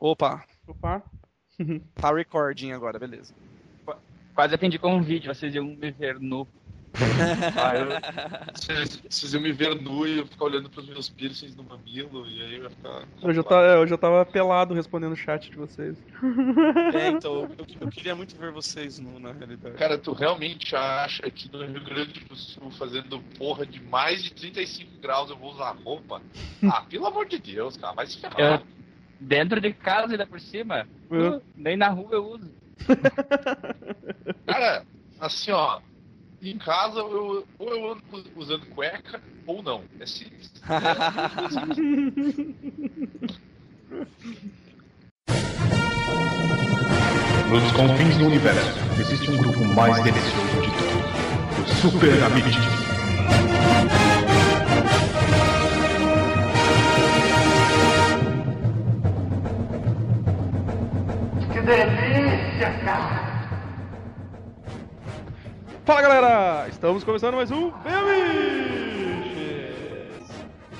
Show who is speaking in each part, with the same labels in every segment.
Speaker 1: Opa,
Speaker 2: Opa.
Speaker 1: tá recording agora, beleza.
Speaker 3: Quase atendi com um vídeo, vocês iam me ver nu.
Speaker 4: Ah, eu- vocês, vocês iam me ver nu e eu ficar olhando pros meus piercings no mamilo e aí eu ia ficar.
Speaker 2: Eu já, tá, é, eu já tava pelado respondendo o chat de vocês.
Speaker 5: É, então, eu, eu queria muito ver vocês nu, na realidade.
Speaker 4: Cara, tu realmente acha que no Rio Grande do Sul, fazendo porra de mais de 35 graus, eu vou usar roupa? Ah, pelo amor de Deus, cara, vai se ferrar.
Speaker 3: Dentro de casa ainda por cima.
Speaker 2: Hã?
Speaker 6: Uhum.
Speaker 3: Uh, nem na rua eu uso.
Speaker 2: É.
Speaker 4: Cara, assim, ó. Em casa, eu, ou eu ando usando cueca ou não. É simples.
Speaker 7: Nos confins do universo, existe um grupo mais delicioso de todos. Os Super Amigos.
Speaker 2: Fala galera! Estamos começando mais um Bemiches!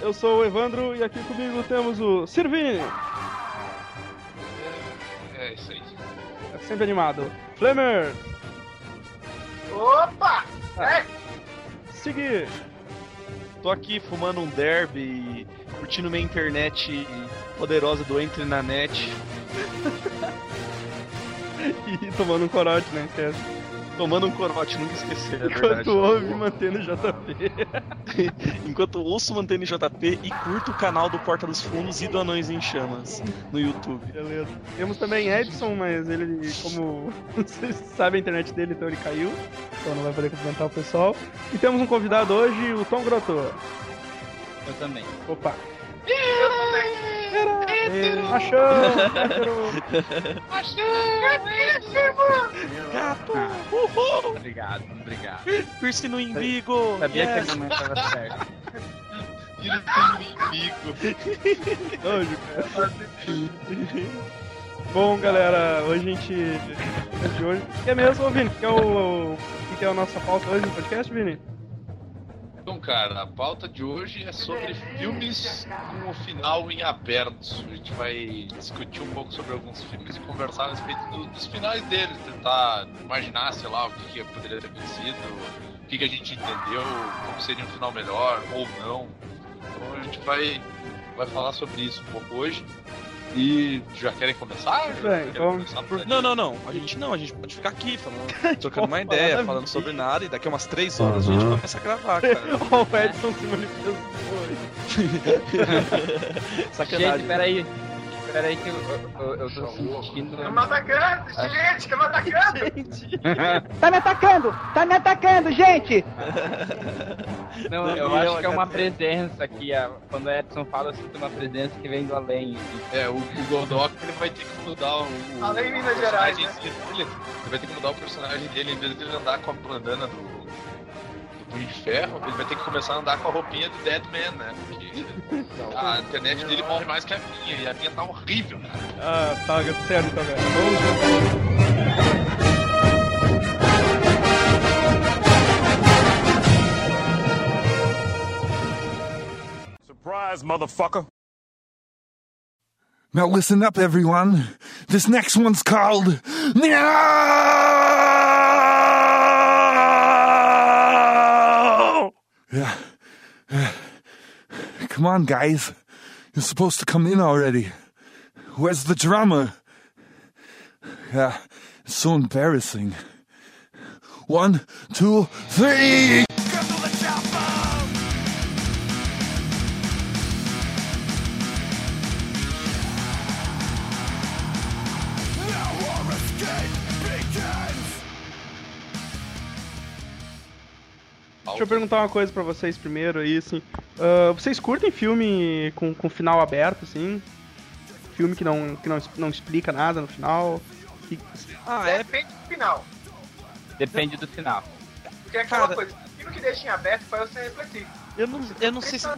Speaker 2: Eu sou o Evandro e aqui comigo temos o Sirvini,
Speaker 4: É isso aí.
Speaker 2: é sempre animado, Flamer,
Speaker 4: Opa!
Speaker 2: Sigui,
Speaker 5: Tô aqui fumando um derby, e curtindo minha internet poderosa do Entre na Net.
Speaker 2: e tomando um corote, né? Esquece.
Speaker 5: Tomando um corote, nunca esquecer, é verdade.
Speaker 2: Enquanto ouve, mantendo o JP.
Speaker 5: Enquanto ouço Mantendo JP e curto o canal do Porta dos Fundos e do Anões em Chamas no YouTube.
Speaker 2: Beleza. Temos também Edson, mas ele, como vocês sabem, a internet dele, então ele caiu. Então não vai poder cumprimentar o pessoal. E temos um convidado hoje, o Tom Grotto.
Speaker 3: Eu também.
Speaker 2: Opa! Hétero! Machão! Hétero!
Speaker 5: Gato!
Speaker 3: Obrigado, obrigado.
Speaker 5: Pierce no imbigo!
Speaker 3: Sabia que a
Speaker 5: yes.
Speaker 3: minha mãe tava certa.
Speaker 4: Tira o bico.
Speaker 2: Nojo, cara. Bom, galera, hoje a gente. De hoje. Que é mesmo, ô, Vini? Que é o. o- Que é a nossa pauta hoje no podcast, Vini?
Speaker 4: Então, cara, a pauta de hoje é sobre filmes com o final em aberto. A gente vai discutir um pouco sobre alguns filmes e conversar a respeito do- dos finais deles, tentar imaginar, sei lá, o que, que poderia ter acontecido, o que, que a gente entendeu, como seria um final melhor ou não. Então a gente vai, vai falar sobre isso um pouco hoje. E já querem começar? Já
Speaker 2: Bem,
Speaker 4: querem
Speaker 2: então,
Speaker 4: começar por...
Speaker 5: Não, não, não. A gente não, a gente pode ficar aqui falando, trocando uma
Speaker 2: Pode falar
Speaker 5: ideia,
Speaker 2: da
Speaker 5: falando
Speaker 2: vida.
Speaker 5: sobre nada, e daqui umas três horas a gente começa a gravar, cara.
Speaker 2: Ó, o Edson se manifestou hoje.
Speaker 6: É
Speaker 5: Sacanagem.
Speaker 3: Gente, peraí. Peraí que eu, eu, eu, eu tô sentindo... Ah.
Speaker 6: Tá me atacando! Tá me atacando, gente!
Speaker 3: Não, eu
Speaker 5: Daniel,
Speaker 3: acho que é uma
Speaker 5: cadê?
Speaker 3: presença aqui. a- Quando o Edson fala, eu sinto uma presença que vem do além.
Speaker 4: É, o, o Godok ele vai ter que mudar o. o Além Minas Gerais. né? Dele, ele vai ter que mudar o personagem dele, em vez de ele andar com a bandana do. do Punho de Ferro, ele vai ter que começar a andar com a roupinha do Deadman, né? Porque a internet dele morre mais que a minha, e a minha tá horrível, cara.
Speaker 2: Ah, tá, sério então, galera. Vamos
Speaker 8: Surprise, motherfucker.
Speaker 7: Now listen up, everyone. This next one's called No. Yeah. Come on, guys. You're supposed to come in already. Where's the drama? Yeah, it's so embarrassing. One, two, three.
Speaker 2: Deixa eu perguntar uma coisa pra vocês primeiro aí, assim. Ah, vocês curtem filme com, com final aberto, assim? Filme que não, que não, es- não explica nada no final? Que-
Speaker 1: Ah, é,
Speaker 3: Depende do final.
Speaker 1: cara.
Speaker 9: Aquilo que deixa em aberto pra você refletir.
Speaker 1: Eu não, eu não sei se.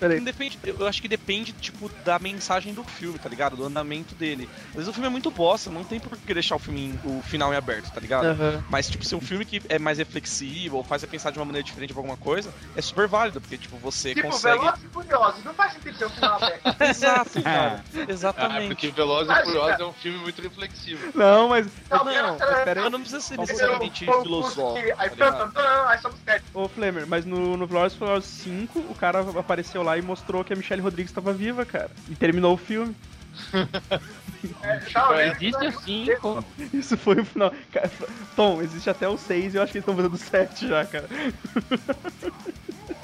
Speaker 2: Peraí.
Speaker 1: não depende- eu acho que depende, tipo, da mensagem do filme, tá ligado? Do andamento dele. Às vezes o filme é muito bosta, não tem por que deixar o filme em- o final em aberto, tá ligado?
Speaker 2: Aham.
Speaker 1: Mas, tipo, se é um filme que é mais reflexivo ou faz você pensar de uma maneira diferente pra alguma coisa, é super válido, porque, tipo, você
Speaker 10: Tipo,
Speaker 1: consegue.
Speaker 10: Velozes e Furiosos. Não faz sentido ser um final aberto.
Speaker 1: Exato, cara.
Speaker 4: Ah, é
Speaker 1: Exatamente.
Speaker 4: porque Velozes e
Speaker 10: Mas,
Speaker 4: Furiosos
Speaker 10: cara.
Speaker 4: é um filme muito reflexivo.
Speaker 2: Não, mas.
Speaker 10: Não,
Speaker 1: Não,
Speaker 10: cara,
Speaker 2: pera
Speaker 1: Mas não precisa ser
Speaker 10: esse é um
Speaker 1: necessariamente
Speaker 10: concurso que-
Speaker 1: filosófico. tá
Speaker 10: Aí,
Speaker 1: ligado?
Speaker 10: pam, pam, pam, aí somos sete.
Speaker 2: Ô, Flamer, mas no, no Velozes e Furiosos 5, o cara apareceu lá e mostrou que a Michelle Rodrigues tava viva, cara. E terminou o filme.
Speaker 10: É, tá, né?
Speaker 3: Existe assim, pô.
Speaker 2: Isso foi o final. Cara, Tom, existe até o 6 e eu acho que eles estão fazendo o 7 já, cara.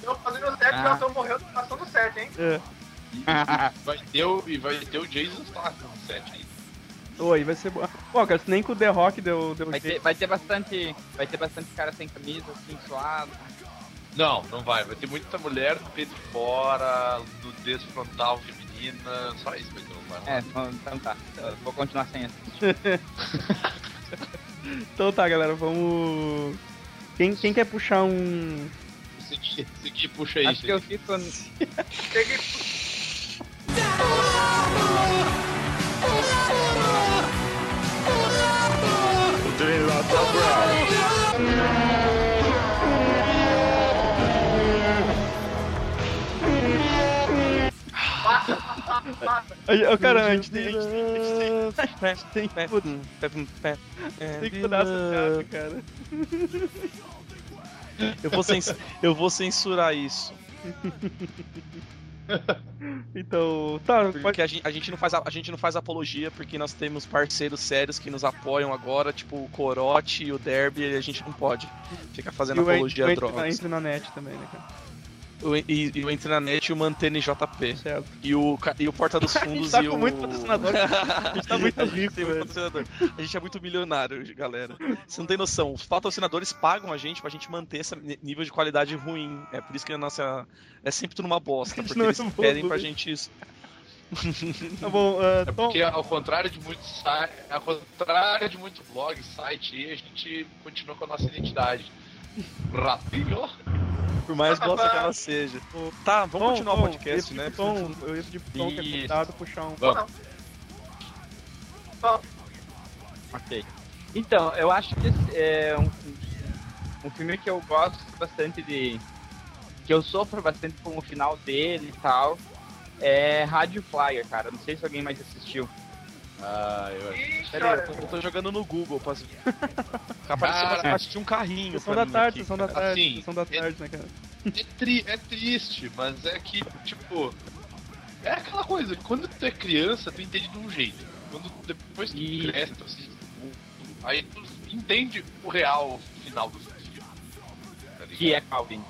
Speaker 10: Eu fazendo o 7, o ator morreu na ação do 7, hein?
Speaker 2: É.
Speaker 4: Vai ter o, e vai ter o Jason Statham no set aí.
Speaker 2: Oi, vai ser boa. Pô, cara, se nem com o The Rock deu, deu
Speaker 3: Vai ter,
Speaker 2: jeito.
Speaker 3: vai ter bastante. Vai ter bastante cara sem camisa, assim, suado.
Speaker 4: Não, não vai. Vai ter muita mulher, peito fora, nudez frontal feminina, só isso vai ter um
Speaker 3: É, então tá. Eu vou continuar sem essa.
Speaker 2: Então tá, galera, vamos. Quem, quem quer puxar um.
Speaker 4: Segui, segui, puxa aí.
Speaker 3: Acho que eu
Speaker 4: gente.
Speaker 3: fico.
Speaker 10: Peguei
Speaker 2: Ai, ô, Cara, a gente tem, a gente tem, a gente tem-
Speaker 1: Tem que
Speaker 2: tem que mudar essa piada, cara.
Speaker 1: Eu vou, cens- eu vou censurar isso.
Speaker 2: Então, tá, pode.
Speaker 1: Porque a gente, a gente não faz, a, a gente não faz apologia, porque nós temos parceiros sérios que nos apoiam agora, tipo o Corote e o Derby, e a gente não pode ficar
Speaker 2: E
Speaker 1: fazendo
Speaker 2: o Ent-
Speaker 1: apologia
Speaker 2: o
Speaker 1: a
Speaker 2: Ent- na-
Speaker 1: drogas.
Speaker 2: Entre na net também, né, cara?
Speaker 1: O En- E, e o Entre na Net e o Mantene JP.
Speaker 2: Certo.
Speaker 1: E o, ca- e o Porta dos
Speaker 2: A gente
Speaker 1: Fundos
Speaker 2: tá
Speaker 1: e
Speaker 2: com
Speaker 1: o.
Speaker 2: muito patrocinador.
Speaker 1: A gente tá muito rico,
Speaker 2: velho.
Speaker 1: A gente é muito milionário, galera. Você não tem noção. Os patrocinadores pagam a gente pra gente manter esse ni- nível de qualidade ruim. É por isso que a nossa. É sempre tudo uma bosta,
Speaker 2: gente
Speaker 1: porque
Speaker 2: não é
Speaker 1: eles
Speaker 2: evolui.
Speaker 1: pedem pra gente isso.
Speaker 2: Tá bom, ah,
Speaker 4: É
Speaker 2: Tom.
Speaker 4: porque ao contrário de muitos sites, ao contrário de muito blog, site, aí, a gente continua com a nossa identidade. Rapinho.
Speaker 1: Por mais bosta que ela seja. Tá, vamos
Speaker 2: Tom,
Speaker 1: continuar
Speaker 2: Tom,
Speaker 1: o podcast,
Speaker 2: eu
Speaker 1: né?
Speaker 2: ia pedir pro Tom, eu ia pedir pro Tom que é
Speaker 4: Isso.
Speaker 2: convidado puxar um.
Speaker 4: Vamos.
Speaker 3: Ok. Então, eu acho que esse é um, um filme que eu gosto bastante de. que eu sofro bastante com o final dele e tal. É Rádio Flyer, cara. Não sei se alguém mais assistiu.
Speaker 4: Ah, eu acho.
Speaker 10: e
Speaker 1: Pera aí,
Speaker 10: chora.
Speaker 1: eu tô, eu tô jogando no Google, posso. Apareceu
Speaker 4: Cara.
Speaker 1: uma- acho que um carrinho.
Speaker 2: Sessão
Speaker 1: pra
Speaker 2: da
Speaker 1: mim
Speaker 2: tarde,
Speaker 1: aqui,
Speaker 2: sessão
Speaker 1: cara.
Speaker 2: da tarde,
Speaker 4: Assim,
Speaker 2: sessão da
Speaker 4: é-
Speaker 2: tarde, né, cara?
Speaker 4: É, tri- é triste, mas é que, tipo. É aquela coisa, quando tu é criança, tu entende de um jeito. Quando depois tu
Speaker 3: Isso.
Speaker 4: cresce, tu assiste tudo, aí tu entende o real final do filme. Tá ligado?
Speaker 3: Que é Calvin.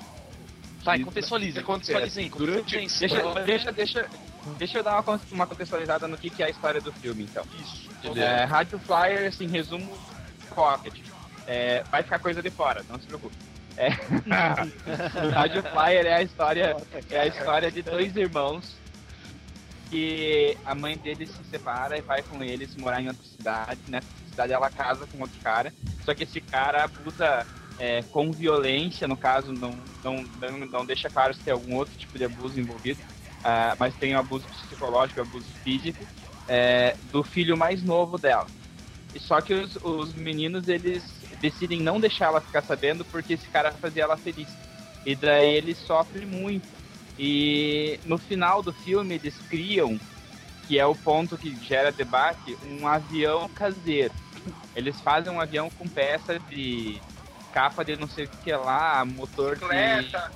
Speaker 1: Tá,
Speaker 4: E-
Speaker 1: contextualizem,
Speaker 4: acontece
Speaker 1: contextualizem,
Speaker 4: durante-
Speaker 1: contextualizem.
Speaker 3: Deixa, deixa, deixa, deixa eu dar uma, con- uma contextualizada no que, que é a história do filme, então.
Speaker 4: Isso,
Speaker 3: É, Rádio Flyer, assim, resumo Pocket. É, vai ficar coisa de fora, não se preocupe. É. Rádio Flyer é a história é a história de dois irmãos que a mãe deles se separa e vai com eles morar em outra cidade. Nessa cidade ela casa com outro cara, só que esse cara abusa é, com violência, no caso, não, não, não, não deixa claro se tem algum outro tipo de abuso envolvido, ah, mas tem abuso psicológico, abuso físico é, do filho mais novo dela. E só que os, os meninos eles decidem não deixar ela ficar sabendo porque esse cara fazia ela feliz. E daí ele sofre muito. E no final do filme eles criam, que é o ponto que gera debate, um avião caseiro. Eles fazem um avião com peça de capa de não sei o que lá, motor de
Speaker 10: Bicicleta.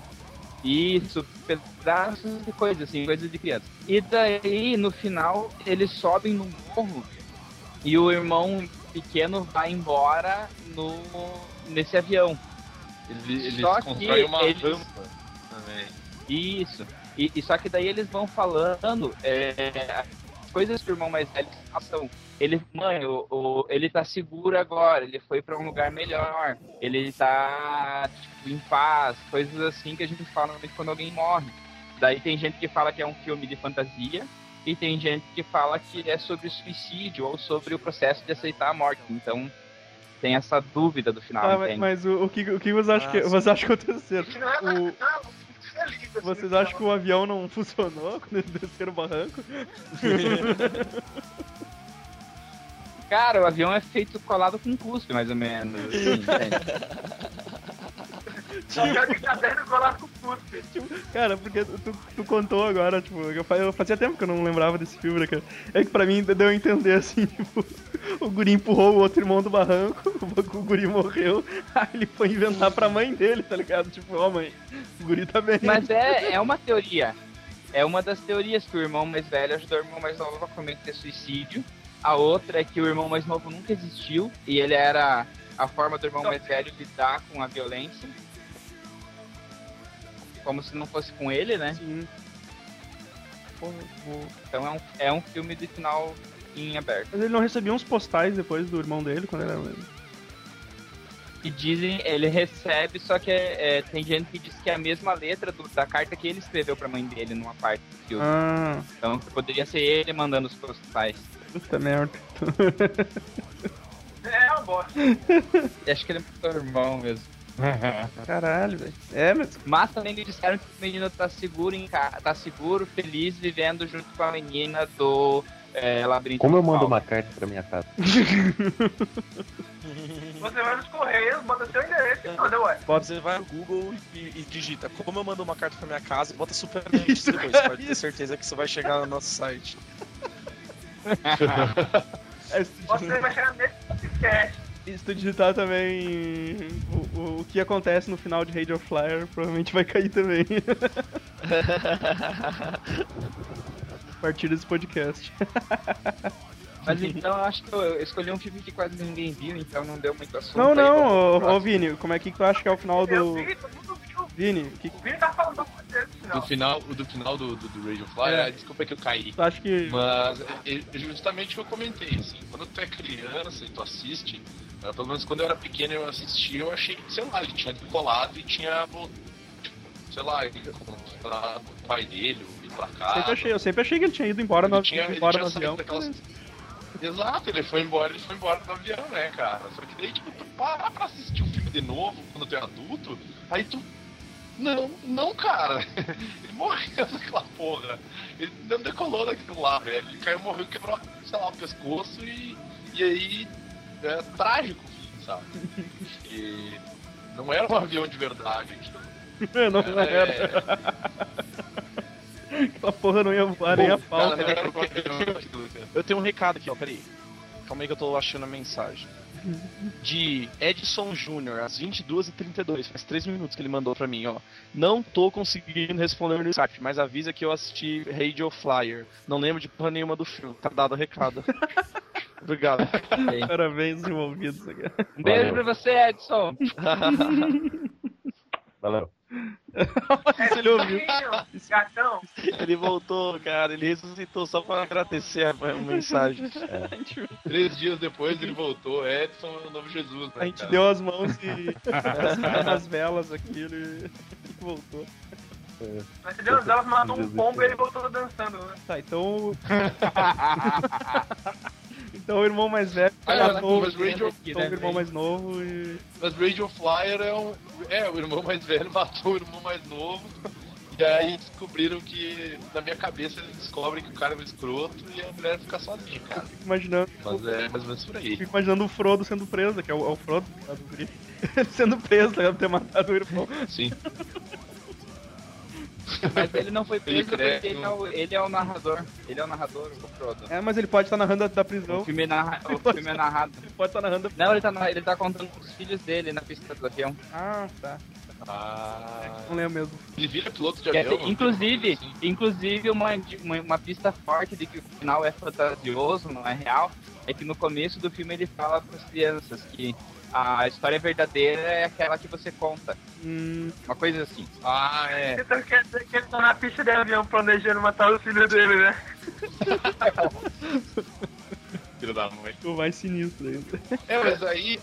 Speaker 3: isso, pedaços de coisa, assim, coisas de criança. E daí, no final, eles sobem no morro e o irmão pequeno vai embora no, nesse avião.
Speaker 4: Ele, eles
Speaker 3: Só que
Speaker 4: constroem uma
Speaker 3: eles-
Speaker 4: rampa também.
Speaker 3: Isso. E, e só que daí eles vão falando é, as coisas que o irmão mais velho passam. Ele, mãe, o, o- ele tá seguro agora, ele foi pra um lugar melhor, ele tá tipo, em paz, coisas assim que a gente fala muito quando alguém morre. Daí tem gente que fala que é um filme de fantasia e tem gente que fala que é sobre suicídio ou sobre o processo de aceitar a morte. Então tem essa dúvida do final,
Speaker 2: Tá, mas,
Speaker 3: entende?
Speaker 2: mas o, o que, o que vocês acham que,
Speaker 1: Ah,
Speaker 2: vocês acham que aconteceu?
Speaker 10: Que não é
Speaker 2: O-
Speaker 10: nada,
Speaker 9: lindo. assim,
Speaker 2: Vocês
Speaker 9: no
Speaker 2: acham que
Speaker 9: final.
Speaker 2: o avião não funcionou quando eles desceram o barranco?
Speaker 3: Cara, o avião é feito colado com cuspe, mais ou menos. assim, entende?
Speaker 9: Só quero que caderno colar com cuspe.
Speaker 2: Cara, porque tu, tu contou agora, tipo, eu fa- eu fazia tempo que eu não lembrava desse filme, né, cara? É que pra mim deu a entender assim, tipo, o guri empurrou o outro irmão do barranco, o ba- o guri morreu, aí ele foi inventar pra mãe dele, tá ligado? Tipo, ó mãe, o guri tá bem.
Speaker 3: Mas é, é uma teoria. É uma das teorias que o irmão mais velho ajudou o irmão mais novo a cometer suicídio. A outra é que o irmão mais novo nunca existiu e ele era a forma do irmão mais velho lidar com a violência. Como se não fosse com ele, né?
Speaker 2: Sim. Porra, vou-
Speaker 3: Então é um, é um filme de final em aberto.
Speaker 2: Mas ele não recebia uns postais depois do irmão dele, quando ele era...
Speaker 3: E dizem, ele recebe, só que é, é, tem gente que diz que é a mesma letra do- da carta que ele escreveu pra mãe dele numa parte do filme.
Speaker 2: Ah,
Speaker 3: Então poderia ser ele mandando os postais.
Speaker 2: puta merda.
Speaker 9: É uma bosta.
Speaker 3: E Acho que ele é meu irmão mesmo.
Speaker 2: Caralho, velho. É, mas
Speaker 3: Mas também me disseram que o menino tá seguro, em ca... tá seguro, feliz, vivendo junto com a menina do é, Labirinto.
Speaker 11: Como eu
Speaker 3: do
Speaker 11: mando
Speaker 3: Fauno.
Speaker 11: uma carta pra minha casa?
Speaker 9: Você vai nos correios, manda seu endereço e manda, ué.
Speaker 5: Você vai no Google e, e digita como eu mando uma carta pra minha casa e bota Superman depois. Pode ter certeza que isso vai chegar no nosso site.
Speaker 2: é, se tu dig-
Speaker 9: Você vai chegar nesse podcast.
Speaker 2: e se tu digitar também o, o, o que acontece no final de Radio Flyer, provavelmente vai cair também. A partir desse podcast.
Speaker 3: Mas então eu acho que eu eu escolhi um filme que quase ninguém viu, então não deu muito assunto.
Speaker 2: Não,
Speaker 3: aí,
Speaker 2: não,
Speaker 3: vamos
Speaker 2: ô,
Speaker 3: pro
Speaker 2: ô Vini, como é que tu acha que é o final do.
Speaker 9: Eu vi, todo mundo viu.
Speaker 2: Vini, o que que
Speaker 9: O Vini tá falando
Speaker 3: Um
Speaker 9: com você no
Speaker 4: Do
Speaker 9: final.
Speaker 4: final, do, final do, do, do Radio Fly,
Speaker 2: É.
Speaker 4: ah, desculpa que eu caí.
Speaker 2: tu acha que.
Speaker 4: Mas é- é justamente o que eu comentei, assim, quando tu é criança e tu assiste, ah, pelo menos quando eu era pequeno eu assistia, eu achei que, sei lá, ele tinha colado e tinha, vol- tipo, sei lá, ele encontrado o pai dele, ou ido pra casa.
Speaker 2: Sempre achei, eu sempre achei que ele tinha ido embora
Speaker 4: Ele
Speaker 2: no,
Speaker 4: tinha, ele
Speaker 2: embora
Speaker 4: tinha
Speaker 2: no
Speaker 4: saído
Speaker 2: avião.
Speaker 4: daquelas- Exato, ele foi embora, ele foi embora do avião, né, cara? Só que daí, tipo, tu parar pra assistir o filme de novo quando tu é adulto, aí tu. Não, não, cara. Ele morreu naquela porra. Ele não decolou daquilo lá, velho. Ele caiu, morreu, quebrou, sei lá, o pescoço e. E aí. É trágico, sabe? E. Não era um avião de verdade aquilo. É,
Speaker 2: Não
Speaker 4: Era-
Speaker 2: era, aquela porra não é. ia voar nem a
Speaker 4: Bom,
Speaker 2: pau. né?
Speaker 4: cara, não era um avião aquilo, cara.
Speaker 5: Eu tenho um recado aqui, ó, peraí. Calma aí que eu tô achando a mensagem. De Edson Júnior, às 22h32, faz 3 minutos que ele mandou pra mim, ó. Não tô conseguindo responder no Skype, mas avisa que eu assisti Radio Flyer. Não lembro de porra nenhuma do filme. Tá dado o recado. Obrigado.
Speaker 2: Parabéns, envolvidos. cara.
Speaker 3: Um beijo pra
Speaker 11: Valeu.
Speaker 3: você, Edson.
Speaker 11: Valeu.
Speaker 2: Você ele ouviu.
Speaker 9: Filho, Gatão,
Speaker 5: ele voltou, cara. Ele ressuscitou só pra agradecer a a mensagem.
Speaker 4: Três dias depois ele voltou, Edson é o novo Jesus, né?
Speaker 2: A gente
Speaker 4: cara?
Speaker 2: deu as mãos e as velas aqui, ele voltou.
Speaker 9: mas Deus, ela mandou um pombo e ele voltou dançando, né?
Speaker 2: Tá, então. então o irmão mais velho tá
Speaker 4: Ah,
Speaker 2: matou
Speaker 4: mas Radio-
Speaker 2: matou Então o irmão mais novo e.
Speaker 4: Mas Radio Flyer é um. É, o irmão mais velho matou o irmão mais novo. E aí descobriram que, na minha cabeça, eles descobrem que o cara é um escroto e a mulher fica sozinha, cara.
Speaker 2: Fico imaginando,
Speaker 4: Mas é mais ou menos por aí.
Speaker 2: fico imaginando o Frodo sendo preso, que é o, é o Frodo, tá do guri. sendo preso, tá ligado? Por ter matado o irmão.
Speaker 4: Sim.
Speaker 3: Mas ele não foi preso
Speaker 4: Ele
Speaker 3: porque
Speaker 4: cresce,
Speaker 3: ele é, o, ele é o narrador. Ele é o narrador, o Frodo.
Speaker 2: É, mas ele pode estar narrando da- da prisão.
Speaker 3: O filme, é narra... o filme é narrado.
Speaker 2: Ele pode estar narrando.
Speaker 3: Não, ele tá, na- ele tá contando pros filhos dele na pista do avião.
Speaker 2: Ah, tá.
Speaker 4: Ah,
Speaker 2: Não lembro mesmo.
Speaker 4: ele vira piloto de
Speaker 3: Que é-
Speaker 4: avião.
Speaker 3: inclusive,
Speaker 4: Sim.
Speaker 3: inclusive uma, uma, uma pista forte de que o final é fantasioso, não é real, é que no começo do filme ele fala para as crianças que a história verdadeira é aquela que você conta.
Speaker 2: Hum,
Speaker 3: Uma coisa assim.
Speaker 4: Ah, é.
Speaker 9: Então quer dizer que ele tá na pista de avião planejando matar os filhos dele, né?
Speaker 4: Filho da mãe.
Speaker 2: tu vai sinistro ainda.
Speaker 4: É, mas aí.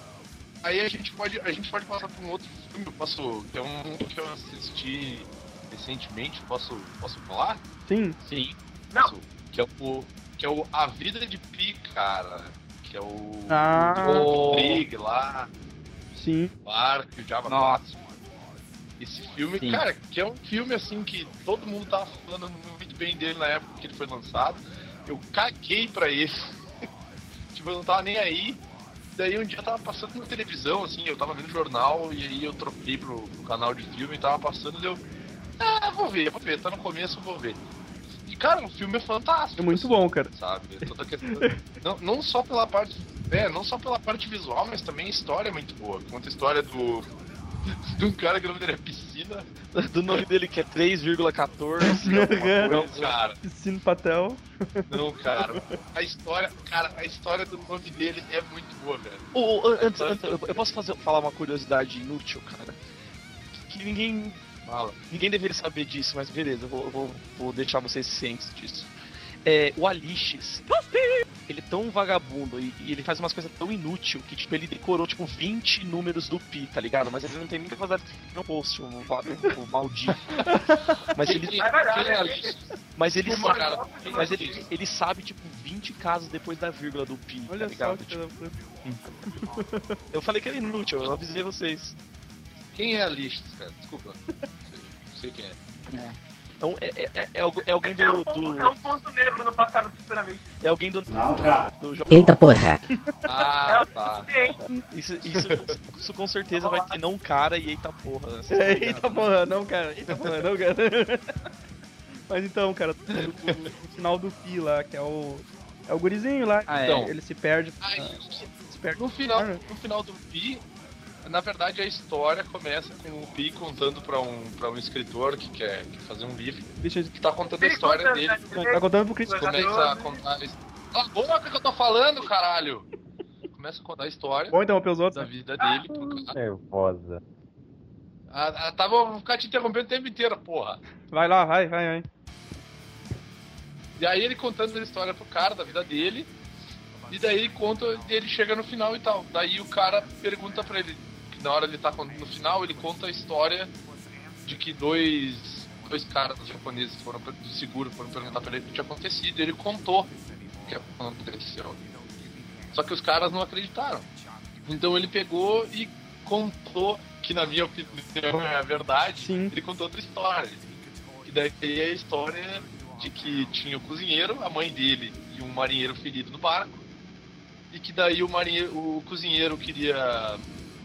Speaker 4: Aí a gente pode, a gente pode passar por um outro filme. Eu posso. Que é um que eu assisti recentemente. Posso, posso falar?
Speaker 2: Sim,
Speaker 3: Sim.
Speaker 9: Não.
Speaker 4: Que é o. Que é o A Vida de Pi, cara. Que é o.
Speaker 2: Ah.
Speaker 4: o Trig lá,
Speaker 2: sim.
Speaker 4: o Ark, o Java
Speaker 3: Nossa.
Speaker 4: 4. Esse filme,
Speaker 3: Sim.
Speaker 4: cara, que é um filme assim que todo mundo tava falando muito bem dele na época que ele foi lançado. Eu caguei pra ele. tipo, eu não tava nem aí. Daí um dia eu tava passando na televisão, assim, eu tava vendo jornal e aí eu troquei pro, pro canal de filme e tava passando e eu. Ah, vou ver, vou ver, tá no começo, vou ver. E cara, o filme é fantástico.
Speaker 2: É muito bom, cara.
Speaker 4: sabe? Toda a questão. não, não só pela parte. É, não só pela parte visual, mas também a história é muito boa. Conta a história do. De um cara que o nome dele é Piscina.
Speaker 5: Do nome dele que é 3,14.
Speaker 2: É.
Speaker 4: Não, cara.
Speaker 2: Piscina Patel.
Speaker 4: Não, cara. A história. Cara, a história do nome dele é muito boa, velho.
Speaker 5: Ô, ô, antes, antes, eu eu posso fazer, falar uma curiosidade inútil, cara? Que ninguém,
Speaker 4: Fala.
Speaker 5: ninguém deveria saber disso, mas beleza, eu vou, eu vou, vou deixar vocês cientes disso. É, o Alixis, ele é tão vagabundo e, e ele faz umas coisas tão inútil que, tipo, ele decorou, tipo, 20 números do Pi, tá ligado? Mas ele não tem nem capacidade de escrever um post, um, um, um maldito. Mas ele,
Speaker 9: É verdade, né?
Speaker 5: mas ele
Speaker 4: Uma,
Speaker 5: sabe,
Speaker 4: cara.
Speaker 5: mas ele, ele sabe, tipo, 20 casos depois da vírgula do Pi, tá
Speaker 2: Olha só
Speaker 5: ligado?
Speaker 2: que
Speaker 5: Tipo,
Speaker 2: coisa boa.
Speaker 5: eu falei que era inútil, eu avisei vocês.
Speaker 4: Quem é a Listes, cara? Desculpa. Não sei quem é.
Speaker 5: Então, é, é- é- é algu- é alguém
Speaker 9: É um
Speaker 5: do,
Speaker 9: ponto,
Speaker 5: do-
Speaker 9: é um ponto negro no passado do Super Amigos.
Speaker 5: É alguém do. do jo-
Speaker 11: Eita porra!
Speaker 9: É
Speaker 4: Ah, tá.
Speaker 9: Gente,
Speaker 5: isso, isso, isso com certeza vai ter não um cara e eita porra. né?
Speaker 1: É.
Speaker 5: Vocês estão ligados,
Speaker 2: Eita porra, não, cara. Eita porra, não, cara. Mas então, cara, o, o final do Pi lá, que é o. É o gurizinho lá.
Speaker 3: Ah, é.
Speaker 2: Então, ele se perde.
Speaker 4: Aí,
Speaker 2: Se perde Ah,
Speaker 4: Ah. No final, no final do Pi, na verdade a história começa com o Pi contando pra um, pra um escritor que quer quer fazer um livro,
Speaker 2: Deixa eu.
Speaker 4: que tá contando a história dele.
Speaker 2: Tá contando pro Chris.
Speaker 4: Começa a contar. a his- Cala a boca que eu tô falando, caralho! Começa a contar a história
Speaker 2: Bom interromper os
Speaker 4: da
Speaker 2: outros. né?
Speaker 4: vida dele pro cara.
Speaker 12: Nervosa.
Speaker 4: Ah, ah, tava, vou ficar te interrompendo o tempo inteiro, porra.
Speaker 2: Vai lá, vai, vai, vai.
Speaker 4: E aí ele contando a história pro cara da vida dele. E daí ele conta, ele chega no final e tal. Daí o cara pergunta pra ele, que na hora ele tá contando no final, ele conta a história de que dois, dois caras japoneses foram per- do seguro foram perguntar pra ele o que tinha acontecido. E ele contou o que aconteceu. Só que os caras não acreditaram. Então ele pegou e contou, que na minha opinião é a verdade,
Speaker 2: Sim.
Speaker 4: ele contou outra história. E daí é a história de que tinha o cozinheiro, a mãe dele e um marinheiro ferido no barco. E que daí o, marinheiro, o cozinheiro queria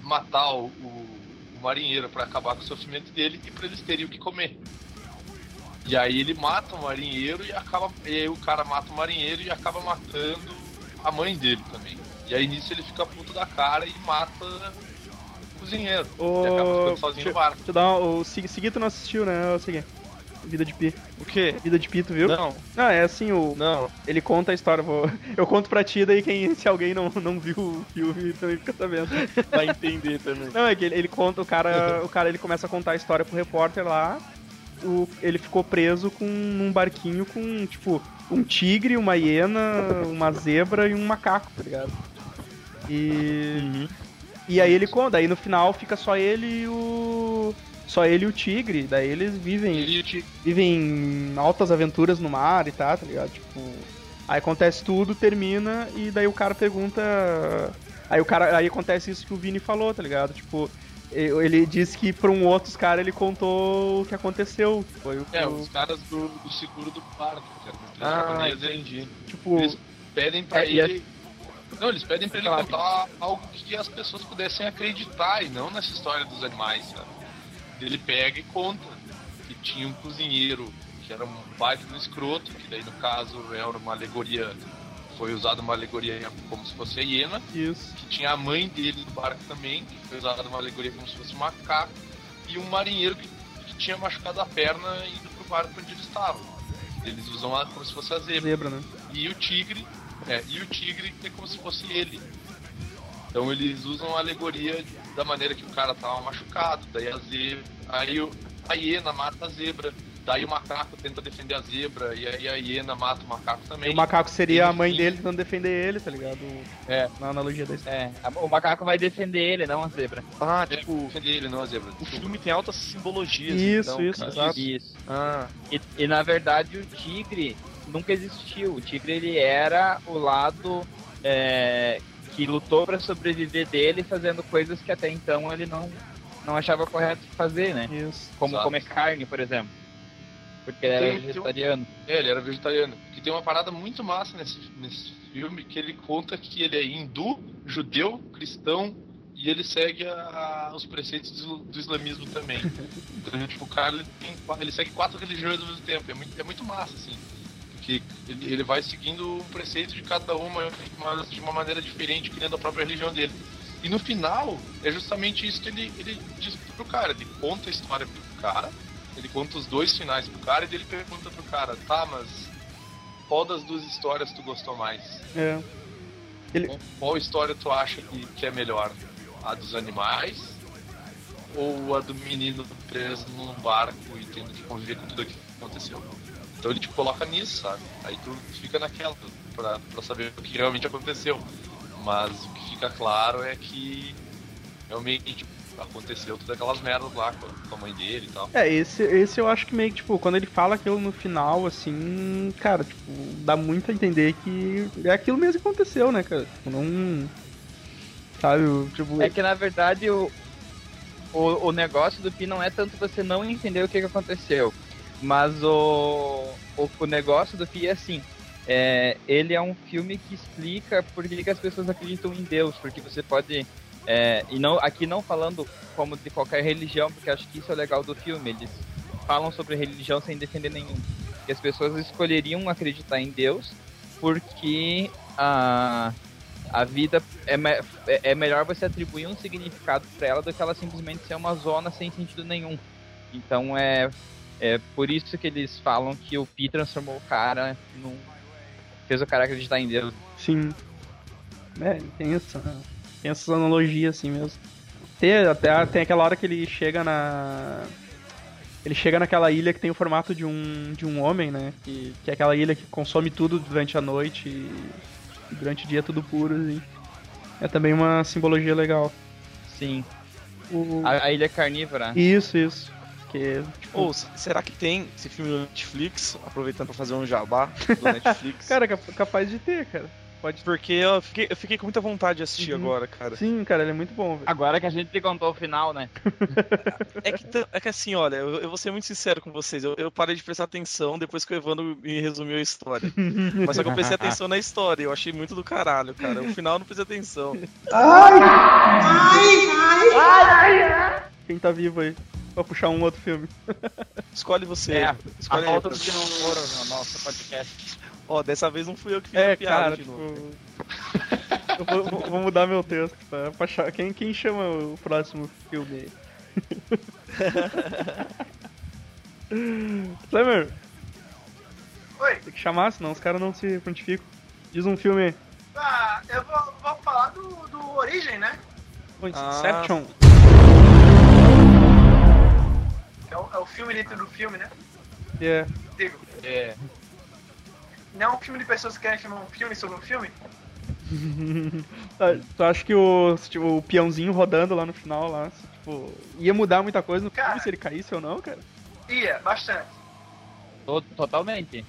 Speaker 4: matar o, o- o marinheiro para acabar com o sofrimento dele e para eles terem o que comer. E aí ele mata o marinheiro e acaba. E aí o cara mata o marinheiro e acaba matando a mãe dele também. E aí nisso ele fica puto da cara e mata o cozinheiro.
Speaker 2: Ô,
Speaker 4: E acaba ficando sozinho no barco.
Speaker 2: Deixa eu dar uma- o Sig- Segui, tu não assistiu, né? O Segui. Vida de Pi.
Speaker 5: tipo, O quê?
Speaker 2: Vida de Pi, tu viu?
Speaker 5: Não,
Speaker 2: Não, é assim, o,
Speaker 5: não.
Speaker 2: ele conta a história. eu Vou, eu conto pra ti, daí quem, se alguém não, não viu o filme também fica sabendo.
Speaker 5: Vai entender também.
Speaker 2: Não, é que ele, ele conta, o cara, o cara ele começa a contar a história pro repórter lá. O, ele ficou preso com um barquinho com, tipo, um tigre, uma hiena, uma zebra e um macaco, tá ligado? E.
Speaker 5: Uhum.
Speaker 2: E aí ele conta, aí no final fica só ele e o. Só ele e o tigre, daí eles vivem
Speaker 4: Ele e o Ti-
Speaker 2: vivem altas aventuras no mar e tá, tá ligado? Tipo, aí acontece tudo, termina e daí o cara pergunta, aí o cara, aí acontece isso que o Vini falou, tá ligado? Tipo, eu- ele disse que pra um outros cara ele contou o que aconteceu, que foi o que
Speaker 4: É,
Speaker 2: o-
Speaker 4: os caras do, do seguro do barco, cara. Os três
Speaker 2: Ah,
Speaker 4: japoneses, eles
Speaker 2: tipo,
Speaker 4: eles- pedem pra
Speaker 5: É, e
Speaker 4: ele. Não, eles pedem pra ele contar algo que as pessoas pudessem acreditar e não nessa história dos animais, sabe? Ele pega e conta que tinha um cozinheiro que era um baita do escroto, que daí no caso era uma alegoria, foi usada uma alegoria como se fosse a hiena
Speaker 2: isso.
Speaker 4: que tinha a mãe dele no barco também, que foi usada numa alegoria como se fosse um macaco, e um marinheiro que, que tinha machucado a perna indo pro barco onde eles estavam. Eles usam a, como se fosse a zebra.
Speaker 2: Zebra, né?
Speaker 4: E o tigre, é, e o tigre é como se fosse ele. Então eles usam a alegoria da maneira que o cara tava machucado, daí a zebra, aí o- a hiena mata a zebra, daí o macaco tenta defender a zebra, e aí a hiena mata o macaco
Speaker 2: E
Speaker 4: também.
Speaker 2: o macaco seria a mãe
Speaker 4: Sim.
Speaker 2: dele tentando defender ele, tá ligado?
Speaker 3: É.
Speaker 2: Na analogia da história.
Speaker 3: É, a- o macaco vai defender ele, não a zebra.
Speaker 5: Ah,
Speaker 4: É,
Speaker 5: tipo,
Speaker 4: defender ele, não a zebra.
Speaker 5: o filme tem altas simbologias.
Speaker 2: Isso,
Speaker 5: então,
Speaker 2: isso,
Speaker 5: cara.
Speaker 2: exato.
Speaker 3: Isso.
Speaker 5: Ah,
Speaker 3: E, e, na verdade o tigre nunca existiu. O tigre ele era o lado é, que lutou pra sobreviver dele, fazendo coisas que até então ele não não achava correto fazer, né?
Speaker 2: Isso.
Speaker 3: Como
Speaker 4: Exato.
Speaker 3: comer carne, por exemplo. Porque ele
Speaker 4: Tem-
Speaker 3: era
Speaker 4: tem um-
Speaker 3: vegetariano.
Speaker 4: É, ele era vegetariano. Que tem uma parada muito massa nesse, nesse filme que ele conta que ele é hindu, judeu, cristão e ele segue a- os preceitos do, do islamismo também. Então, tipo, o cara ele, tem qua- ele segue quatro religiões ao mesmo tempo. É muito, é muito massa, assim. Porque ele, ele vai seguindo o preceito de cada uma de uma- de uma maneira diferente, criando a própria religião dele. E no final, é justamente isso que ele, ele diz pro cara. Ele conta a história pro cara, ele conta os dois finais pro cara e daí ele pergunta pro cara, tá, mas qual das duas histórias tu gostou mais?
Speaker 2: É.
Speaker 4: Qual- Qual história tu acha que, que é melhor? A dos animais ou a do menino preso num barco e tendo que conviver com tudo aquilo que aconteceu? Então ele te coloca nisso, sabe? Aí tu fica naquela pra, pra saber o que realmente aconteceu. Mas o que fica claro é que realmente tipo, aconteceu todas aquelas merdas lá com a- com a mãe dele e tal.
Speaker 2: É, esse, esse eu acho que meio que, tipo, quando ele fala aquilo no final, assim, cara, tipo, dá muito a entender que é aquilo mesmo que aconteceu, né, cara? Tipo, não. Sabe, o- tipo.
Speaker 3: É que na verdade o, o, o negócio do Pi não é tanto você não entender o que, que aconteceu, mas o, o, o negócio do Pi é assim. é, ele é um filme que explica por que, que as pessoas acreditam em Deus, porque você pode. é, e não aqui não falando como de qualquer religião, porque acho que isso é o legal do filme. Eles falam sobre religião sem defender nenhum. Que as pessoas escolheriam acreditar em Deus porque a, a vida é, me- é é melhor você atribuir um significado pra ela do que ela simplesmente ser uma zona sem sentido nenhum. Então é, é por isso que eles falam que o Pi transformou o cara num. fez o cara acreditar em Deus.
Speaker 2: Sim. É, tem, essa, tem essas analogias assim mesmo. Tem, até, tem aquela hora que ele chega na. Ele chega naquela ilha que tem o formato de um, de um homem, né? Que, que é aquela ilha que consome tudo durante a noite e, e durante o dia é tudo puro, assim. É também uma simbologia legal.
Speaker 3: Sim.
Speaker 2: O-
Speaker 1: Ah.
Speaker 3: A, a ilha carnívora.
Speaker 2: Isso, isso. Que, tipo,
Speaker 1: Ou se- será que tem esse filme no Netflix? Aproveitando pra fazer um jabá do Netflix.
Speaker 2: cara, cap- capaz de ter, cara.
Speaker 1: pode. Porque eu fiquei, eu fiquei com muita vontade de assistir
Speaker 2: Uhum.
Speaker 1: agora, cara.
Speaker 2: Sim, cara, ele é muito bom, velho.
Speaker 3: Agora que a gente te contou o final, né?
Speaker 1: É que, tam- é que assim, olha, eu, eu vou ser muito sincero com vocês. Eu, eu parei de prestar atenção depois que o Evandro me resumiu a história. Mas só que eu prestei atenção na história. Eu achei muito do caralho, cara. O final eu não prestei atenção.
Speaker 2: Quem tá vivo aí? Pra puxar um outro filme.
Speaker 1: Escolhe você.
Speaker 3: É, A
Speaker 1: Escolhe aí.
Speaker 3: falta do que não foram no nosso podcast.
Speaker 1: Ó, dessa vez não fui eu que fiz
Speaker 2: É,
Speaker 1: a piada
Speaker 2: cara,
Speaker 1: de
Speaker 2: tipo.
Speaker 1: novo. né?
Speaker 2: eu vou, vou- vou mudar meu texto pra, pra achar- Quem, quem chama o próximo filme aí? Clemer!
Speaker 9: Oi.
Speaker 2: Tem que chamar, senão os caras não se prontificam. Diz um filme aí.
Speaker 9: Ah, eu vou, vou falar do, do Origem, né?
Speaker 2: Inception.
Speaker 9: É o, é o filme dentro do filme, né?
Speaker 2: É.
Speaker 9: Digo,
Speaker 4: É,
Speaker 9: não é um filme de pessoas que querem filmar um filme sobre um filme?
Speaker 2: Ah, Tu acha que o, tipo, o peãozinho rodando lá no final, lá, se, tipo, ia mudar muita coisa no filme
Speaker 9: Cara.
Speaker 2: se ele caísse ou não, cara?
Speaker 9: Ia, bastante.
Speaker 3: To- Totalmente.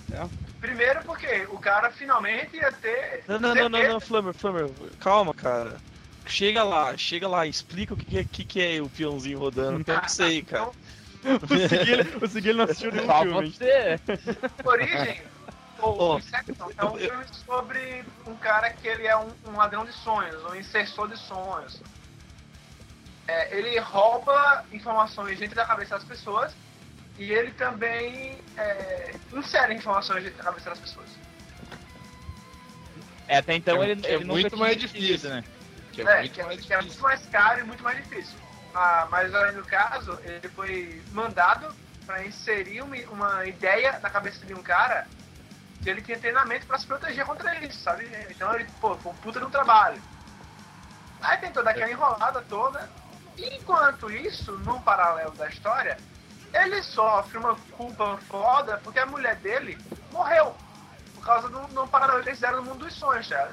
Speaker 9: Primeiro porque o cara finalmente ia ter.
Speaker 1: Não, não, não, não, não, Flammer, Flammer, calma, cara. Chega lá, chega lá, explica o que, que, é- que, que é o peãozinho rodando, que eu não sei, cara.
Speaker 2: O Seguir, o Seguir ele não assistiu nenhum
Speaker 3: Só
Speaker 2: filme.
Speaker 3: você.
Speaker 9: Origem, ou
Speaker 1: Ó,
Speaker 9: Inception, é um filme sobre um cara que ele é um, um ladrão de sonhos, um incessor de sonhos. É, ele rouba informações dentro da cabeça das pessoas e ele também é, insere informações dentro da cabeça das pessoas.
Speaker 3: É, até então
Speaker 4: É-
Speaker 3: ele,
Speaker 4: é
Speaker 3: ele nunca
Speaker 4: muito
Speaker 3: tinha
Speaker 4: mais
Speaker 3: assistido,
Speaker 4: difícil.
Speaker 3: né?
Speaker 4: que é,
Speaker 9: É,
Speaker 4: muito
Speaker 9: que, é-
Speaker 4: mais
Speaker 9: que era
Speaker 4: difícil.
Speaker 9: muito mais caro e muito mais difícil. Ah, mas além do caso, ele foi mandado para inserir uma, uma ideia na cabeça de um cara que ele tinha treinamento para se proteger contra isso, sabe? Então ele, pô, foi um puta de um trabalho. Aí tem toda
Speaker 4: É.
Speaker 9: aquela enrolada toda. E Enquanto isso, no paralelo da história, ele sofre uma culpa foda porque a mulher dele morreu. Por causa de um, de um paralelo que eles fizeram no mundo dos sonhos, tá? cara.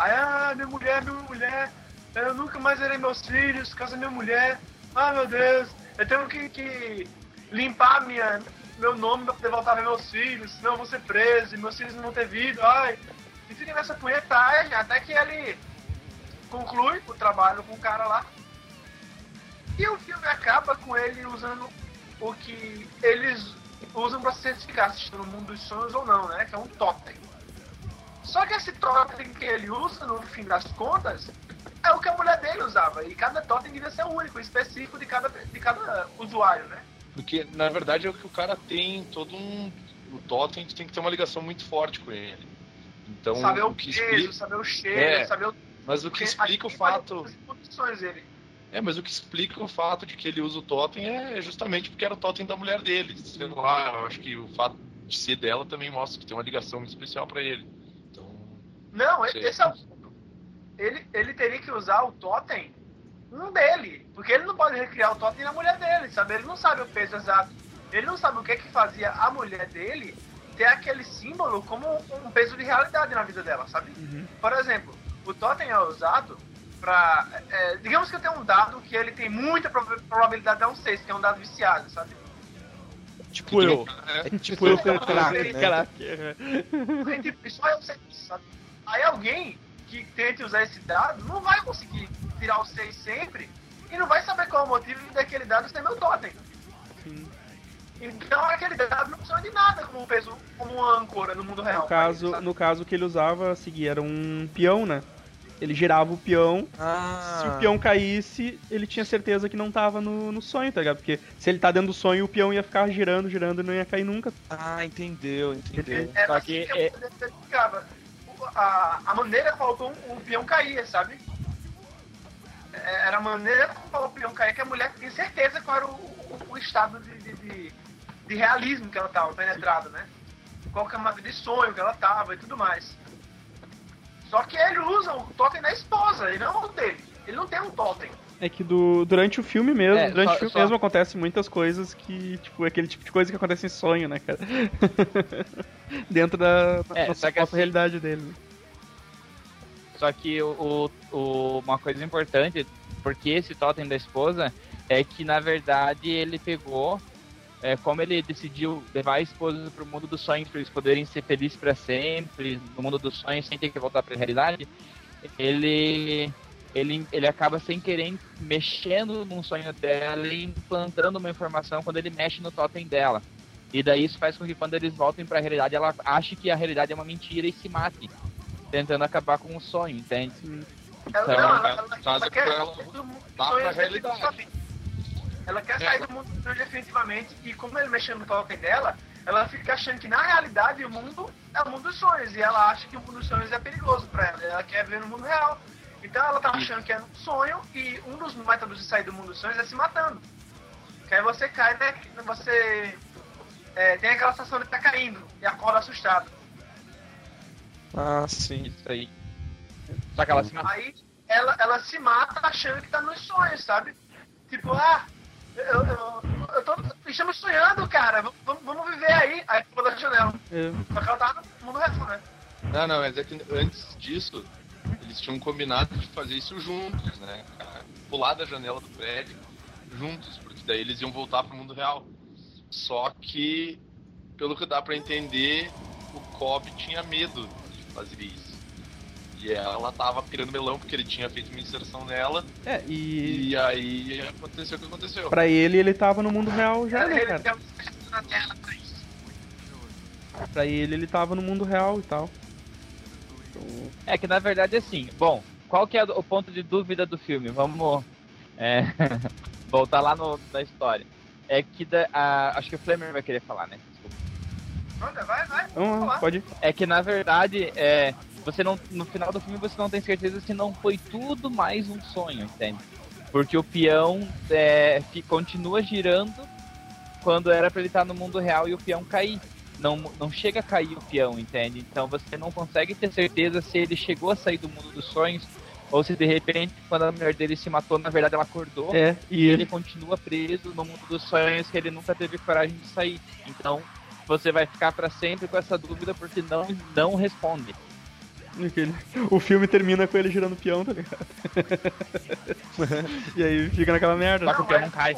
Speaker 9: Ai, ah, minha mulher, minha mulher, eu nunca mais verei meus filhos, por causa da minha mulher. Ah, meu Deus, eu tenho que, que limpar minha, meu nome pra poder voltar a ver meus filhos, senão eu vou ser preso, e meus filhos não vão ter vida, ai. E fica nessa punhetagem até que ele conclui o trabalho com o cara lá. E o filme acaba com ele usando o que eles usam pra se certificar se está no mundo dos sonhos ou não, né? Que é um totem. Só que esse totem que ele usa, no fim das contas, é o que a mulher dele usava. E cada totem devia ser único, específico de cada, de cada usuário, né?
Speaker 4: Porque, na verdade, é o que o cara tem todo um. O Totem tem que ter uma ligação muito forte com ele. Então,
Speaker 9: saber é o
Speaker 4: que
Speaker 9: peso,
Speaker 4: explica-
Speaker 9: saber o cheiro,
Speaker 4: É.
Speaker 9: saber o...
Speaker 4: Mas o que
Speaker 9: porque
Speaker 4: explica o
Speaker 9: aqui vai
Speaker 4: fato.
Speaker 9: as condições dele.
Speaker 4: É, mas o que explica o fato de que ele usa o totem é justamente porque era o totem da mulher dele. Sei lá, eu acho que o fato de ser dela também mostra que tem uma ligação muito especial pra ele. Então,
Speaker 9: Não,
Speaker 4: Sim.
Speaker 9: esse é o ponto. Ele, ele teria que usar o totem um dele, porque ele não pode recriar o totem na mulher dele, sabe? Ele não sabe o peso exato. Ele não sabe o que que fazia a mulher dele ter aquele símbolo como um peso de realidade na vida dela, sabe? Por exemplo, o totem é usado pra... é, digamos que eu tenho um dado que ele tem muita prova- probabilidade de dar um 6, que é um dado viciado, sabe?
Speaker 5: Tipo eu.
Speaker 4: é,
Speaker 5: Tipo eu com
Speaker 9: Não,
Speaker 5: crack,
Speaker 9: ele-
Speaker 5: né? Crack.
Speaker 9: Aí, tipo, só eu sei disso, sabe? Aí alguém que tente usar esse dado não vai conseguir tirar o 6 sempre e não vai saber qual é o motivo daquele dado ser meu totem. Então aquele dado não funciona de nada como um peso, como uma âncora no mundo real.
Speaker 2: No caso,
Speaker 9: sabe?
Speaker 2: no caso que ele usava a seguir era um peão, né? Ele girava o peão, se
Speaker 1: Ah.
Speaker 2: o peão caísse, ele tinha certeza que não tava no, no sonho, tá ligado? Porque se ele tá dentro do sonho, o peão ia ficar girando, girando e não ia cair nunca.
Speaker 1: Ah, entendeu, entendeu.
Speaker 9: Era
Speaker 5: Só
Speaker 9: assim
Speaker 5: que
Speaker 9: que eu identificava o- a, a maneira qual o, o um peão caía, sabe? É, Era a maneira qual o peão caía que a mulher tinha certeza qual era o, o- o estado de, de, de- de realismo que ela tava penetrada, né? Qual que é a matéria de sonho que ela tava e tudo mais. Só que ele usa o totem da esposa e não é o dele. Ele não tem um totem.
Speaker 2: É que do, durante o filme mesmo,
Speaker 5: É,
Speaker 2: durante
Speaker 5: só-
Speaker 2: o filme
Speaker 5: só-
Speaker 2: mesmo acontece muitas coisas que, tipo, é aquele tipo de coisa que acontece em sonho, né, cara? Dentro da
Speaker 3: É,
Speaker 2: da
Speaker 3: só que
Speaker 2: suposta
Speaker 3: assim-
Speaker 2: realidade dele. né?
Speaker 3: Só que o, o- o- uma coisa importante, porque esse totem da esposa, é que na verdade ele pegou, é, como ele decidiu levar a esposa pro mundo dos sonhos, para eles poderem ser felizes para sempre, no mundo dos sonhos, sem ter que voltar pra realidade, ele, ele, ele acaba sem querer mexendo num sonho dela e implantando uma informação quando ele mexe no totem dela. E daí isso faz com que quando eles voltem pra realidade, ela ache que a realidade é uma mentira e se mate. Tentando acabar com o sonho, entende?
Speaker 9: Ela,
Speaker 3: Então,
Speaker 9: não, ela,
Speaker 4: cara,
Speaker 9: ela,
Speaker 4: traz
Speaker 9: ela quer
Speaker 4: pra ela
Speaker 9: sair do mundo dos
Speaker 4: pra
Speaker 9: sonhos
Speaker 4: tá realidade. É.
Speaker 9: definitivamente. Ela quer sair do mundo dos sonhos definitivamente e como ele mexendo no token dela, ela fica achando que na realidade o mundo é o mundo dos sonhos e ela acha que o mundo dos sonhos é perigoso pra ela. Ela quer ver no mundo real. Então ela tá achando que é um sonho e um dos métodos de sair do mundo dos sonhos é se matando. Que aí você cai, né? Você é, tem aquela sensação de tá caindo e acorda assustado.
Speaker 1: Ah, sim.
Speaker 3: Isso aí. Só que ela se mata.
Speaker 9: Aí ela, ela se mata achando que tá nos sonhos, sabe? Tipo, ah, eu, eu, eu tô, estamos sonhando, cara, v- v- vamos viver aí. Aí pulou da janela.
Speaker 2: É.
Speaker 9: Só que ela tava no mundo real, né?
Speaker 4: Não, não, mas é que antes disso, eles tinham combinado de fazer isso juntos, né? cara? Pular da janela do prédio juntos, porque daí eles iam voltar pro mundo real. Só que, pelo que dá pra entender, o Cobb tinha medo de fazer isso. E ela tava pirando melão porque ele tinha feito uma inserção nela,
Speaker 2: É, e
Speaker 4: e aí aconteceu o que aconteceu.
Speaker 2: pra ele, ele tava no mundo real já, né,
Speaker 9: Ele
Speaker 2: cara?
Speaker 9: tem um sucesso na tela pra isso.
Speaker 2: Pra ele, ele tava no mundo real e tal.
Speaker 3: É que na verdade é assim. Bom, qual que é o ponto de dúvida do filme? Vamos é, voltar lá no, na história. É que da- a- acho que o Flamer vai querer falar, né? Desculpa.
Speaker 9: Manda, vai, vai.
Speaker 2: Então,
Speaker 9: Vamos lá.
Speaker 2: pode.
Speaker 3: É que na verdade é, você não no final do filme você não tem certeza se não foi tudo mais um sonho, entende? Porque o peão é, fi- continua girando quando era pra ele estar no mundo real e o peão cair. Não, não chega a cair o peão, entende? Então você não consegue ter certeza se ele chegou a sair do mundo dos sonhos ou se de repente, quando a mulher dele se matou, na verdade ela acordou
Speaker 2: É, e
Speaker 3: e
Speaker 2: ele
Speaker 3: ele continua preso no mundo dos sonhos que ele nunca teve coragem de sair. Então, você vai ficar pra sempre com essa dúvida porque não não responde.
Speaker 2: Aquele- O filme termina com ele girando o peão, tá ligado? e aí fica naquela merda.
Speaker 3: Só que
Speaker 2: né?
Speaker 3: o peão não cai.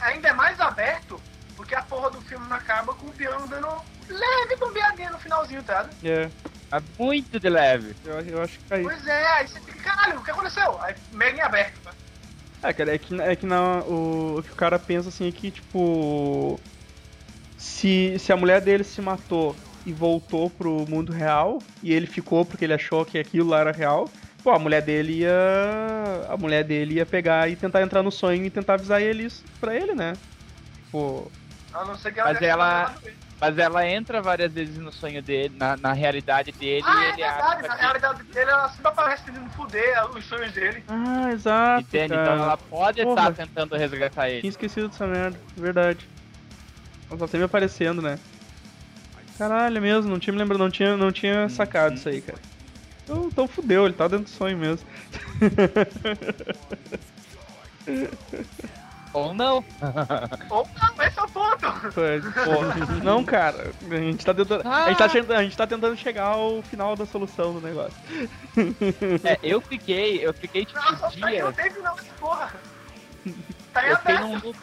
Speaker 9: Ainda é mais aberto, porque a porra do filme acaba com o peão dando leve bombeadinha no finalzinho, tá?
Speaker 2: É,
Speaker 3: É muito de leve.
Speaker 2: eu, eu acho que caiu.
Speaker 9: Pois é, aí você fica, caralho, o que aconteceu? Aí, mega em aberto.
Speaker 2: É, cara, é que, é que na, o, o que o cara pensa assim é que, tipo. Se, se a mulher dele se matou e voltou pro mundo real, e ele ficou porque ele achou que aquilo lá era real, pô, a mulher dele ia. A mulher dele ia pegar e tentar entrar no sonho e tentar avisar ele isso pra ele, né? Tipo.
Speaker 9: A não ser que
Speaker 3: Mas
Speaker 9: deve
Speaker 3: ela-
Speaker 9: estar falando isso.
Speaker 3: Mas ela entra várias vezes no sonho dele, na, na realidade dele,
Speaker 9: Ah,
Speaker 3: e
Speaker 9: é
Speaker 3: ele
Speaker 9: verdade.
Speaker 3: acha
Speaker 9: Na
Speaker 3: que...
Speaker 9: realidade dele, ela sempre aparece tentando fuder os sonhos dele.
Speaker 2: Ah, exato.
Speaker 3: Entende?
Speaker 2: cara.
Speaker 3: Então ela pode
Speaker 2: Porra.
Speaker 3: estar tentando resgatar ele.
Speaker 2: Tinha esquecido dessa merda, verdade. Ela só sempre aparecendo, né? Caralho, é mesmo, não tinha me lembrado, não tinha, não tinha sacado isso aí, cara. Então, então fudeu, ele tá dentro do sonho mesmo.
Speaker 3: Ou não.
Speaker 9: Ou não, esse é o ponto.
Speaker 2: Pois, pô. não, cara, a gente, tá tentando, a, gente tá, che- a gente tá tentando chegar ao final da solução do negócio.
Speaker 3: É, eu fiquei, eu fiquei tipo
Speaker 9: Nossa, tá aqui, não
Speaker 3: dias.
Speaker 9: tem final dessa porra. Tá em
Speaker 3: Eu um fiquei
Speaker 9: aberto.
Speaker 3: num loop.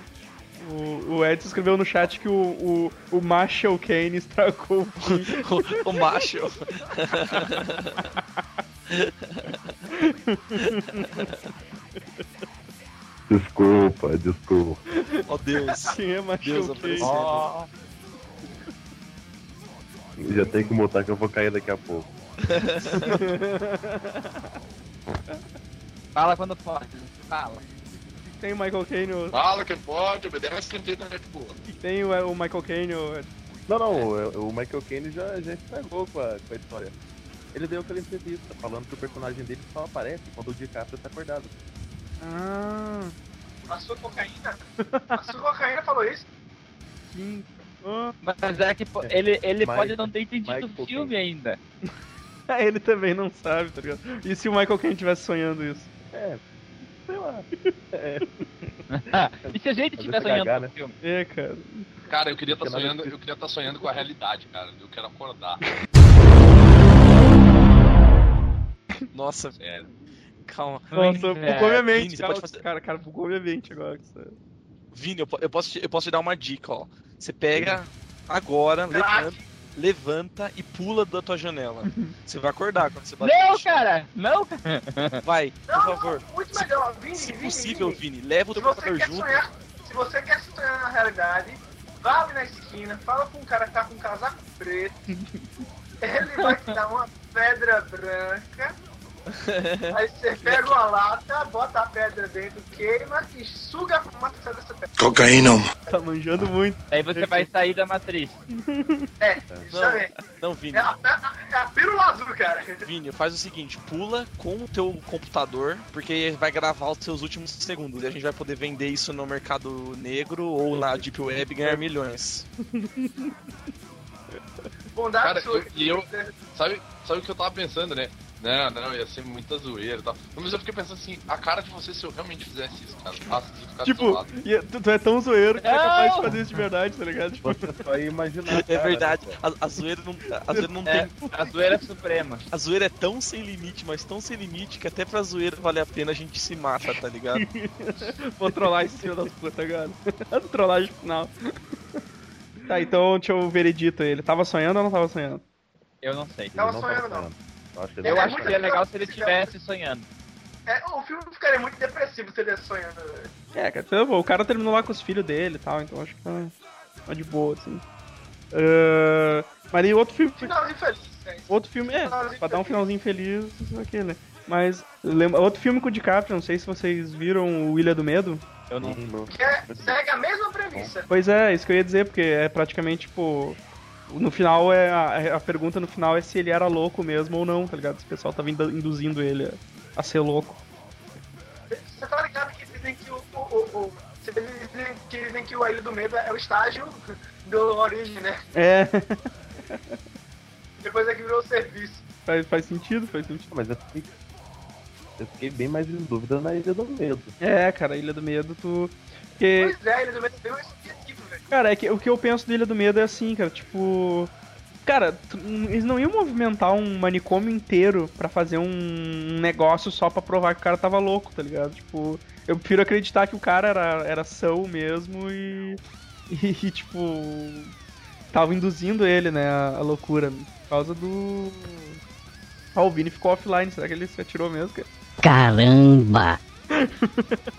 Speaker 2: O, o Edson escreveu no chat que o, o, o Marshall Kane estragou o filme.
Speaker 1: o, o macho.
Speaker 11: Desculpa, desculpa.
Speaker 1: Ó Deus.
Speaker 2: Quem é
Speaker 1: Deus
Speaker 2: Marshall Kane?
Speaker 1: apareceu.
Speaker 11: Já tem que botar que eu vou cair daqui a pouco.
Speaker 3: Fala quando pode. Fala.
Speaker 2: Tem o Michael Kane, o-
Speaker 4: Fala que pode, obedece quem tem na Red Bull.
Speaker 2: tem o, o Michael Kane, o Edson.
Speaker 11: Não, não, o- o Michael Caine já, já estragou com a, com a história. Ele deu aquela entrevista falando que o personagem dele só aparece quando o DiCaprio tá acordado.
Speaker 2: Ah.
Speaker 9: Passou cocaína? Passou cocaína, falou isso?
Speaker 2: Sim. Ah,
Speaker 3: Mas é que po- ele, ele
Speaker 11: Mike-
Speaker 3: pode não ter entendido
Speaker 11: Mike
Speaker 3: o filme ainda.
Speaker 2: É, ele também não sabe, tá ligado? E se o Michael Caine estivesse sonhando isso?
Speaker 11: É, sei lá.
Speaker 3: Ah, e se a gente
Speaker 11: Mas
Speaker 3: estiver
Speaker 11: esse
Speaker 3: sonhando
Speaker 11: gaga,
Speaker 3: com o
Speaker 11: né?
Speaker 3: filme?
Speaker 2: É, cara.
Speaker 4: Cara, eu queria estar
Speaker 11: Porque nada
Speaker 4: sonhando, eu queria tá sonhando com a realidade, cara. Eu quero acordar.
Speaker 1: Nossa,
Speaker 4: Sério.
Speaker 1: calma.
Speaker 2: Nossa,
Speaker 3: É,
Speaker 2: bugou minha mente.
Speaker 1: Vini, você
Speaker 2: cara,
Speaker 1: pode fazer-
Speaker 2: cara, cara, bugou minha mente agora. Cara.
Speaker 1: Vini, eu, po- eu posso te, eu posso te dar uma dica, ó. Você pega agora,
Speaker 9: Crack.
Speaker 1: levanta, levanta e pula da tua janela.
Speaker 9: Uhum.
Speaker 1: Você vai acordar quando você bater. no
Speaker 3: Não,
Speaker 1: chão.
Speaker 3: cara! Não,
Speaker 1: Vai, por favor.
Speaker 9: Muito melhor, Vini,
Speaker 1: Se
Speaker 9: Vini,
Speaker 1: possível,
Speaker 9: Vini.
Speaker 1: Vini, leva o
Speaker 9: Se
Speaker 1: teu
Speaker 9: você
Speaker 1: computador
Speaker 9: quer
Speaker 1: junto.
Speaker 9: sonhar, se você quer sonhar na realidade, vá ali na esquina, fala com um cara que tá com um casaco preto, ele vai te dar uma pedra branca, aí você pega uma lata, bota a pedra dentro, queima e suga a fumaça que sai dessa pedra.
Speaker 2: Tá manjando muito.
Speaker 3: Aí você vai sair da matriz.
Speaker 9: É, isso aí.
Speaker 1: Não, Vini,
Speaker 9: É a, é a pílula azul, cara.
Speaker 1: Vini, faz o seguinte, pula com o teu computador, porque vai gravar os seus últimos segundos. E a gente vai poder vender isso no mercado negro ou na Deep Web e ganhar milhões.
Speaker 9: Bondade
Speaker 4: Cara,
Speaker 9: sua.
Speaker 4: eu- e eu- Sabe, sabe o que eu tava pensando, né? Não, não, ia ser muita zoeira e tal. Mas eu fiquei pensando assim, a cara de você se eu realmente fizesse isso, cara. Nossa, de
Speaker 9: Tá
Speaker 4: ficar
Speaker 2: Tipo,
Speaker 4: desolado.
Speaker 2: e tu, tu é tão zoeiro que tu é capaz de
Speaker 3: Não!
Speaker 2: fazer isso de verdade, tá ligado? Tipo,
Speaker 11: Você só ia imaginar.
Speaker 1: É
Speaker 11: cara,
Speaker 1: verdade,
Speaker 11: né,
Speaker 1: a, a zoeira não, a zoeira não
Speaker 3: É,
Speaker 1: tem.
Speaker 3: a zoeira suprema.
Speaker 1: A zoeira é tão sem limite, mas tão sem limite que até pra zoeira valer a pena a gente se mata, tá ligado?
Speaker 2: vou trollar esse filho das putas, cara. A trollagem final. Tá, então deixa eu veredito aí. Ele tava sonhando ou não tava sonhando?
Speaker 3: Eu não
Speaker 11: pô? Ele
Speaker 3: sei.
Speaker 9: Tava
Speaker 11: não
Speaker 9: sonhando,
Speaker 11: tava
Speaker 9: não.
Speaker 11: sonhando. Eu acho que ele
Speaker 3: Eu
Speaker 11: não
Speaker 3: acho que
Speaker 11: tava
Speaker 3: seria legal se ele estivesse sonhando.
Speaker 9: É, o filme ficaria muito depressivo se ele sonhando. velho.
Speaker 2: É, cara, então, o cara terminou lá com os filhos dele e tal, então acho que tá, tá de boa, assim. Ah, mas aí outro filme.
Speaker 9: Final infeliz, né?
Speaker 2: Outro filme, é,
Speaker 9: Finalzinho
Speaker 2: pra dar um finalzinho feliz, isso aqui, né? Mas, lembra, outro filme com o DiCaprio, não sei se vocês viram o Ilha do Medo.
Speaker 3: Eu não.
Speaker 11: sonhando.
Speaker 9: Que é, segue a mesma premissa.
Speaker 2: Pois é, isso que eu ia dizer, porque é praticamente, tipo... No final, é a, a pergunta no final é se ele era louco mesmo ou não, tá ligado? Se o pessoal tava indu- induzindo ele a, a ser louco.
Speaker 9: Você tá ligado que dizem que o. o, o, o vocês dizem, que dizem que o Ilha do Medo é o estágio do Origem, né?
Speaker 2: É,
Speaker 9: Depois é que virou o serviço.
Speaker 2: faz, faz sentido, faz sentido.
Speaker 11: Ah, Mas eu fiquei, eu fiquei bem mais em dúvida na Ilha do Medo.
Speaker 2: É, cara, Ilha do Medo, tu... Porque,
Speaker 9: Pois é, Ilha do Medo é bem mais subjetivo, velho.
Speaker 2: Cara, é que, o que eu penso do Ilha do Medo é assim, cara, tipo. Cara, tu- eles não iam movimentar um manicômio inteiro pra fazer um negócio só pra provar que o cara tava louco, tá ligado? Tipo, eu prefiro acreditar que o cara era, era são mesmo e. E, tipo. Tava induzindo ele, né, a, a loucura. Por causa do. Ah, o Vini ficou offline, será que ele se atirou mesmo, cara?
Speaker 6: Caramba!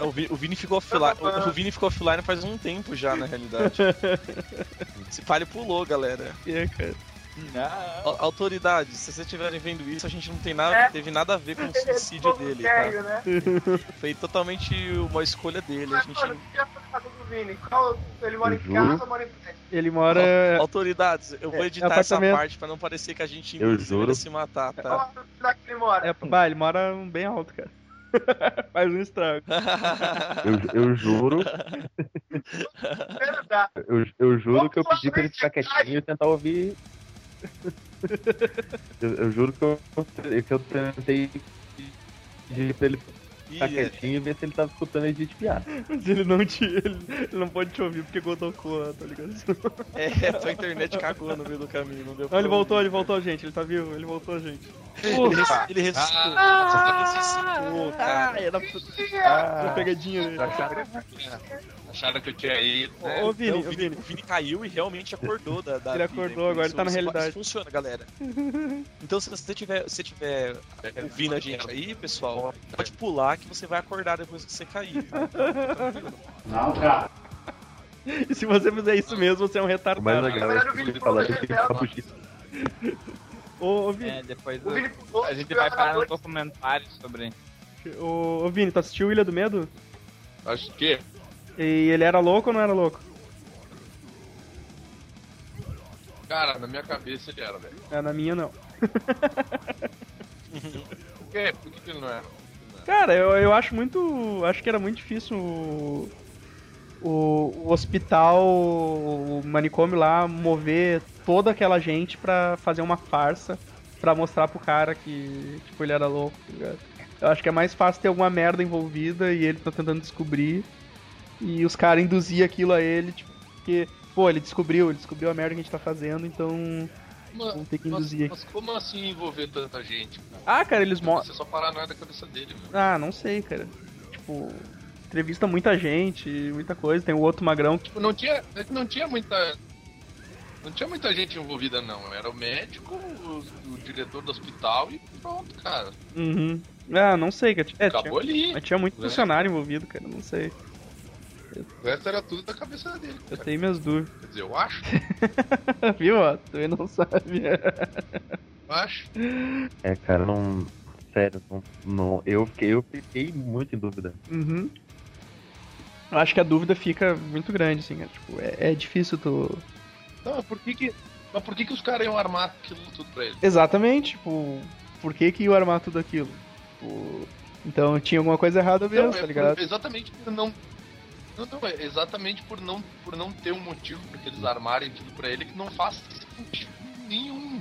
Speaker 1: O Vi- o Vini ficou offline. O o Vini ficou offline faz um tempo já, na realidade. Esse palho pulou, galera. Au- Autoridades, se vocês estiverem vendo isso, a gente não tem nada,
Speaker 9: É.
Speaker 1: teve nada a ver com o suicídio
Speaker 9: Esse povo
Speaker 3: tá?
Speaker 1: dele,
Speaker 9: velho,
Speaker 1: cara. Foi totalmente uma escolha dele. A
Speaker 9: Mas,
Speaker 1: gente
Speaker 9: mano, o que é a casa do Vini? Qual- ele mora em
Speaker 1: Uhum.
Speaker 9: casa ou mora em prédio?
Speaker 2: Ele mora.
Speaker 1: Autoridades, eu vou
Speaker 2: É,
Speaker 1: editar essa
Speaker 2: apartamento.
Speaker 1: parte pra não parecer que a gente
Speaker 2: Eu
Speaker 1: inclusive,
Speaker 2: juro.
Speaker 1: vai se matar, tá?
Speaker 9: Onde é que ele mora?
Speaker 2: É, bah, ele mora bem alto, cara. Faz um estrago.
Speaker 11: Eu, eu juro.
Speaker 3: É.
Speaker 9: tá.
Speaker 11: eu, eu juro que eu pedi pra ele ficar quietinho e tentar ouvir. Eu, eu juro que eu, que eu tentei pedir pra ele ficar
Speaker 12: Tá
Speaker 2: Ih, é.
Speaker 11: quietinho e ver se ele tava escutando a gente piar.
Speaker 2: Mas ele não te. Ele, ele não pode te ouvir porque Godocou, tá ligado?
Speaker 1: É, tua internet cagou no meio do caminho, não deu
Speaker 2: Não,
Speaker 1: pra
Speaker 2: ele
Speaker 1: ouvir.
Speaker 2: voltou, ele voltou, gente. Ele tá vivo, ele voltou, gente.
Speaker 1: Ele res- ele ressuscitou.
Speaker 2: Ah, ah, era ah, era pegadinha dele.
Speaker 4: Acharam que eu tinha ido. né?
Speaker 2: Ô, ô, Vini,
Speaker 1: Não, É o,
Speaker 2: ô,
Speaker 1: Vini,
Speaker 2: Vini.
Speaker 1: o Vini caiu e realmente acordou da, da
Speaker 2: Ele
Speaker 1: vida,
Speaker 2: acordou,
Speaker 1: então
Speaker 2: agora
Speaker 1: isso-
Speaker 2: tá na
Speaker 1: isso-
Speaker 2: realidade.
Speaker 1: Isso funciona, galera. Então, se você tiver, se tiver é,
Speaker 4: É,
Speaker 1: ouvindo a gente aí, pessoal, pode pular que você vai acordar depois que você cair.
Speaker 2: Não, cara. E se você fizer isso mesmo, você é um retardado.
Speaker 11: O mais legal é que ele falar que ele tava fugindo.
Speaker 2: Ô, ô, Vini.
Speaker 3: É, depois eu- a gente vai parar no documentário sobre.
Speaker 2: Ô, ô, Vini, tu assistiu Ilha do Medo?
Speaker 4: Acho que.
Speaker 2: E ele era louco ou não era louco?
Speaker 4: Cara, na minha cabeça ele era, velho.
Speaker 2: É, na minha não.
Speaker 4: Por quê? Por que que ele não é? era?
Speaker 2: Cara, eu, eu acho muito. Acho que era muito difícil o, o, o hospital, o manicômio lá, mover toda aquela gente pra fazer uma farsa pra mostrar pro cara que tipo, ele era louco, tá ligado? Eu acho que é mais fácil ter alguma merda envolvida e ele tá tentando descobrir. E os caras induzir aquilo a ele, tipo, porque, pô, ele descobriu, ele descobriu a merda que a gente tá fazendo, então. Vamos ter que
Speaker 4: mas,
Speaker 2: induzir
Speaker 4: mas como assim envolver tanta gente? cara?
Speaker 2: Ah, cara, eles mo-
Speaker 4: Isso é só paranoia da cabeça dele, mano.
Speaker 2: Ah, não sei, cara. Tipo, entrevista muita gente, muita coisa. Tem o outro magrão que.
Speaker 4: Tipo, não tinha, é que não tinha muita. Não tinha muita gente envolvida, não. Era o médico, o, o diretor do hospital e pronto, cara.
Speaker 2: Uhum. Ah, não sei, cara. É,
Speaker 4: Acabou Né?
Speaker 2: tinha,
Speaker 4: ali.
Speaker 2: Mas tinha muito funcionário envolvido, cara. Não sei.
Speaker 4: O resto era tudo da cabeça dele.
Speaker 2: Eu tenho minhas dúvidas.
Speaker 4: Quer dizer, eu acho.
Speaker 2: Viu, ó? Tu aí não sabe.
Speaker 4: Eu acho.
Speaker 11: É, cara, não. Sério, não, não- eu, fiquei, eu fiquei muito em dúvida.
Speaker 2: Uhum. Eu acho que a dúvida fica muito grande, assim, cara. Tipo, é, é difícil tu.
Speaker 4: Não, Então, mas por que que. Mas por que que os caras iam armar aquilo tudo pra ele?
Speaker 2: Exatamente, tipo, por que que ia armar tudo aquilo? Tipo, então tinha alguma coisa errada mesmo,
Speaker 4: Não, é
Speaker 2: tá
Speaker 4: por-
Speaker 2: ligado?
Speaker 4: exatamente por não. Não, não, é exatamente por não, por não ter um motivo pra que eles armarem tudo pra ele que não faz sentido nenhum.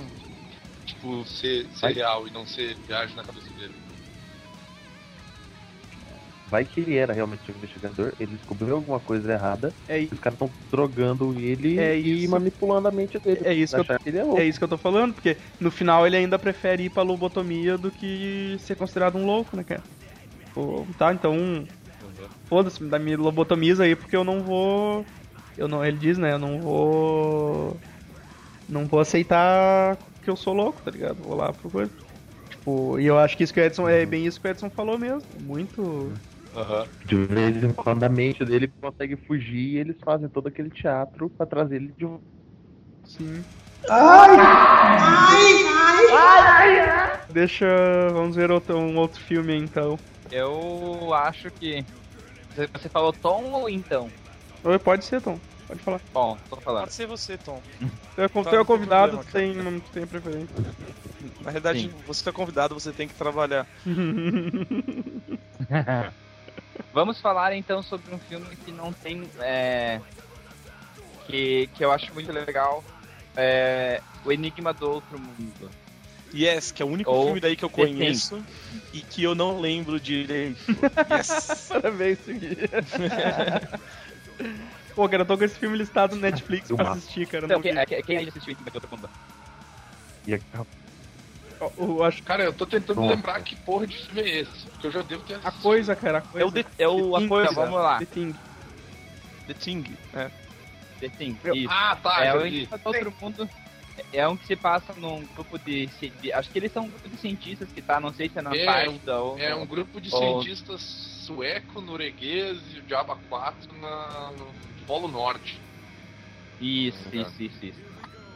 Speaker 4: Tipo, ser, ser real e não ser viagem na cabeça dele.
Speaker 11: Vai que ele era realmente um investigador, ele descobriu alguma coisa errada,
Speaker 2: é,
Speaker 11: os caras estão drogando ele
Speaker 2: É
Speaker 11: e
Speaker 2: isso.
Speaker 11: manipulando a mente dele.
Speaker 2: É isso, que
Speaker 11: Achar
Speaker 2: eu,
Speaker 11: que ele é louco.
Speaker 2: é isso que eu tô falando, porque no final ele ainda prefere ir pra lobotomia do que ser considerado um louco, né, cara? Pô, tá, então. Foda-se, me dá- me lobotomiza aí porque eu não vou. Eu não, ele diz, né? Eu não vou. Não vou aceitar que eu sou louco, tá ligado? Vou lá pro coisa. Tipo, e eu acho que isso que o Edson. É bem isso que o Edson falou mesmo. Muito.
Speaker 11: De vez em quando a mente dele consegue fugir e eles fazem todo aquele teatro pra trazer ele de volta.
Speaker 2: Sim.
Speaker 6: Ai, ai, ai.
Speaker 2: Deixa. Vamos ver outro, um outro filme aí, então.
Speaker 3: Eu acho que. Você falou Tom ou então?
Speaker 2: Oi, pode ser, Tom. Pode falar.
Speaker 3: Bom, tô falando.
Speaker 1: Pode ser você, Tom.
Speaker 2: Tu é, con-
Speaker 1: Tá,
Speaker 2: tu é
Speaker 1: não tem
Speaker 2: convidado,
Speaker 1: problema,
Speaker 2: tu tem, não tem preferência.
Speaker 1: Na realidade, você tá convidado, você tem que trabalhar.
Speaker 3: Vamos falar então sobre um filme que não tem. é, que, que eu acho muito legal. é, o Enigma do Outro Mundo.
Speaker 1: Yes, que é o único
Speaker 3: Ou
Speaker 1: filme daí que eu
Speaker 3: desenho.
Speaker 1: conheço e que eu não lembro direito. Yes.
Speaker 2: Parabéns, Segui. Pô, cara, eu tô com esse filme listado no Netflix pra
Speaker 3: Filmaço.
Speaker 2: assistir, cara. eu
Speaker 3: Então,
Speaker 2: não
Speaker 3: quem,
Speaker 2: vi.
Speaker 3: é, quem aí assistiu o Enigma do Outro Mundo?
Speaker 2: Eu, eu acho...
Speaker 4: Cara, eu tô tentando
Speaker 2: Nossa.
Speaker 4: lembrar que porra de filme é esse. Porque eu já devo ter
Speaker 2: A coisa, cara, a coisa.
Speaker 4: É o The- é o- a
Speaker 2: Thing,
Speaker 4: coisa,
Speaker 2: cara,
Speaker 4: vamos lá.
Speaker 2: The Thing.
Speaker 1: The Thing, é.
Speaker 3: The Thing,
Speaker 4: Ah, tá,
Speaker 3: é
Speaker 4: já
Speaker 3: o
Speaker 2: Ah,
Speaker 4: vi.
Speaker 3: Enigma do Outro Mundo. É um que se passa num grupo de. ci- de- Acho que eles são um grupo de cientistas que tá, não sei se é na
Speaker 4: É,
Speaker 3: Antártida ou.
Speaker 4: É um grupo de
Speaker 3: ou-
Speaker 4: cientistas sueco, norueguês e o Diaba 4 na- no Polo Norte.
Speaker 3: Isso, isso, isso, isso.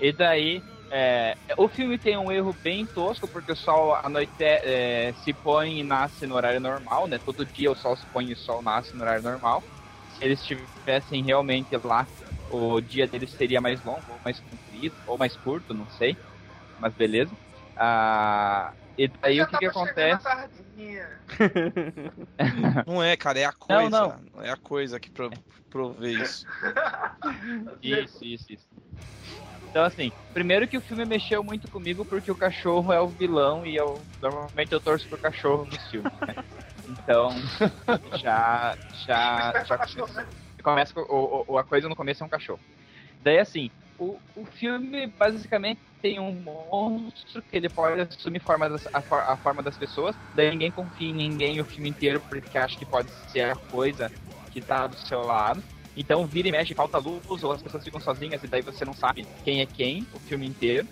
Speaker 3: E daí, é, o filme tem um erro bem tosco, porque o sol anoite, é, se põe e nasce no horário normal, né? Todo dia o sol se põe e o sol nasce no horário normal. Se eles estivessem realmente lá, o dia deles seria mais longo, ou mais comprido, ou mais curto, não sei. Mas beleza. Ah, e daí o que, que acontece?
Speaker 1: Não é, cara, é a coisa.
Speaker 3: Não,
Speaker 1: É a coisa que pro, provê isso.
Speaker 3: Isso, isso, isso. Então, assim, primeiro que o filme mexeu muito comigo porque o cachorro é o vilão e eu normalmente eu torço pro cachorro nos filmes, né? Então, já. já, já começa, começa com- o, o- a coisa no começo é um cachorro. Daí, assim, o, o filme basicamente tem um monstro que ele pode assumir forma das- a, for- a forma das pessoas, daí ninguém confia em ninguém o filme inteiro porque acha que pode ser a coisa que tá do seu lado. Então vira e mexe, falta luz, ou as pessoas ficam sozinhas, e daí você não sabe quem é quem o filme inteiro.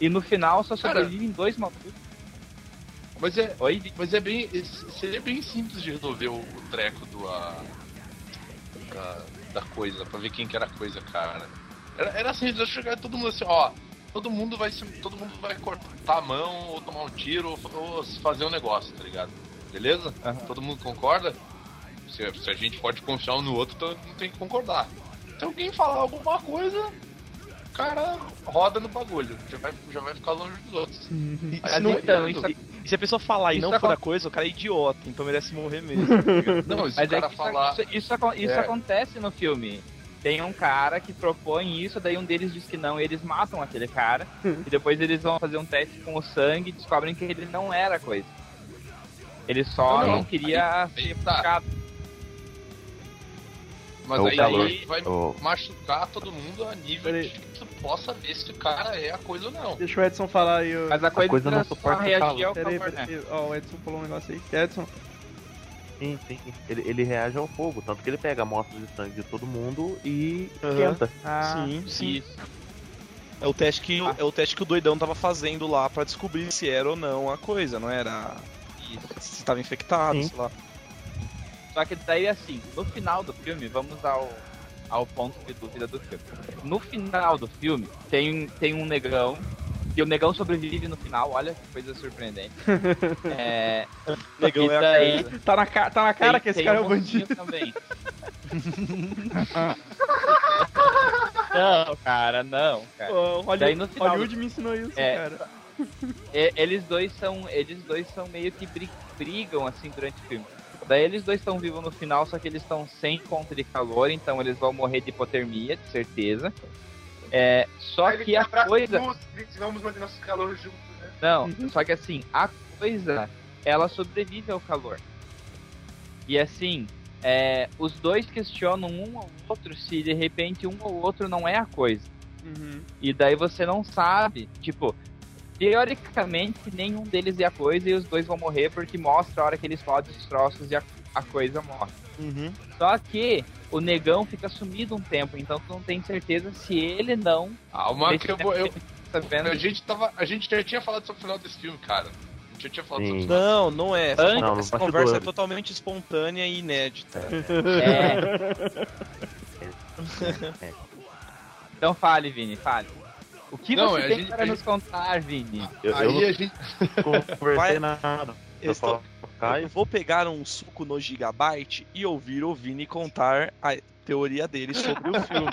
Speaker 3: E no final só
Speaker 4: Cara.
Speaker 3: sobrevivem dois malucos.
Speaker 4: Mas é,
Speaker 3: Oi,
Speaker 4: mas é bem. esse- Seria bem simples de resolver o, o treco do. a- da, da coisa, pra ver quem que era a coisa, cara. Era, era assim, eu chegar todo mundo assim, ó. Todo mundo vai se- Todo mundo vai cortar a mão, ou tomar um tiro, ou, fa- ou se fazer um negócio, tá ligado? Beleza? Todo mundo concorda? Se, se a gente pode confiar um no outro, então não tem que concordar. Se alguém falar alguma coisa, o cara roda no bagulho. Já vai, já vai ficar longe dos outros. é
Speaker 5: Mas
Speaker 4: não-
Speaker 5: então, isso- E se a pessoa falar e
Speaker 4: Isso
Speaker 5: não for
Speaker 4: acon-
Speaker 5: a coisa, o cara é idiota, então merece morrer mesmo.
Speaker 4: Não,
Speaker 3: Mas é que isso- isso, isso acon- isso
Speaker 5: É.
Speaker 3: acontece no filme. Tem um cara que propõe isso, daí um deles diz que não, e eles matam aquele cara. e depois eles vão fazer um teste com o sangue e descobrem que ele não era coisa. Ele só
Speaker 4: Não,
Speaker 3: não, tá.
Speaker 4: não.
Speaker 3: queria ser buscado.
Speaker 4: Mas
Speaker 12: Ô,
Speaker 4: aí
Speaker 12: Calu,
Speaker 4: ele vai
Speaker 12: ô.
Speaker 4: machucar todo mundo a nível de que tu possa ver se o cara é a coisa ou não.
Speaker 2: Deixa o Edson falar aí. ô.
Speaker 3: Mas a coisa, não suporta reagir
Speaker 5: um
Speaker 3: ao
Speaker 2: Peraí,
Speaker 3: calor, né?
Speaker 2: peraí. Ó, o Edson falou um negócio aí. Edson.
Speaker 11: Sim, sim. Ele, ele reage ao fogo, tanto que ele pega amostras de sangue de todo mundo e esquenta.
Speaker 5: Ah.
Speaker 2: Ah,
Speaker 1: sim, sim. É o, teste que, é o teste que o doidão tava fazendo lá pra descobrir se era ou não a coisa, não era. Se tava infectado, sei lá.
Speaker 3: Só que daí, assim, no final do filme, vamos ao, ao ponto de dúvida do filme. No final do filme, tem, tem um negão, e o negão sobrevive no final, olha que coisa surpreendente. É,
Speaker 2: Negão
Speaker 3: e
Speaker 2: é a
Speaker 3: daí-
Speaker 2: coisa. Tá na ca- tá na cara que esse cara é
Speaker 3: um
Speaker 2: o bandido.
Speaker 3: mocinho Também. não, cara, não, cara.
Speaker 2: Ô, Hollywood,
Speaker 3: daí no final,
Speaker 2: Hollywood me ensinou isso,
Speaker 3: É.
Speaker 2: cara.
Speaker 3: e- É, eles dois são eles dois são meio que bri- brigam assim durante o filme daí eles dois estão vivos no final só que eles estão sem conta de calor então eles vão morrer de hipotermia de certeza é só
Speaker 9: Aí ele
Speaker 3: que a
Speaker 9: abraça
Speaker 3: coisa
Speaker 9: os Blitz, Vamos manter nosso calor juntos, né?
Speaker 3: não só que assim a coisa ela sobrevive ao calor e assim é, os dois questionam um ao outro se de repente um ou outro não é a coisa
Speaker 2: Uhum.
Speaker 3: e daí você não sabe, tipo, teoricamente nenhum deles é a coisa e os dois vão morrer porque mostra a hora que eles podem os troços e a, a coisa morre.
Speaker 1: Uhum.
Speaker 3: Só que o negão fica sumido um tempo, então tu não tem certeza se ele não.
Speaker 4: Calma, Ah, que eu vou. eu-
Speaker 3: Tá vendo?
Speaker 4: a, gente tava, a gente já tinha falado sobre o final desse filme, cara. A gente já tinha falado sobre o
Speaker 1: Não,
Speaker 4: final.
Speaker 1: não é. Essa,
Speaker 4: Antes-
Speaker 1: conversa-
Speaker 4: Não,
Speaker 1: essa
Speaker 4: no
Speaker 1: conversa é
Speaker 4: bastidor.
Speaker 1: totalmente espontânea e inédita.
Speaker 3: É. Então fale, Vini, fale. O que
Speaker 4: Não,
Speaker 3: você
Speaker 4: a
Speaker 3: tem
Speaker 4: gente-
Speaker 3: para
Speaker 4: a
Speaker 3: nos contar, Vini?
Speaker 1: Aí a gente-
Speaker 11: Conversei nada.
Speaker 1: Eu
Speaker 11: Eu
Speaker 1: estou-
Speaker 11: falo, Caio.
Speaker 1: Eu vou pegar um suco no Gigabyte e ouvir o Vini contar a teoria dele sobre o filme.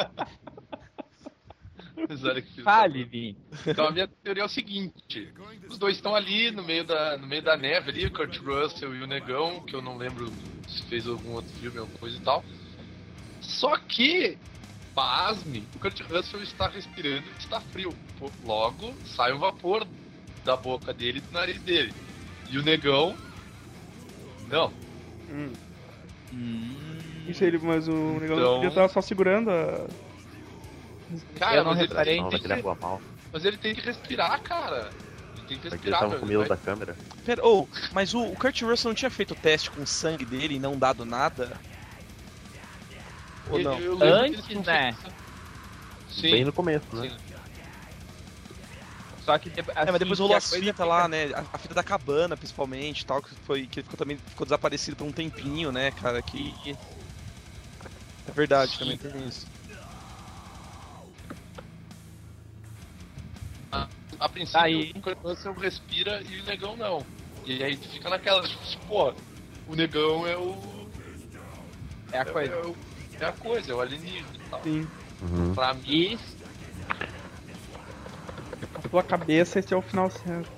Speaker 4: Mas olha que
Speaker 3: Fale, Vini.
Speaker 4: Então a minha teoria é o seguinte: os dois estão ali no meio da, no meio da neve ali, o Kurt Russell e o Negão, que eu não lembro se fez algum outro filme, alguma coisa e tal. Só que, pasme, o Kurt Russell está respirando e está frio. Pô, Logo sai um vapor da boca dele e do nariz dele. E o Negão. Não.
Speaker 2: Isso ele, mas o negão
Speaker 4: Então-
Speaker 2: podia estar só segurando a.
Speaker 4: Cara,
Speaker 11: Eu não
Speaker 4: mas ele
Speaker 11: reparei
Speaker 4: tem
Speaker 11: nisso.
Speaker 4: que-
Speaker 11: Não, vai criar mal.
Speaker 4: Mas ele tem que respirar, cara. Ele tem
Speaker 11: Porque
Speaker 4: que
Speaker 12: tá
Speaker 4: respirar,
Speaker 11: tava
Speaker 4: meu.
Speaker 11: com medo
Speaker 4: Vai-
Speaker 11: da câmera.
Speaker 1: Pera, oh, mas o, o Kurt Russell não tinha feito o teste com o sangue dele e não dado nada? Ou
Speaker 4: Eu-
Speaker 1: não?
Speaker 4: eu lembro que eles
Speaker 3: Antes,
Speaker 4: tinham
Speaker 3: né?
Speaker 4: Sim.
Speaker 11: Bem no começo, né?
Speaker 3: Só que
Speaker 1: É, mas depois rolou as fitas lá, né? A, a fita da cabana, principalmente, tal, que foi que ficou também ficou desaparecido por um tempinho, né, cara? Que. É verdade, também tem isso.
Speaker 4: A, a princípio, aí... o respira e o negão não. E aí tu fica naquela, tipo, assim, pô, o negão é o.
Speaker 3: É a coisa.
Speaker 4: É, o- é a coisa, é o alienígena e tal.
Speaker 2: Sim.
Speaker 4: Pra mim,
Speaker 2: Na tua cabeça esse é o final certo.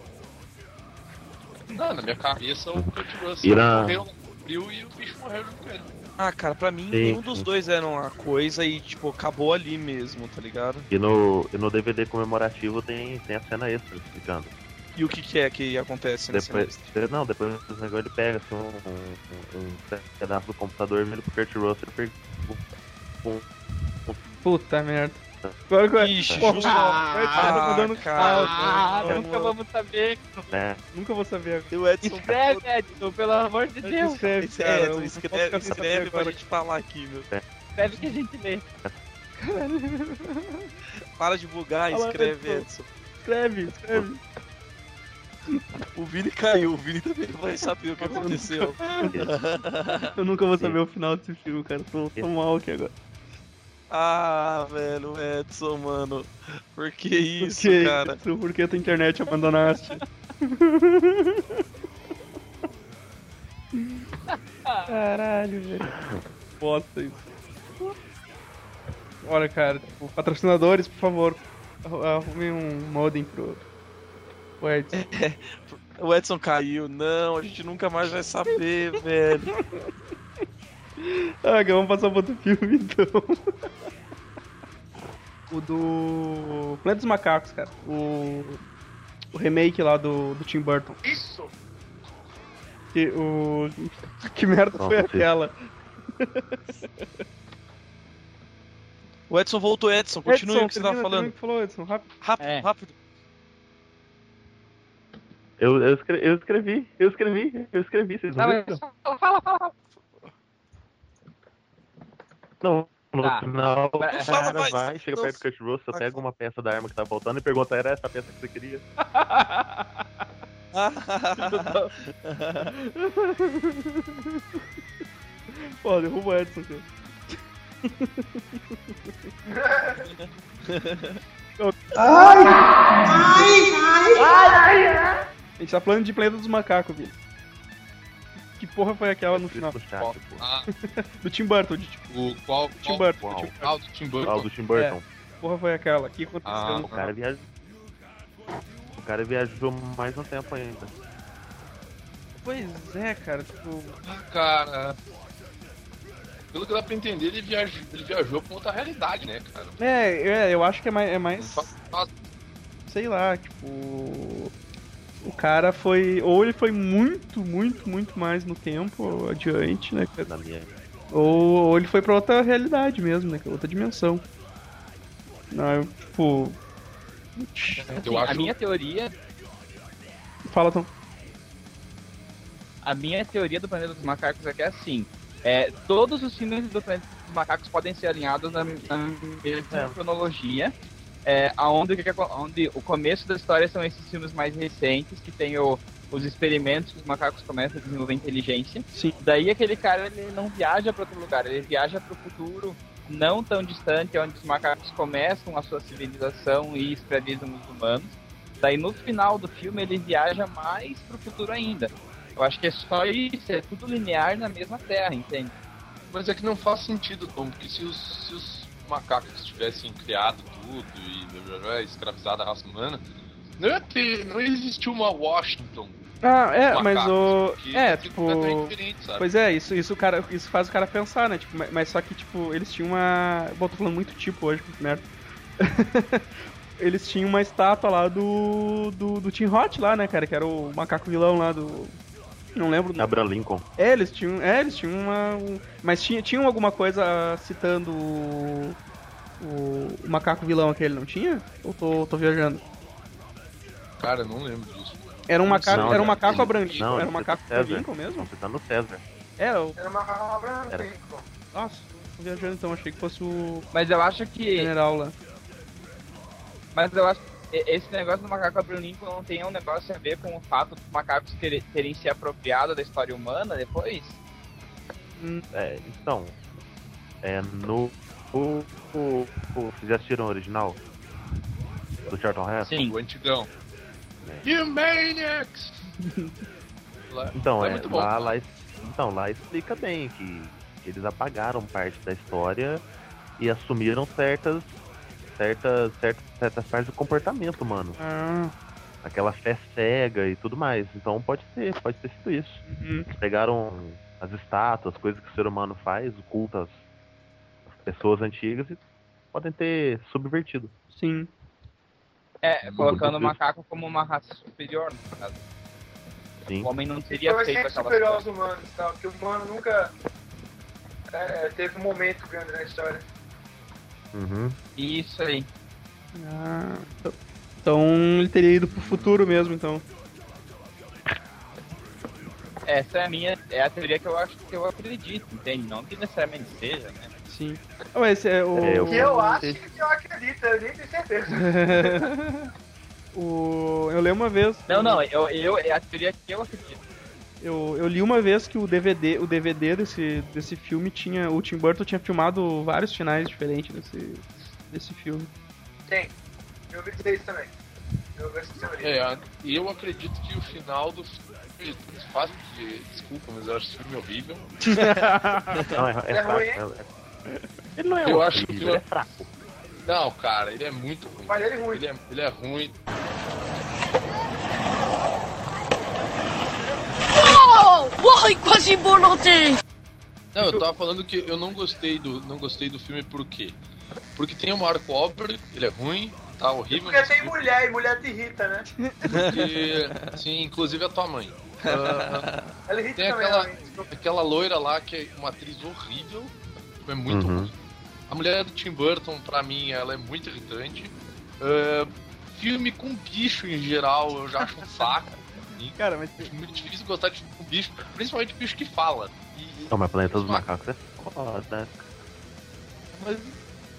Speaker 4: não, na minha cabeça o Kurt Russell
Speaker 12: Irã.
Speaker 4: morreu, abriu e o bicho morreu junto com ele.
Speaker 1: Ah, cara, pra mim
Speaker 12: Sim,
Speaker 1: nenhum dos
Speaker 12: sim.
Speaker 1: dois eram a coisa e, tipo, acabou ali mesmo, tá ligado?
Speaker 12: E no, e no DVD comemorativo tem, tem a cena extra explicando.
Speaker 1: E o que, que é que acontece nesse
Speaker 12: Depois, não, depois do negócio ele pega assim, um, um- um pedaço do computador vermelho pro Kurt Russell e pergunta. Um,
Speaker 2: Puta merda. Agora que eu- tá
Speaker 1: Ixi,
Speaker 2: Pô,
Speaker 1: justo.
Speaker 2: coitado,
Speaker 1: Ah,
Speaker 2: tô dando-
Speaker 1: cara.
Speaker 3: Ah,
Speaker 2: né? eu
Speaker 3: nunca vamos saber.
Speaker 12: né?
Speaker 2: Nunca vou saber agora.
Speaker 1: O Edson.
Speaker 3: Escreve, Edson, pelo amor de Deus.
Speaker 2: Escreve,
Speaker 1: Esse
Speaker 2: cara,
Speaker 1: é,
Speaker 2: eu não
Speaker 1: Edson,
Speaker 2: posso
Speaker 1: escreve,
Speaker 2: ficar sem saber
Speaker 1: escreve pra
Speaker 2: agora.
Speaker 1: gente falar aqui, meu.
Speaker 3: Escreve que a gente lê.
Speaker 1: Para de bugar e
Speaker 2: Fala,
Speaker 1: escreve, Edson.
Speaker 2: Edson. Escreve, escreve.
Speaker 1: O Vini caiu, o Vini também não vai saber o que aconteceu.
Speaker 2: Eu nunca vou saber o final desse filme, cara. Tô, tô mal aqui agora.
Speaker 1: Ah, velho, Edson, mano. Por que isso,
Speaker 2: Porque-
Speaker 1: cara?
Speaker 2: isso, Por que tua internet abandonaste? Caralho, velho. Bosta isso. Olha, cara, tipo, patrocinadores, por favor, arru- arrumem um modem pro. pro Edson.
Speaker 1: O Edson caiu. Não, a gente nunca mais vai saber, velho.
Speaker 2: Ah, cara, vamos passar pro outro filme então. o do. Planeta dos Macacos, cara. O. O remake lá do, do Tim Burton.
Speaker 9: Isso!
Speaker 2: Que, o... que merda foi
Speaker 12: Nossa,
Speaker 2: aquela?
Speaker 1: O Edson voltou, Edson. Continue o que você tava
Speaker 2: termina,
Speaker 1: falando.
Speaker 2: termina o que falou, Edson, rápido.
Speaker 1: Rápido,
Speaker 3: É.
Speaker 1: rápido.
Speaker 12: Eu, eu, escre- eu escrevi, eu escrevi, eu escrevi, vocês não
Speaker 3: Tá,
Speaker 12: viram?
Speaker 3: mas fala, fala, fala. fala.
Speaker 12: Não, no
Speaker 3: Tá.
Speaker 12: final o
Speaker 3: Não
Speaker 1: fala
Speaker 12: cara
Speaker 1: mais.
Speaker 12: vai, chega perto do Kurt Russell,
Speaker 1: Vai,
Speaker 12: pega uma peça da arma que tá voltando e pergunta, era essa peça que você queria?
Speaker 2: Pô, derruba o Edson, cara. A gente tá falando de Planeta dos Macacos, Vini. Que porra foi
Speaker 3: É
Speaker 2: aquela no final?
Speaker 12: Escrito no chat, pô.
Speaker 4: Ah,
Speaker 2: Do Tim Burton, de tipo,
Speaker 4: o qual?
Speaker 2: Tim
Speaker 4: qual
Speaker 2: Burton.
Speaker 12: Uau.
Speaker 2: do Tim Burton.
Speaker 4: Ah, o do Tim Burton.
Speaker 12: Ah, o do Tim Burton.
Speaker 3: É.
Speaker 2: Que porra foi aquela? O que aconteceu?
Speaker 4: Ah,
Speaker 12: O cara viajou. O cara viajou mais um tempo ainda.
Speaker 2: Pois é, cara, tipo.
Speaker 4: Ah, cara. Pelo que dá pra entender, ele viajou, ele viajou pra outra realidade, né, cara?
Speaker 2: É, é, eu acho que é mais. É mais
Speaker 4: Só- só-
Speaker 2: sei lá, tipo. O cara foi. Ou ele foi muito, muito, muito mais no tempo adiante, né? cara?
Speaker 12: Na minha.
Speaker 2: Ou, ou ele foi pra outra realidade mesmo, né? que é Outra dimensão. Não, eu, tipo.
Speaker 3: Assim, A
Speaker 4: acho-
Speaker 3: minha teoria
Speaker 2: Fala, Tom.
Speaker 3: A minha teoria do Planeta dos Macacos é que é assim. É, todos os filmes do Planeta dos Macacos podem ser alinhados na, na mesma cronologia. É, aonde, o que que acon- aonde o começo da história são esses filmes mais recentes, que tem o- os experimentos que os macacos começam a desenvolver inteligência.
Speaker 2: Sim.
Speaker 3: Daí aquele cara ele não viaja para outro lugar, ele viaja para o futuro não tão distante, onde os macacos começam a sua civilização e escravizam os humanos. Daí no final do filme ele viaja mais pro futuro ainda. Eu acho que é só isso, é tudo linear na mesma terra, entende?
Speaker 4: Mas é que não faz sentido, Tom, porque se os, se os macacos tivessem criado tudo e blá, blá, blá, escravizado a raça humana, não ia ter, não existiu uma Washington.
Speaker 2: Ah, é,
Speaker 4: macacos,
Speaker 2: mas o.
Speaker 4: que
Speaker 2: É,
Speaker 4: ia ser completamente
Speaker 2: tipo.
Speaker 4: diferente, sabe?
Speaker 2: Pois é, isso, isso, o cara, isso faz o cara pensar, né? Tipo, ma- mas só que, tipo, eles tinham uma. Bom, tô falando muito tipo hoje, que merda. eles tinham uma estátua lá do. do, do Tim Hot lá, né, cara? Que era o macaco vilão lá do. Não lembro o nome.
Speaker 12: Abraham Lincoln.
Speaker 2: É, eles tinham. É, eles tinham uma. um- mas tinha, tinham alguma coisa citando o. O, o macaco vilão aquele, não tinha? Ou tô, tô viajando?
Speaker 4: Cara, eu não lembro disso.
Speaker 2: Era um macaco,
Speaker 12: Não,
Speaker 2: era um
Speaker 12: cara.
Speaker 2: macaco abrangido.
Speaker 12: Não,
Speaker 2: Era um
Speaker 12: isso é
Speaker 2: macaco
Speaker 12: César.
Speaker 2: Lincoln mesmo?
Speaker 12: Você tá no César.
Speaker 2: Era, o-
Speaker 9: Era uma palavra
Speaker 12: Era.
Speaker 9: rico.
Speaker 2: É, nossa, tô viajando então, achei que fosse o
Speaker 3: Mas eu acho que.
Speaker 2: general lá.
Speaker 3: Mas eu acho e- esse negócio do macaco abrir o Lincoln não tem um negócio a ver com o fato dos macacos terem, terem se apropriado da história humana depois?
Speaker 12: É, então. É no. O, o, o, vocês já assistiram o original? Do Charlton Heston?
Speaker 4: O antigão.
Speaker 12: É.
Speaker 4: You maniacs! Lá-
Speaker 12: Então,
Speaker 4: lá
Speaker 12: é,
Speaker 4: muito bom.
Speaker 12: lá, lá, então, lá explica bem que, que eles apagaram parte da história e assumiram certas, certas, certas, certas partes do comportamento humano.
Speaker 9: Ah.
Speaker 12: Aquela fé cega e tudo mais. Então pode ser, pode ter sido isso.
Speaker 9: Uhum.
Speaker 12: Eles pegaram as estátuas, coisas que o ser humano faz, cultas as pessoas antigas e podem ter subvertido.
Speaker 2: Sim.
Speaker 3: É, colocando o macaco como uma raça superior, no caso.
Speaker 12: Sim.
Speaker 3: O homem não teria
Speaker 9: Foi
Speaker 3: feito
Speaker 9: sempre
Speaker 3: aquela
Speaker 9: Então, é superior aos humanos, e tal, que o humano nunca é, teve um momento grande na história.
Speaker 12: Uhum.
Speaker 3: Isso aí.
Speaker 2: Ah, então- então ele teria ido pro futuro mesmo, então.
Speaker 3: Essa é a minha, é a teoria que eu acho que eu acredito, entende? Não que necessariamente seja, né?
Speaker 2: Sim. Ah, mas esse é o.
Speaker 9: que eu acho que eu acredito, eu nem tenho certeza.
Speaker 2: o... Eu lembro uma vez.
Speaker 3: Não, não, eu, eu, é a teoria que eu acredito.
Speaker 2: Eu, eu li uma vez que o DVD, o DVD desse, desse filme tinha. O Tim Burton tinha filmado vários finais diferentes desse, desse filme.
Speaker 9: Tem. Eu ouvi dizer isso também. Eu ouvi essa teoria.
Speaker 4: É, a- e eu acredito que o final do filme. Fácil de- Desculpa, mas eu acho esse filme horrível.
Speaker 12: Não, é, é fraco. é- Ele não é
Speaker 4: eu
Speaker 12: horrível,
Speaker 4: acho que
Speaker 12: ele é fraco.
Speaker 4: Não, cara, ele é muito ruim.
Speaker 9: Mas ele é ruim.
Speaker 4: Ele é, ele é ruim.
Speaker 10: Uai, quase bolotei!
Speaker 4: Não, eu tava falando que eu não gostei do, não gostei do filme por quê? Porque tem o Mark Wahlberg, ele é ruim, tá horrível.
Speaker 9: É Porque tem mulher e mulher te irrita, né?
Speaker 4: Porque, sim, inclusive a tua mãe. Ah,
Speaker 9: Ela irrita
Speaker 4: tem
Speaker 9: também.
Speaker 4: aquela,
Speaker 9: né?
Speaker 4: aquela loira lá que é uma atriz horrível, é muito
Speaker 12: Uhum.
Speaker 4: ruim. A mulher do Tim Burton, pra mim, ela é muito irritante. Ah, filme com bicho em geral, eu já acho um saco.
Speaker 2: Cara, mas
Speaker 4: é muito difícil gostar de filme com bicho, principalmente bicho que fala. E-
Speaker 12: Não, mas Planeta dos Macacos é foda.
Speaker 4: Mas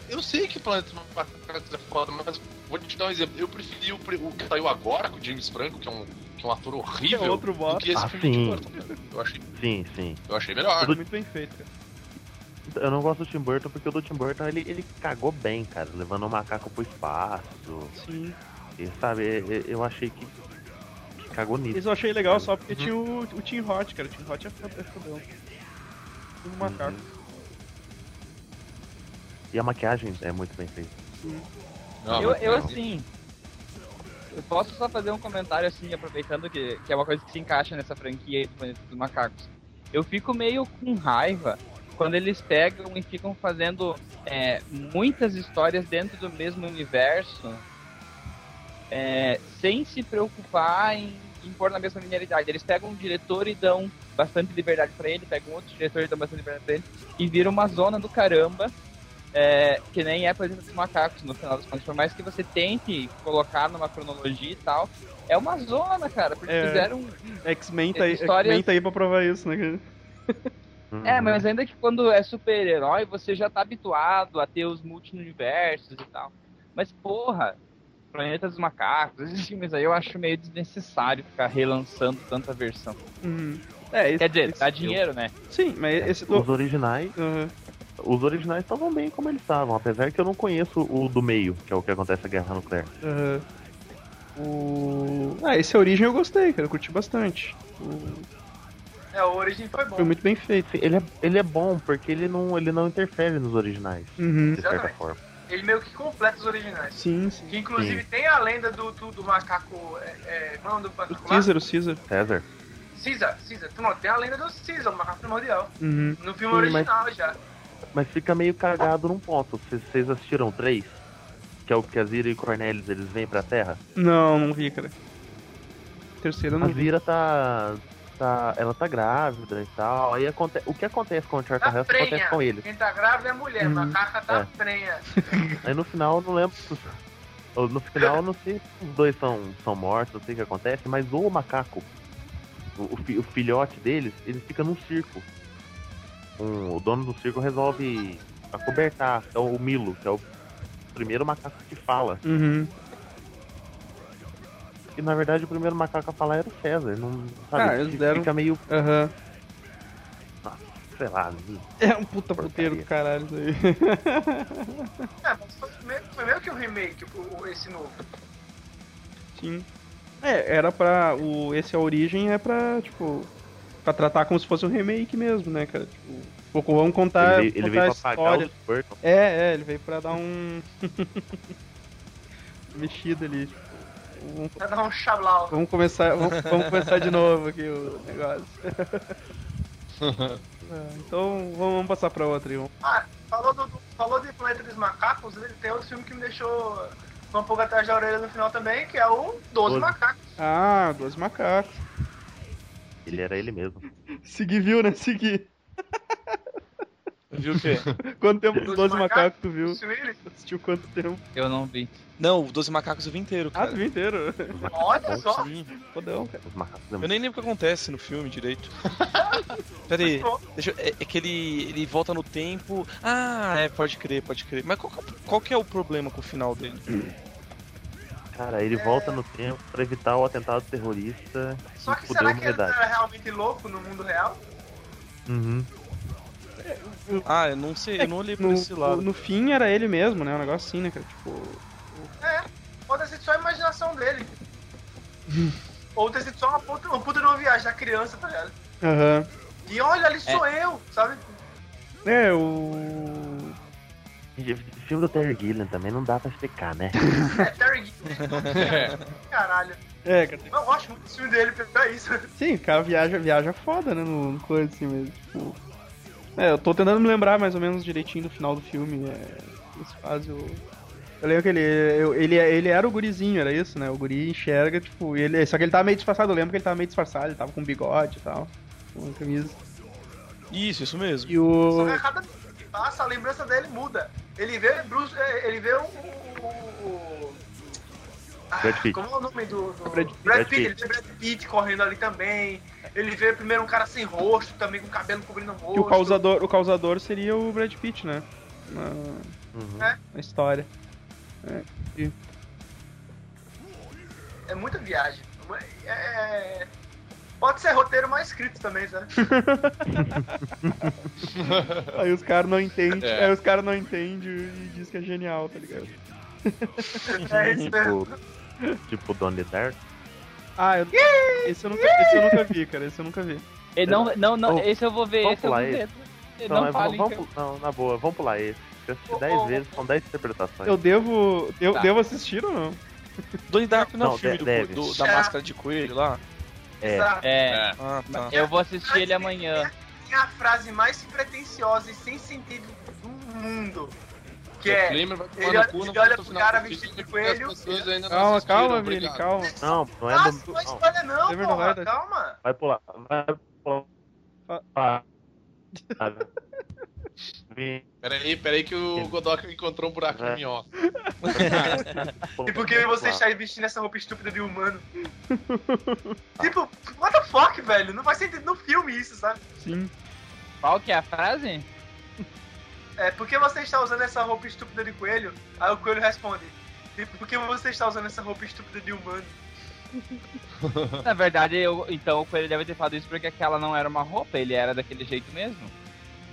Speaker 4: eu sei que Planeta dos Macacos é foda, mas vou te dar um exemplo. Eu preferi o, pri- o que saiu agora com o James Franco, que é um, que é um ator horrível,
Speaker 2: É outro
Speaker 4: do que esse
Speaker 12: Ah,
Speaker 4: filme
Speaker 12: sim.
Speaker 4: de Burton. cara. Eu achei,
Speaker 12: Sim, sim.
Speaker 4: eu achei melhor.
Speaker 12: Tudo-
Speaker 2: Muito bem feito, cara.
Speaker 12: Eu não gosto do Tim Burton porque o do Tim Burton ele, ele cagou bem, cara, levando o macaco pro espaço.
Speaker 2: Sim.
Speaker 12: E, sabe, eu- eu achei que, que cagou nisso.
Speaker 2: Isso eu achei legal só porque tinha o, o Tim Hot, cara. O Tim Hot é foda, é fodão. E o macaco.
Speaker 12: E a maquiagem é muito bem feita.
Speaker 4: Não,
Speaker 3: eu,
Speaker 12: mas
Speaker 3: eu
Speaker 12: não.
Speaker 3: assim. Eu posso só fazer um comentário assim, aproveitando que, que é uma coisa que se encaixa nessa franquia aí do Planeta dos Macacos. Eu fico meio com raiva quando eles pegam e ficam fazendo é, muitas histórias dentro do mesmo universo é, sem se preocupar em, em pôr na mesma linearidade. Eles pegam um diretor e dão bastante liberdade pra ele, pegam outro diretor e dão bastante liberdade pra ele, e vira uma zona do caramba, é, que nem é, por exemplo, dos macacos, no final das contas. Por mais que você tente colocar numa cronologia e tal, é uma zona, cara, porque
Speaker 2: É.
Speaker 3: fizeram... um
Speaker 2: X-Men tá, aí-
Speaker 3: Histórias-
Speaker 2: X-Men tá aí pra provar isso, né, cara?
Speaker 12: Uhum.
Speaker 3: É, mas ainda que quando é super-herói, você já tá habituado a ter os multi-universos e tal. Mas, porra, Planeta dos Macacos, esses filmes aí eu acho meio desnecessário ficar relançando tanta versão.
Speaker 2: Uhum. É, esse-
Speaker 3: Quer dizer,
Speaker 2: esse-
Speaker 3: dá dinheiro, né?
Speaker 2: Sim, mas esse uh,
Speaker 12: Os originais. Os originais estavam bem como eles estavam, apesar que eu não conheço o do meio, que é o que acontece na guerra nuclear.
Speaker 2: Aham. uh, O... Ah, esse Origem eu gostei, cara. Eu curti bastante. O-
Speaker 9: É, a origem foi bom.
Speaker 2: Foi muito bem feito.
Speaker 12: Ele é, ele é bom porque ele não, ele não interfere nos originais,
Speaker 2: Uhum.
Speaker 12: de certa forma.
Speaker 9: Ele meio que completa os originais.
Speaker 2: Sim, sim.
Speaker 9: Que inclusive
Speaker 12: Sim.
Speaker 9: tem a lenda do, do, do macaco. É, é, não, do macaco lá?
Speaker 2: Caesar, o Caesar.
Speaker 12: César?
Speaker 9: Caesar, Caesar. Tu não, tem a lenda do Caesar, o macaco primordial.
Speaker 2: Uhum.
Speaker 9: No filme
Speaker 12: Sim,
Speaker 9: original já.
Speaker 12: Mas fica meio cagado num ponto. Vocês- Vocês assistiram três? Que é o que a Zira e o Cornelius eles vêm pra Terra?
Speaker 2: Não, não vi, cara. Terceira eu
Speaker 12: A
Speaker 2: não vi.
Speaker 12: Zira tá. tá. Ela tá grávida e tal. Aí aconte... o que acontece com o Charlton
Speaker 9: Tá
Speaker 12: Heston acontece
Speaker 9: prenha.
Speaker 12: com ele.
Speaker 9: Quem tá grávida é a mulher,
Speaker 12: Uhum.
Speaker 9: macaca tá
Speaker 12: É.
Speaker 9: prenha.
Speaker 12: Aí no final eu não lembro. ou No final eu não sei se os dois são, são mortos, não sei o que acontece, mas o macaco, o, o fi- o filhote deles, ele fica num circo. Um- o dono do circo resolve acobertar. É o Milo, que é o primeiro macaco que fala.
Speaker 2: Uhum.
Speaker 12: E na verdade o primeiro macaco a falar era o César, não sabe?
Speaker 2: Cara, eles deram-
Speaker 12: Fica meio.
Speaker 2: Aham.
Speaker 12: Sei lá.
Speaker 2: É um puta puteiro do caralho isso aí.
Speaker 9: É, mas foi meio, foi meio que um remake, o, o- esse novo.
Speaker 2: Sim. É, era pra. O, esse A Origem é pra, tipo. Pra tratar como se fosse um remake mesmo, né, cara? Tipo, pô, vamos contar.
Speaker 12: Ele- ele
Speaker 2: Tá, contar
Speaker 12: veio
Speaker 2: a
Speaker 12: pra apagar
Speaker 2: história.
Speaker 12: os Burton.
Speaker 2: É, é, ele veio pra dar um. Mexida ali. Tipo, vamos,
Speaker 9: Pra dar um chablau.
Speaker 2: vamos começar. Vamos, vamos começar de novo aqui o negócio. É, então vamos, vamos passar pra outra, Ion.
Speaker 9: Ah, falou, do, do- falou de Planeta dos Macacos, ele tem outro filme que me deixou um pouco atrás da orelha no final também, que é o Doze
Speaker 12: Doze.
Speaker 9: Macacos.
Speaker 2: Ah, dois macacos.
Speaker 12: Ele era ele mesmo.
Speaker 2: Segui viu, né? Segui.
Speaker 1: Viu o quê?
Speaker 2: Quanto tempo
Speaker 1: Doze
Speaker 2: dos 12 macacos
Speaker 1: macacos,
Speaker 2: tu viu?
Speaker 9: Willis?
Speaker 2: Assistiu quanto tempo?
Speaker 1: Eu não vi. Não, o 12 macacos eu vi inteiro, cara.
Speaker 2: Ah, tu viu inteiro?
Speaker 9: Olha só.
Speaker 1: Sim.
Speaker 2: Fodão, cara.
Speaker 1: Eu nem lembro o que acontece no filme direito. Pera aí, deixa eu- é, é que ele, ele volta no tempo. Ah, é, pode crer, pode crer. Mas qual, que é o- qual que é o problema com o final dele?
Speaker 12: Cara, ele volta no tempo pra evitar o atentado terrorista
Speaker 9: Só que
Speaker 12: e fudeu a
Speaker 9: será que ele tá- não
Speaker 12: humanidade.
Speaker 9: era realmente louco no mundo real?
Speaker 12: Uhum.
Speaker 1: Ah, eu não sei, eu não olhei por
Speaker 2: no, tipo,
Speaker 1: esse lado.
Speaker 2: No fim era ele mesmo, né? Um negócio assim, né, cara? Tipo.
Speaker 9: É, pode ter sido só a imaginação dele. Ou ter sido só uma puta, uma puta de uma viagem da criança, tá ligado?
Speaker 2: Aham.
Speaker 9: E olha,
Speaker 12: É.
Speaker 9: ali sou eu, sabe?
Speaker 2: É, o.
Speaker 12: Gente, O filme do Terry Gilliam também não dá pra explicar, né?
Speaker 9: É, Terry Gilliam. Caralho.
Speaker 2: É, cara.
Speaker 9: Eu gosto muito do filme dele, porque é isso.
Speaker 2: Sim, o cara viaja, viaja foda, né? No, no coisa assim mesmo. Tipo. É, eu tô tentando me lembrar mais ou menos direitinho do final do filme. É, nesse caso, eu... eu lembro que ele, eu- ele, ele era o gurizinho, era isso, né? O guri enxerga, tipo, e ele, só que ele tava meio disfarçado. Eu lembro que ele tava meio disfarçado, ele tava com bigode e tal, com uma camisa.
Speaker 1: Isso, isso mesmo.
Speaker 2: E o.
Speaker 9: Só que a cada minuto que passa, a lembrança dele muda. Ele vê Bruce. é, Ele vê o. o- o- Ah,
Speaker 12: Brad Pitt.
Speaker 9: como é o nome do. do-
Speaker 12: Brad Pitt. Brad
Speaker 9: Brad, Pitt.
Speaker 12: Pitt.
Speaker 9: Ele vê Brad Pitt correndo ali também. Ele vê primeiro um cara sem rosto também, com cabelo cobrindo o rosto.
Speaker 2: Que o causador, o causador seria o Brad Pitt, né? Na,
Speaker 9: É.
Speaker 2: na história. É, e-
Speaker 9: É muita viagem. É- é- Pode ser roteiro mais escrito também, né? sabe?
Speaker 2: aí os caras não entendem,
Speaker 9: É.
Speaker 2: aí os caras não entendem e diz que é genial, tá ligado?
Speaker 9: É isso mesmo.
Speaker 12: Tipo, tipo Donnie Dark.
Speaker 2: Ah, eu, esse, eu nunca, esse eu nunca vi, cara. Esse eu nunca vi.
Speaker 13: Ele não, não, não,
Speaker 12: Oh,
Speaker 13: esse eu vou ver,
Speaker 12: vamos
Speaker 13: esse eu vou
Speaker 12: pular
Speaker 13: ver.
Speaker 12: esse.
Speaker 13: Ele
Speaker 12: Não,
Speaker 13: Não,
Speaker 12: é,
Speaker 13: fala
Speaker 12: vamos,
Speaker 13: em
Speaker 12: vamos- não, na boa, vamos pular esse. Se eu assisti 10 vezes, são 10 interpretações.
Speaker 2: Eu devo, eu
Speaker 12: Tá.
Speaker 2: devo assistir ou não?
Speaker 1: Donnie Dark não, é
Speaker 12: Não,
Speaker 1: o filme do,
Speaker 12: deve.
Speaker 1: do- da máscara de coelho lá?
Speaker 12: É.
Speaker 13: É.
Speaker 1: Ah, tá.
Speaker 13: Eu vou assistir ele amanhã.
Speaker 9: Tem a frase mais pretensiosa e sem sentido do mundo. Que
Speaker 4: O
Speaker 9: é.
Speaker 4: Kramer vai tomar
Speaker 9: ele
Speaker 4: no
Speaker 9: olha,
Speaker 4: cu, não
Speaker 9: ele
Speaker 4: vai
Speaker 9: olha
Speaker 4: pro
Speaker 9: pro
Speaker 4: final
Speaker 9: cara
Speaker 4: do
Speaker 9: vestido de
Speaker 4: filme,
Speaker 9: coelho.
Speaker 4: as pessoas ainda não
Speaker 2: Calma,
Speaker 4: assistiram,
Speaker 2: calma,
Speaker 4: obrigado.
Speaker 2: Vini, calma.
Speaker 12: Não, não é do.
Speaker 9: Ah, não é
Speaker 12: não.
Speaker 9: spoiler não,
Speaker 2: É
Speaker 9: porra,
Speaker 2: verdade.
Speaker 9: calma.
Speaker 12: Vai pular. Vai pular.
Speaker 4: Peraí, peraí que o Godoka encontrou um buraco
Speaker 12: É.
Speaker 4: na minhoca.
Speaker 9: E por Tipo, que você está vestindo essa roupa estúpida de humano? tipo, what the fuck, velho? Não faz sentido no filme isso, sabe?
Speaker 2: Sim.
Speaker 13: Qual que é a frase?
Speaker 9: É, por que você está usando essa roupa estúpida de coelho? Aí o coelho responde, e por que você está usando essa roupa estúpida de humano?
Speaker 13: Na verdade, eu, então o Coelho deve ter falado isso porque aquela não era uma roupa, ele era daquele jeito mesmo.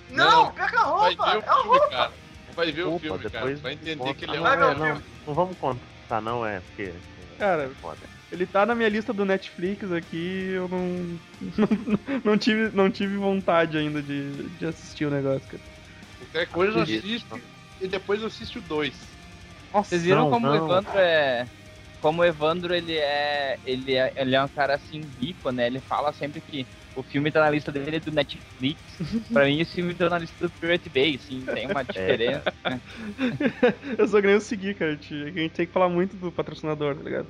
Speaker 9: Não, pega a roupa!
Speaker 4: Vai ver o
Speaker 9: É a
Speaker 4: filme,
Speaker 9: roupa!
Speaker 4: cara. Vai ver o
Speaker 12: Opa,
Speaker 4: filme, cara.
Speaker 12: depois
Speaker 4: Vai entender
Speaker 12: conta.
Speaker 4: que ele é
Speaker 12: Ah,
Speaker 4: um.
Speaker 12: não,
Speaker 4: merda.
Speaker 12: não, não vamos contar, não é, porque.
Speaker 2: Cara,
Speaker 12: foda.
Speaker 2: ele tá na minha lista do Netflix aqui eu não. Não, não tive, não tive vontade ainda de, de assistir o negócio, cara.
Speaker 4: Qualquer coisa assiste e depois assiste o 2.
Speaker 13: Vocês viram como o Evandro é. Como o Evandro ele é, ele é. Ele é um cara assim rico, né? Ele fala sempre que o filme tá na lista dele do Netflix. pra mim esse filme tá na lista do Pirate Bay, assim, tem uma diferença.
Speaker 2: Eu só ganhei o seguir, cara. Ti- A gente tem que falar muito do patrocinador, tá ligado?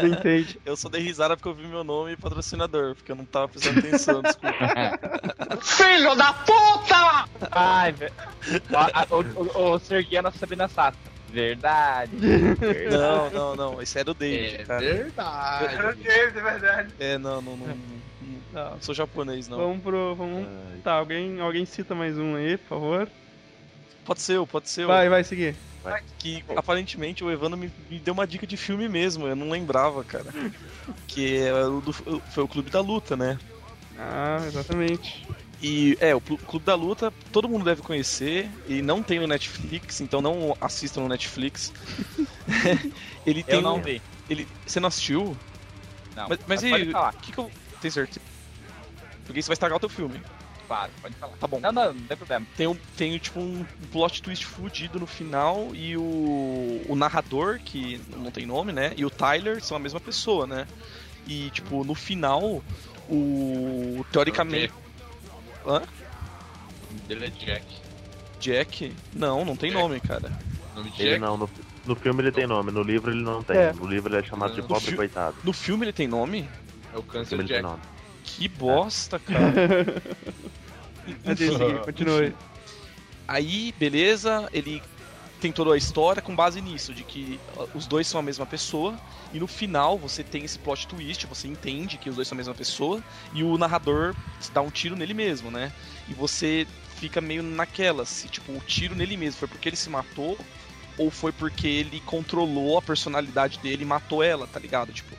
Speaker 2: Não entende.
Speaker 1: Eu só dei risada porque eu vi meu nome e patrocinador, porque eu não tava prestando atenção, desculpa.
Speaker 13: Filho da puta! Ai, velho. A- a- O, o, o Serguei é nosso Sabrina Sato. Verdade.
Speaker 1: Não, não, não. Esse é do David, cara.
Speaker 13: né?
Speaker 9: Verdade. Meu Deus, é verdade.
Speaker 1: É, não, não, não. não, não, não sou japonês, não.
Speaker 2: Vamos pro. Vamos... Tá, alguém, alguém cita mais um aí, por um favor.
Speaker 1: Pode ser, eu, pode ser. eu.
Speaker 2: Vai, vai seguir.
Speaker 1: Que aparentemente o Evandro me, me deu uma dica de filme mesmo, eu não lembrava, cara. que é o do- foi o Clube da Luta, né?
Speaker 2: Ah, exatamente.
Speaker 1: E é, o Clu- Clube da Luta todo mundo deve conhecer e não tem no Netflix, então não assistam no Netflix. ele
Speaker 13: Eu
Speaker 1: tem
Speaker 13: não
Speaker 1: um-
Speaker 13: vi.
Speaker 1: Ele, você não assistiu?
Speaker 13: Não,
Speaker 1: Mas, mas
Speaker 13: mas
Speaker 1: e
Speaker 13: pode
Speaker 1: o
Speaker 13: falar.
Speaker 1: que, que eu. Tem certeza? Porque isso vai estragar o teu filme.
Speaker 13: Claro, pode falar.
Speaker 1: Tá bom.
Speaker 13: Não, não, não tem problema.
Speaker 1: Tem, um, tem tipo um plot twist fudido no final e o, o narrador, que não tem nome, né? E o Tyler são a mesma pessoa, né? E tipo, no final, o. Teoricamente. Hã?
Speaker 4: Ele é Jack.
Speaker 1: Jack? Não, não tem nome, cara.
Speaker 4: O nome de
Speaker 12: Ele
Speaker 4: Jack
Speaker 12: não, no, no filme ele tem nome, no livro ele não tem.
Speaker 1: É.
Speaker 12: No livro ele é chamado de
Speaker 1: No
Speaker 12: pobre
Speaker 1: fi-
Speaker 12: coitado.
Speaker 1: No filme ele tem nome?
Speaker 4: é o
Speaker 12: No
Speaker 4: Câncer
Speaker 12: filme ele tem
Speaker 4: Jack.
Speaker 12: nome.
Speaker 1: Que bosta, cara.
Speaker 2: Mas enfim, continue.
Speaker 1: Aí, beleza, ele tem toda a história com base nisso, de que ó, os dois são a mesma pessoa, e no final você tem esse plot twist, você entende que os dois são a mesma pessoa, e o narrador dá um tiro nele mesmo, né? E você fica meio naquela, se tipo, o tiro nele mesmo foi porque ele se matou, ou foi porque ele controlou a personalidade dele e matou ela, tá ligado? Tipo,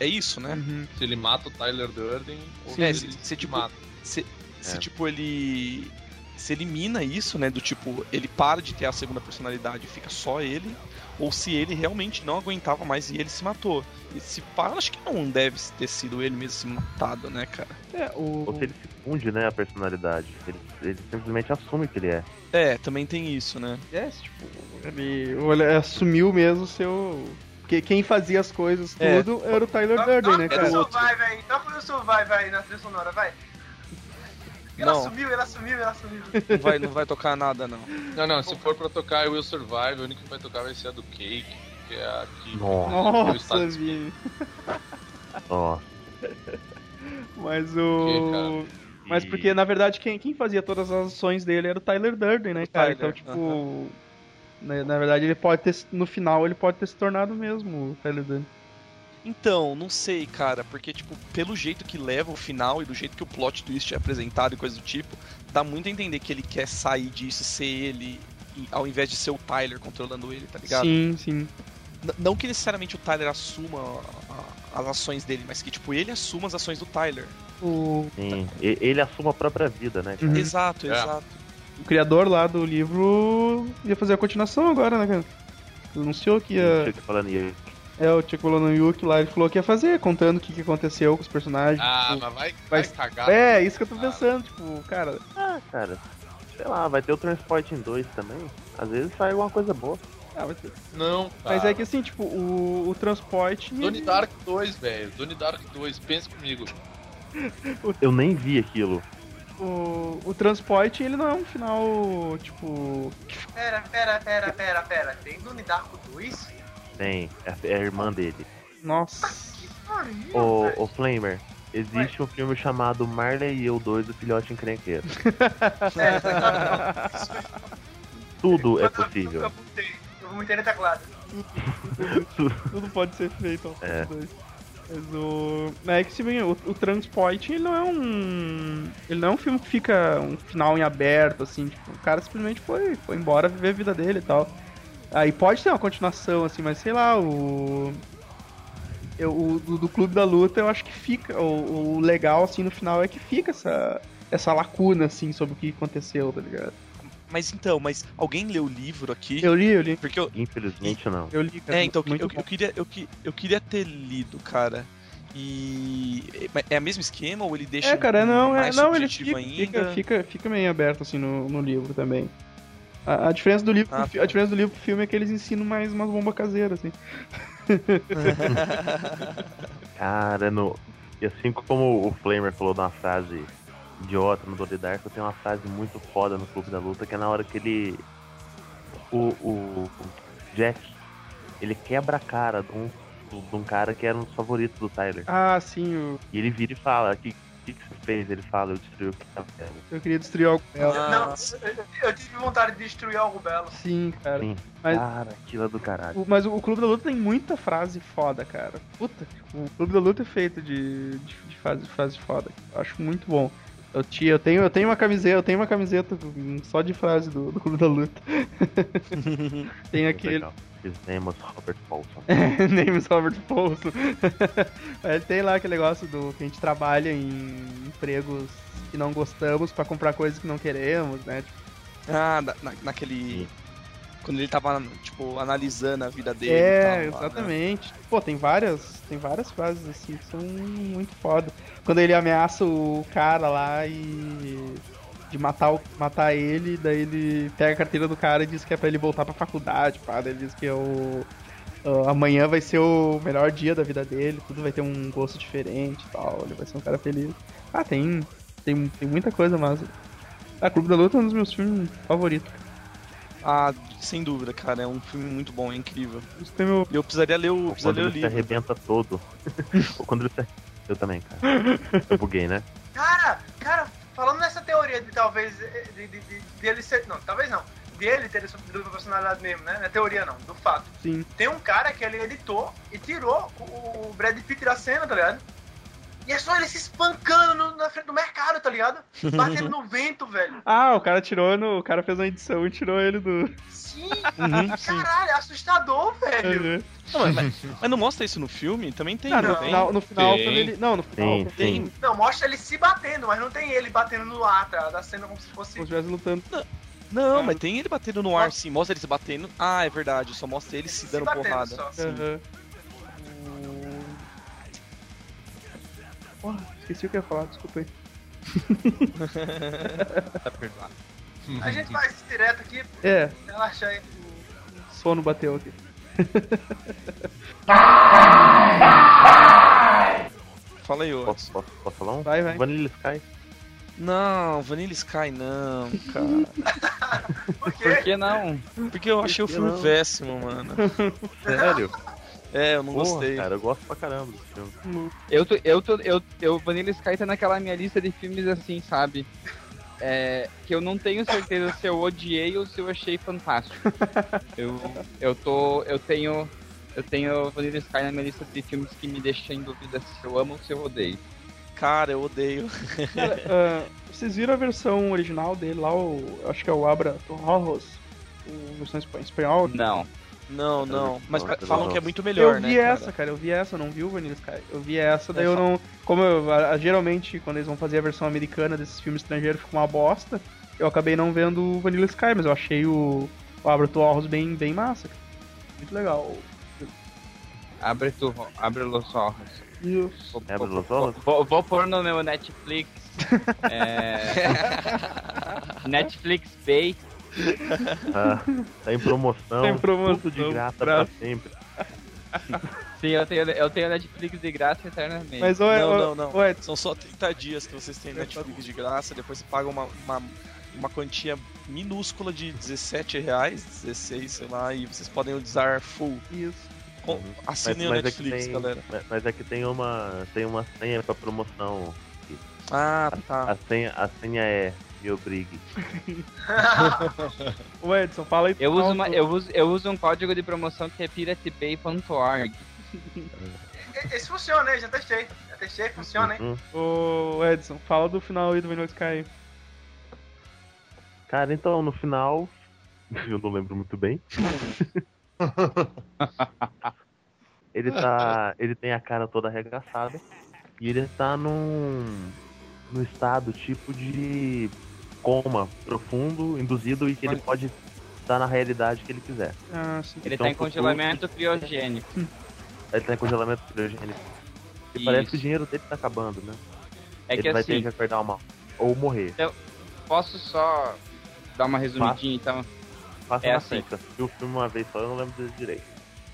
Speaker 1: é isso, né?
Speaker 2: Uhum.
Speaker 4: Se ele mata o Tyler Durden, ou
Speaker 1: É,
Speaker 4: se
Speaker 1: se,
Speaker 4: ele
Speaker 1: se, tipo,
Speaker 4: mata.
Speaker 1: se, se,
Speaker 4: É.
Speaker 1: tipo, ele se elimina isso, né, do tipo, ele para de ter a segunda personalidade e fica só ele, ou se ele realmente não aguentava mais e ele se matou. E se para, acho que não deve ter sido ele mesmo se matado, né, cara?
Speaker 2: É, o...
Speaker 12: Ou se ele se funde, né, a personalidade. Ele, ele simplesmente assume que ele é.
Speaker 1: É, também tem isso, né?
Speaker 2: É, tipo, ele olha, assumiu mesmo seu. Porque quem fazia as coisas
Speaker 1: É.
Speaker 2: tudo era o Tyler Durden, né,
Speaker 1: era
Speaker 2: cara?
Speaker 1: o outro.
Speaker 9: Survive aí, então toca o Survive aí na trilha sonora, vai. Ele
Speaker 1: Não.
Speaker 9: assumiu, ele assumiu, ele assumiu.
Speaker 1: Não vai, não vai tocar nada, não.
Speaker 4: Não, não, se for pra tocar I Will Survive, o único que vai tocar vai ser a do Cake, que é a que. que o
Speaker 2: Nossa,
Speaker 4: estado-
Speaker 2: Vini.
Speaker 12: Ó.
Speaker 2: Mas o. Mas porque, na verdade, quem, quem fazia todas as ações dele era o Tyler Durden, né, cara?
Speaker 1: Tyler,
Speaker 2: Então, tipo. né,
Speaker 1: aham.
Speaker 2: Na, na verdade, ele pode ter. se- No final, ele pode ter se tornado mesmo o Tyler Durden.
Speaker 1: Então, não sei, cara, porque, tipo, pelo jeito que leva o final e do jeito que o plot twist é apresentado e coisa do tipo, dá muito a entender que ele quer sair disso e ser ele, e- ao invés de ser o Tyler controlando ele, tá ligado?
Speaker 2: Sim, sim.
Speaker 1: N- Não que necessariamente o Tyler assuma a- a- as ações dele, mas que, tipo, ele assuma as ações do Tyler.
Speaker 2: O,
Speaker 12: Sim. E- Ele assume a própria vida, né,
Speaker 2: Uhum.
Speaker 1: Uhum.
Speaker 12: cara?
Speaker 1: Exato, exato.
Speaker 2: o criador lá do livro ia fazer a continuação agora, né, cara? Anunciou que ia.
Speaker 12: Não sei o que falar nisso.
Speaker 2: É, o Chico Yuki lá, ele falou que ia fazer, contando o que, que aconteceu com os personagens.
Speaker 4: Ah,
Speaker 2: tipo,
Speaker 4: mas vai, vai,
Speaker 2: vai-
Speaker 4: cagar.
Speaker 2: É, isso que eu tô pensando, tipo, cara.
Speaker 12: Ah, cara. Sei lá, vai ter o Transporting 2 também. Às vezes sai alguma coisa boa.
Speaker 2: Ah, vai ter-
Speaker 4: Não, cara.
Speaker 2: Mas é que assim, tipo, o, o transporte.
Speaker 4: Donnie Dark 2, velho. Donnie Dark 2, pensa comigo.
Speaker 12: Eu nem vi aquilo.
Speaker 2: O, o transporte, ele não é um final, tipo.
Speaker 9: Pera, pera, pera, pera, pera. Tem do Nidarco 2?
Speaker 12: Tem. É é a irmã dele.
Speaker 2: Nossa.
Speaker 9: Pariu, velho.
Speaker 12: Ô, ô Flamer, existe um filme chamado Marley e eu 2, o filhote encrenqueiro. Tudo é possível.
Speaker 9: Eu vou meter na teclada.
Speaker 2: Tudo pode ser feito, ó.
Speaker 12: É.
Speaker 2: Mas o. É que se bem, o, o transporte, ele não é um. Ele não é um filme que fica um final em aberto, assim, tipo, o cara simplesmente foi, foi embora viver a vida dele e tal. Aí pode ter uma continuação, assim, mas sei lá, o. eu- o do, do Clube da Luta, eu acho que fica. O, o legal, assim, no final é que fica essa, essa lacuna, assim, sobre o que aconteceu, tá ligado?
Speaker 1: Mas então, mas alguém leu o livro aqui?
Speaker 2: Eu li, eu li.
Speaker 1: Porque eu,
Speaker 12: Infelizmente não.
Speaker 2: Eu li, cara.
Speaker 1: É, então, eu,
Speaker 2: muito
Speaker 1: eu,
Speaker 2: bom.
Speaker 1: queria, eu, que- eu queria ter lido, cara. E. É o mesmo esquema ou ele deixa. um
Speaker 2: É, cara, não, é,
Speaker 1: mais
Speaker 2: não ele
Speaker 1: subjetivo
Speaker 2: fica, fica,
Speaker 1: ainda?
Speaker 2: fica, fica meio aberto assim no, no livro também. A, a diferença do livro, pro
Speaker 1: Ah,
Speaker 2: fi-
Speaker 1: tá.
Speaker 2: a diferença do livro pro filme é que eles ensinam mais umas bombas caseiras assim.
Speaker 12: Cara, no... e assim como o Flamer falou de uma frase idiota no Donnie Darko, tem uma frase muito foda no Clube da Luta, que é na hora que ele. O, o, o Jack, ele quebra a cara de um, de um cara que era um dos favoritos do Tyler.
Speaker 2: ah, sim, eu,
Speaker 12: E ele vira e fala: O que, que, que você fez? Ele fala: Eu destruí o que tava vendo."
Speaker 2: eu queria destruir algo dela.
Speaker 9: Não,
Speaker 1: Ah,
Speaker 9: eu, eu tive vontade de destruir algo belo.
Speaker 2: Sim, cara.
Speaker 12: Sim.
Speaker 2: Mas-
Speaker 12: Cara, aquilo é do caralho.
Speaker 2: O- Mas o Clube da Luta tem muita frase foda, cara. Puta, o Clube da Luta é feito de, de, de frase, frase foda. Eu acho muito bom. Eu, tinha, eu, tenho, eu tenho uma camiseta, eu tenho uma camiseta só de frase do, do Clube da Luta. Tem aquele.
Speaker 12: His name was Robert Paulson.
Speaker 2: Name is Robert Paulson. Ele tem lá aquele negócio do que a gente trabalha em empregos que não gostamos pra comprar coisas que não queremos, né? Tipo,
Speaker 1: Ah, na- na- naquele. Quando ele tava, tipo, analisando a vida dele.
Speaker 2: é,
Speaker 1: e tal, lá, né?
Speaker 2: exatamente. Pô, tem várias, tem várias frases assim que são muito foda. Quando ele ameaça o cara lá e de matar, o- matar ele, daí ele pega a carteira do cara e diz que é pra ele voltar pra faculdade, pá, daí ele diz que é o ah, amanhã vai ser o melhor dia da vida dele, tudo vai ter um gosto diferente e tal, ele vai ser um cara feliz. Ah, tem tem, tem muita coisa, mas a Clube da Luta é um dos meus filmes favoritos.
Speaker 1: Ah, sem dúvida, cara. É um filme muito bom, é incrível.
Speaker 2: Tem meu
Speaker 1: Eu precisaria ler o,
Speaker 12: Quando
Speaker 1: precisaria ler
Speaker 12: ele
Speaker 1: o
Speaker 12: se
Speaker 1: livro.
Speaker 12: arrebenta todo. Ou quando ele se Eu também, cara. Eu buguei, né?
Speaker 9: Cara, cara, falando nessa teoria de talvez eh, de, de, de- dele ser. Não, talvez não. Dele ter essa dupla personalidade mesmo, né? Na teoria não, do fato.
Speaker 2: Sim.
Speaker 9: Tem um cara que ele editou e tirou o, o Brad Pitt da cena, tá ligado? E é só ele se espancando no- na frente do mercado, tá ligado? Batendo no vento, velho.
Speaker 2: Ah, o cara tirou no. O cara fez uma edição e tirou ele do.
Speaker 9: Sim!
Speaker 1: Uhum, sim. Uhum.
Speaker 9: Caralho, é assustador, velho!
Speaker 1: Não, mas- mas, mas não mostra isso no filme? Também tem,
Speaker 2: Ah,
Speaker 1: não
Speaker 2: no
Speaker 1: tem?
Speaker 2: final- no final, quando ele- não, no final,
Speaker 1: Tem,
Speaker 2: quando
Speaker 1: tem.
Speaker 2: ele-
Speaker 9: Não, mostra ele se batendo, mas não tem ele batendo no ar, tá? Da cena como se fosse.
Speaker 2: Como se estivesse lutando.
Speaker 1: Não, mas tem ele batendo no ar, sim. Mostra ele se batendo. Ah, é verdade. Só mostra ele se dando
Speaker 9: batendo
Speaker 1: porrada.
Speaker 9: só,
Speaker 1: Sim.
Speaker 2: Aham. Porra, esqueci o que eu ia falar, desculpa aí.
Speaker 1: tá perdoado. Uhum.
Speaker 9: A gente faz isso direto aqui. pô.
Speaker 2: É.
Speaker 9: Relaxa aí.
Speaker 2: Sono bateu aqui.
Speaker 1: Fala aí, ô.
Speaker 12: Posso, posso, posso falar um?
Speaker 2: Vai, vai.
Speaker 12: Vanilla Sky.
Speaker 1: Não, Vanilla Sky não, cara.
Speaker 3: Por que não?
Speaker 1: Porque eu achei o filme
Speaker 12: não?
Speaker 1: péssimo, mano.
Speaker 12: Sério?
Speaker 1: É, eu não
Speaker 12: Porra,
Speaker 1: gostei.
Speaker 12: Cara, eu gosto pra caramba desse filme.
Speaker 3: Eu tô, eu tô, eu, eu, Vanilla Sky tá naquela minha lista de filmes assim, sabe? É, que eu não tenho certeza se eu odiei ou se eu achei fantástico. Eu, eu tô, eu tenho, eu tenho Vanilla Sky na minha lista de filmes que me deixam em dúvida se eu amo ou se eu odeio.
Speaker 1: Cara, eu odeio.
Speaker 2: Cara, ah, vocês viram a versão original dele lá, o, eu acho que é o Abra Torrojos, o- versão espan- espanhol?
Speaker 3: Não.
Speaker 1: Não, não. Mas
Speaker 12: Nossa,
Speaker 1: pra- falam
Speaker 12: não.
Speaker 1: que é muito melhor,
Speaker 2: eu
Speaker 1: né?
Speaker 2: vi
Speaker 1: cara?
Speaker 2: essa, cara? eu vi essa, eu não vi o Vanilla Sky. Eu vi essa, daí
Speaker 1: É,
Speaker 2: eu
Speaker 1: fa-
Speaker 2: não. Como eu- a- a- geralmente, quando eles vão fazer a versão americana desses filmes estrangeiros, fica uma bosta. Eu acabei não vendo o Vanilla Sky, mas eu achei o, o Abra Torros bem, bem massa. cara. Muito legal.
Speaker 3: Abre tu, abre los ojos.
Speaker 2: Isso.
Speaker 3: Vou-
Speaker 12: Abre
Speaker 3: vou-
Speaker 12: É, los ojos?
Speaker 3: Vou, vou pôr no meu Netflix. é, Netflix Pay.
Speaker 12: Ah, tá em promoção.
Speaker 2: Tá em promoção,
Speaker 12: Tudo de graça pra
Speaker 2: pra-
Speaker 12: sempre.
Speaker 3: Sim, eu tenho, eu tenho Netflix de graça eternamente.
Speaker 2: Mas ué,
Speaker 1: não,
Speaker 2: ué,
Speaker 1: não, não.
Speaker 2: ué,
Speaker 1: São só 30 dias que vocês têm Netflix de graça, depois você paga uma, uma, uma quantia minúscula de 17 reais, 16, sei lá, e vocês podem usar full.
Speaker 2: isso.
Speaker 1: Com,
Speaker 12: Uhum.
Speaker 1: assinem o Netflix,
Speaker 12: é tem,
Speaker 1: galera.
Speaker 12: mas- Mas é que tem uma, tem uma senha pra promoção.
Speaker 1: Ah, tá.
Speaker 12: A senha, a senha é me obrigue.
Speaker 2: Ô Edson, fala aí.
Speaker 3: Eu uso, uma-
Speaker 2: do-
Speaker 3: eu, uso, eu uso um código de promoção que é piratebay.org.
Speaker 9: E- Esse funciona, hein? Já testei. Já testei, funciona, hein?
Speaker 12: Uhum.
Speaker 2: Ô Edson, fala do final aí do Vanilla Sky.
Speaker 12: Cara, então no final. Eu não lembro muito bem. ele tá. Ele tem a cara toda arregaçada. E ele tá num. num estado tipo de coma profundo, induzido, e que ele pode estar na realidade que ele quiser.
Speaker 2: Ah, sim.
Speaker 3: Ele
Speaker 12: Então,
Speaker 3: tá em
Speaker 12: pro-
Speaker 3: congelamento criogênico.
Speaker 12: Ele tá em congelamento criogênico. E
Speaker 3: Isso.
Speaker 12: parece que o dinheiro dele tá acabando, né?
Speaker 3: É
Speaker 12: ele
Speaker 3: que
Speaker 12: vai ter
Speaker 3: assim,
Speaker 12: que acordar uma. Ou morrer.
Speaker 3: posso só dar uma resumidinha então?
Speaker 12: Faça
Speaker 3: É
Speaker 12: uma
Speaker 3: assim.
Speaker 12: seca. Eu filme uma vez só, eu não lembro dele direito.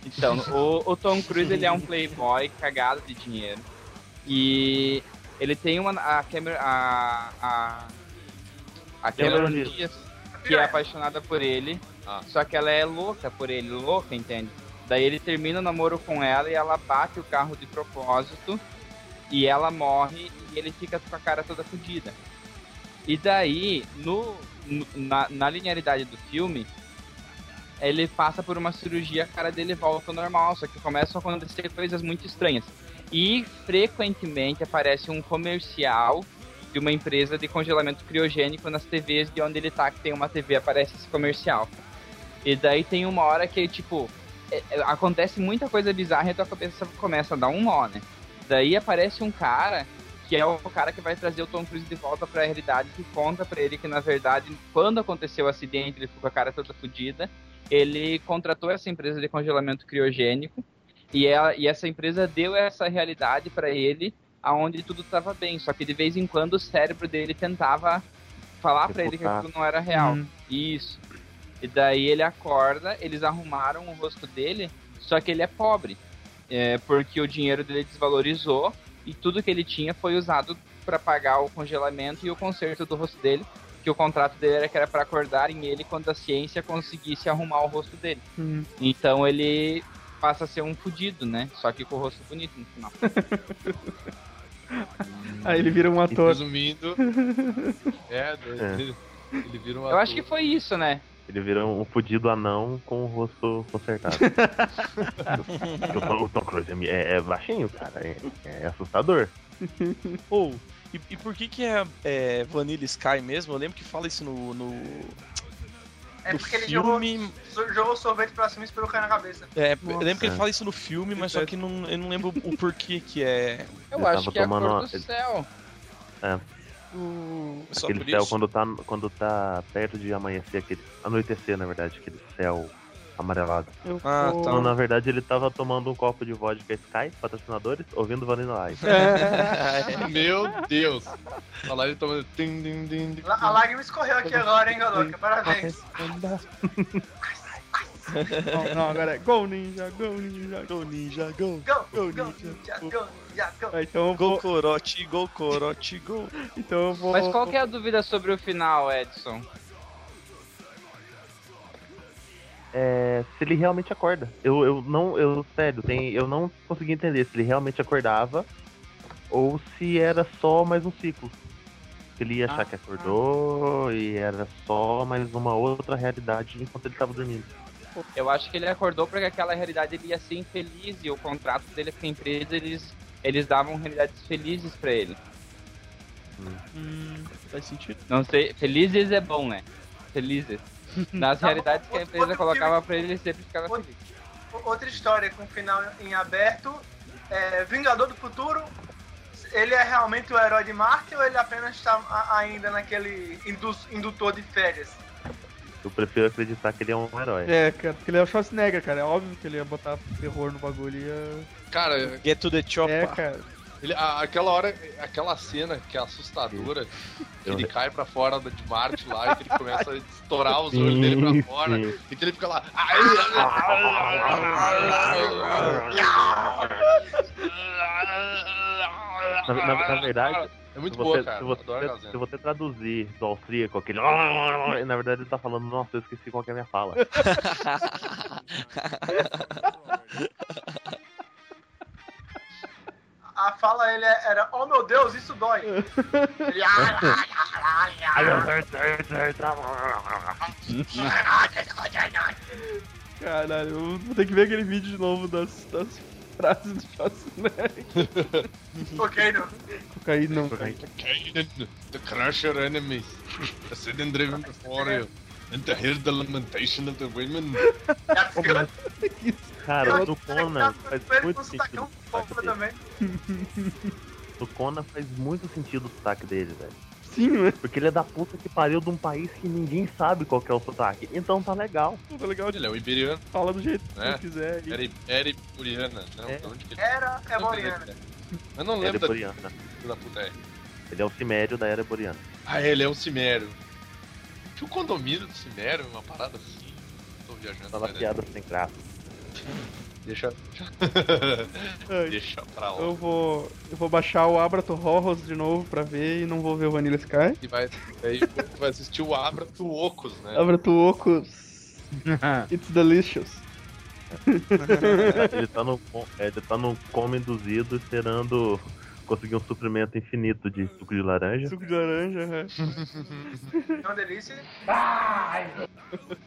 Speaker 3: Então, o, o Tom Cruise ele é um playboy cagado de dinheiro. E ele tem uma. A Cameron. A, a, a Cameron
Speaker 12: Cameron Diaz.
Speaker 3: Diaz, que é apaixonada por ele. Só que ela é louca por ele, louca, entende? Daí ele termina o namoro com ela e ela bate o carro de propósito. E ela morre e ele fica com a cara toda fodida. E daí, no, no- na, na linearidade do filme, ele passa por uma cirurgia, a cara dele volta ao normal, só que começam a acontecer coisas muito estranhas. E frequentemente aparece um comercial de uma empresa de congelamento criogênico nas TVs de onde ele tá, que tem uma TV, aparece esse comercial. E daí tem uma hora que, tipo, é- é- acontece muita coisa bizarra e tua cabeça começa a dar um nó, né? Daí aparece um cara que é o cara que vai trazer o Tom Cruise de volta pra realidade que conta pra ele que, na verdade, quando aconteceu o acidente, ele ficou com a cara toda fodida, ele contratou essa empresa de congelamento criogênico e, ela, e essa empresa deu essa realidade pra ele aonde tudo tava bem, só que de vez em quando o cérebro dele tentava falar pra ele que
Speaker 12: Refutar.
Speaker 3: aquilo não era real.
Speaker 2: Hum.
Speaker 12: Uhum.
Speaker 3: Isso. E daí ele acorda, eles arrumaram o rosto dele, só que ele é pobre. É, porque o dinheiro dele desvalorizou e tudo que ele tinha foi usado para pagar o congelamento e o conserto do rosto dele, que o contrato dele era que era para acordar em ele quando a ciência conseguisse arrumar o rosto dele.
Speaker 2: Uhum.
Speaker 3: Então ele passa a ser um fudido, né? Só que com o rosto bonito no final.
Speaker 2: Aí ele vira um ator.
Speaker 4: Resumindo, é, ele, ele vira um
Speaker 3: Eu acho que
Speaker 4: ator.
Speaker 3: foi isso, né?
Speaker 12: Ele vira um fudido anão com o rosto consertado. o, Tom, o Tom Cruise é, é baixinho, cara. É, é assustador.
Speaker 9: Ah.
Speaker 1: Ou, e, e por que que é, é Vanilla Sky mesmo? Eu lembro que fala isso no... no...
Speaker 9: É
Speaker 1: no
Speaker 9: porque ele
Speaker 1: filme,
Speaker 9: jogou, jogou sorvete pra cima e esperou cair na cabeça.
Speaker 1: é, eu lembro que ele
Speaker 12: Nossa.
Speaker 1: fala isso no filme, mas só que não, eu não lembro o porquê que é.
Speaker 3: Eu
Speaker 12: Ele acho tava que é a tomando cor uma- do ele-
Speaker 3: céu.
Speaker 12: É.
Speaker 1: Só
Speaker 12: aquele
Speaker 1: por
Speaker 12: céu,
Speaker 1: isso?
Speaker 12: quando tá, quando tá perto de amanhecer, aquele. anoitecer, na verdade, aquele céu amarelado.
Speaker 2: Eu
Speaker 1: Ah,
Speaker 2: vou-
Speaker 1: tá.
Speaker 12: Não, na verdade, ele tava tomando um copo de vodka Sky, patrocinadores, ouvindo Vanilla Ice.
Speaker 4: Meu Deus. Olha lá ele tomando. tim, tim, tim, tim.
Speaker 1: Uhum.
Speaker 9: Lá- A lágrima escorreu aqui agora, hein, Galoca? Parabéns.
Speaker 2: Não, não, agora é Go Ninja, Go Ninja, Go Ninja, Go.
Speaker 9: Go, go, ninja, go, ninja, go.
Speaker 2: Ah, então eu
Speaker 1: Gol
Speaker 2: vou.
Speaker 1: Corote, Gol Corote, Gol.
Speaker 2: Então eu vou.
Speaker 3: Mas qual que é a dúvida sobre o final, Edson?
Speaker 12: É, se ele realmente acorda. Eu, eu não, eu, sério, tem, eu não consegui entender se ele realmente acordava ou se era só mais um ciclo. Se ele ia achar que acordou e era só mais uma outra realidade enquanto ele tava dormindo.
Speaker 3: Eu acho que ele acordou porque aquela realidade ele ia ser infeliz e o contrato dele com a empresa eles, eles davam realidades felizes pra ele.
Speaker 2: Hum, faz sentido.
Speaker 3: Não sei, felizes é bom, né? Felizes. Nas
Speaker 9: Não,
Speaker 3: realidades que a empresa colocava pra ele, ele sempre ficava feliz.
Speaker 9: O- Outra história com final em aberto. É, Vingador do Futuro. Ele é realmente o herói de Marte ou ele apenas está a- ainda naquele indu- indutor de férias?
Speaker 12: Eu prefiro acreditar que ele é um herói.
Speaker 2: É, cara, porque ele é o Schwarzenegger, cara. É óbvio que ele ia botar terror no bagulho e ia.
Speaker 4: Cara,
Speaker 1: Get to the chopper.
Speaker 2: É, cara.
Speaker 4: ele- a- aquela hora, aquela cena que é assustadora, que ele cai pra fora do- de Marte lá e que ele começa a estourar os olhos dele pra fora. E que ele fica lá.
Speaker 12: Na, na- na verdade.
Speaker 4: É muito
Speaker 12: se
Speaker 4: boa,
Speaker 12: você,
Speaker 4: cara.
Speaker 12: Se você,
Speaker 4: Adoro aquela cena.
Speaker 12: se você traduzir do austríaco aquele. Na verdade, ele tá falando, nossa, eu esqueci qual que é a minha fala.
Speaker 9: A fala ele é- era: Oh meu Deus, isso dói. Ele, "Ah,
Speaker 2: Caralho, eu vou ter que ver aquele vídeo de novo das, das frases do Schwarzenegger.
Speaker 9: Cocaína.
Speaker 2: Cocaína não, cara.
Speaker 4: The crush your enemies. The sin and driven before you. And to hear the lamentation of the women.
Speaker 12: Cara, do Conan né? faz
Speaker 9: Ele com
Speaker 12: muito
Speaker 9: um
Speaker 12: sentido.
Speaker 9: sacão fofa também.
Speaker 12: Do Conan faz muito sentido o sotaque dele, velho.
Speaker 2: Sim, né?
Speaker 12: Porque ele é da puta que pariu de um país que ninguém sabe qual que é o sotaque. Então tá legal.
Speaker 2: Puta, legal
Speaker 4: Ele é o iberiano,
Speaker 2: Fala do jeito
Speaker 4: né?
Speaker 2: que quiser.
Speaker 4: Era, i- era iberiana. Não, de onde que ele
Speaker 9: Era
Speaker 4: Eu não
Speaker 9: Eboriana.
Speaker 4: lembro, Eu não
Speaker 12: Era
Speaker 4: lembro da
Speaker 12: Eboriana.
Speaker 4: filha da puta é.
Speaker 12: é Ele é o cimério da era boreana.
Speaker 4: Ah, ele é um cimério. Tinha um condomínio do cimério, uma parada assim. Tô viajando.
Speaker 12: Fala
Speaker 4: mas, né?
Speaker 12: piada sem graça.
Speaker 4: Deixa.
Speaker 2: Ai.
Speaker 4: Deixa pra lá.
Speaker 2: Ah, então Eu vou. Eu vou baixar o Abrato Horrors de novo pra ver e não vou ver o Vanilla Sky.
Speaker 4: E vai, aí tu vai assistir o Abra do Ocos, né?
Speaker 2: Abra tu Ocos. It's delicious.
Speaker 12: ele tá no, com- é, ele tá no coma induzido esperando conseguir um suprimento infinito de suco de laranja.
Speaker 2: Suco de laranja, aham.
Speaker 9: É uma delícia.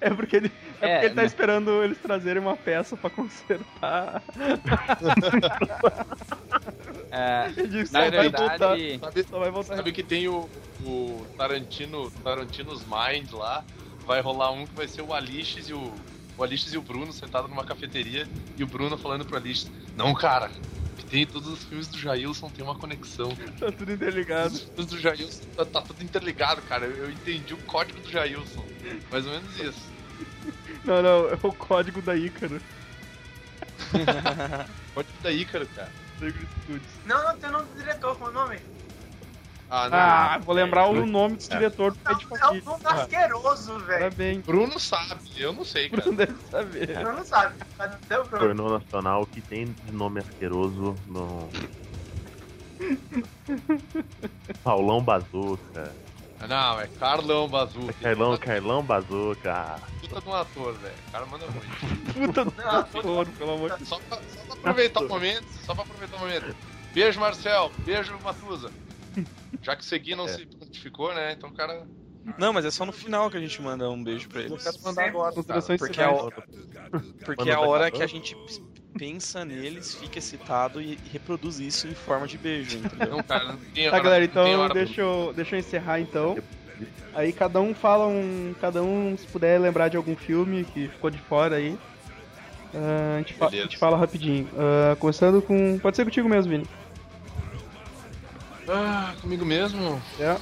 Speaker 2: É porque ele, é
Speaker 3: É,
Speaker 2: porque ele tá
Speaker 3: né?
Speaker 2: esperando eles trazerem uma peça pra consertar.
Speaker 13: É,
Speaker 4: Ele
Speaker 13: na
Speaker 4: só vai voltar.
Speaker 13: verdade,
Speaker 4: Sabe, sabe que tem o, o Tarantino, Tarantino's Mind lá. Vai rolar um que vai ser o Alix e o. O Alix e o Bruno sentados numa cafeteria e o Bruno falando pro Alix, não cara, que tem todos os filmes do Jailson tem uma conexão. cara."
Speaker 2: Tá tudo interligado.
Speaker 4: Os do Jailson tá, tá tudo interligado, cara. Eu, eu entendi o código do Jailson. Mais ou menos isso.
Speaker 2: Não, não, é o código da Ícaro.
Speaker 4: código da Ícaro, cara.
Speaker 9: Não, não, tem o nome do diretor, qual é o nome?
Speaker 4: Ah,
Speaker 2: Ah, vou lembrar o nome do
Speaker 4: É.
Speaker 2: diretor do Pet
Speaker 9: É um nome asqueroso, velho.
Speaker 2: Parabéns.
Speaker 4: Bruno sabe, eu não sei, cara.
Speaker 2: Bruno deve saber.
Speaker 12: É.
Speaker 9: Eu não sabe, mas deu Bruno.
Speaker 12: Pornô nacional que tem de nome asqueroso no. Paulão Bazuca.
Speaker 4: Não, é Carlão Bazuca.
Speaker 2: É
Speaker 12: Carlão, Carlão Bazuca.
Speaker 4: Puta de um ator, velho. O cara manda muito.
Speaker 2: Puta do
Speaker 4: ator,
Speaker 2: pelo amor de
Speaker 4: Deus. Só pra, só pra aproveitar o momento, só pra aproveitar o momento. Beijo, Marcel. Beijo, Matusa. Já que o Segui não se pontificou, né? Então o cara.
Speaker 1: Não, mas é só no final que a gente manda um beijo pra eles.
Speaker 4: Considerações
Speaker 1: porque é a,
Speaker 4: finais.
Speaker 1: hora- porque é a hora que a gente p- pensa neles, fica excitado e reproduz isso em forma de beijo, Então, entendeu?
Speaker 4: Não, cara, não tem
Speaker 2: Tá, galera, então deixa eu, deixa eu encerrar então. Aí cada um fala um. Cada um, se puder lembrar de algum filme que ficou de fora aí. Ah, a, gente fa- a gente fala rapidinho. Ah, começando com. Pode ser contigo mesmo, Vini.
Speaker 4: Ah, comigo mesmo?
Speaker 2: É.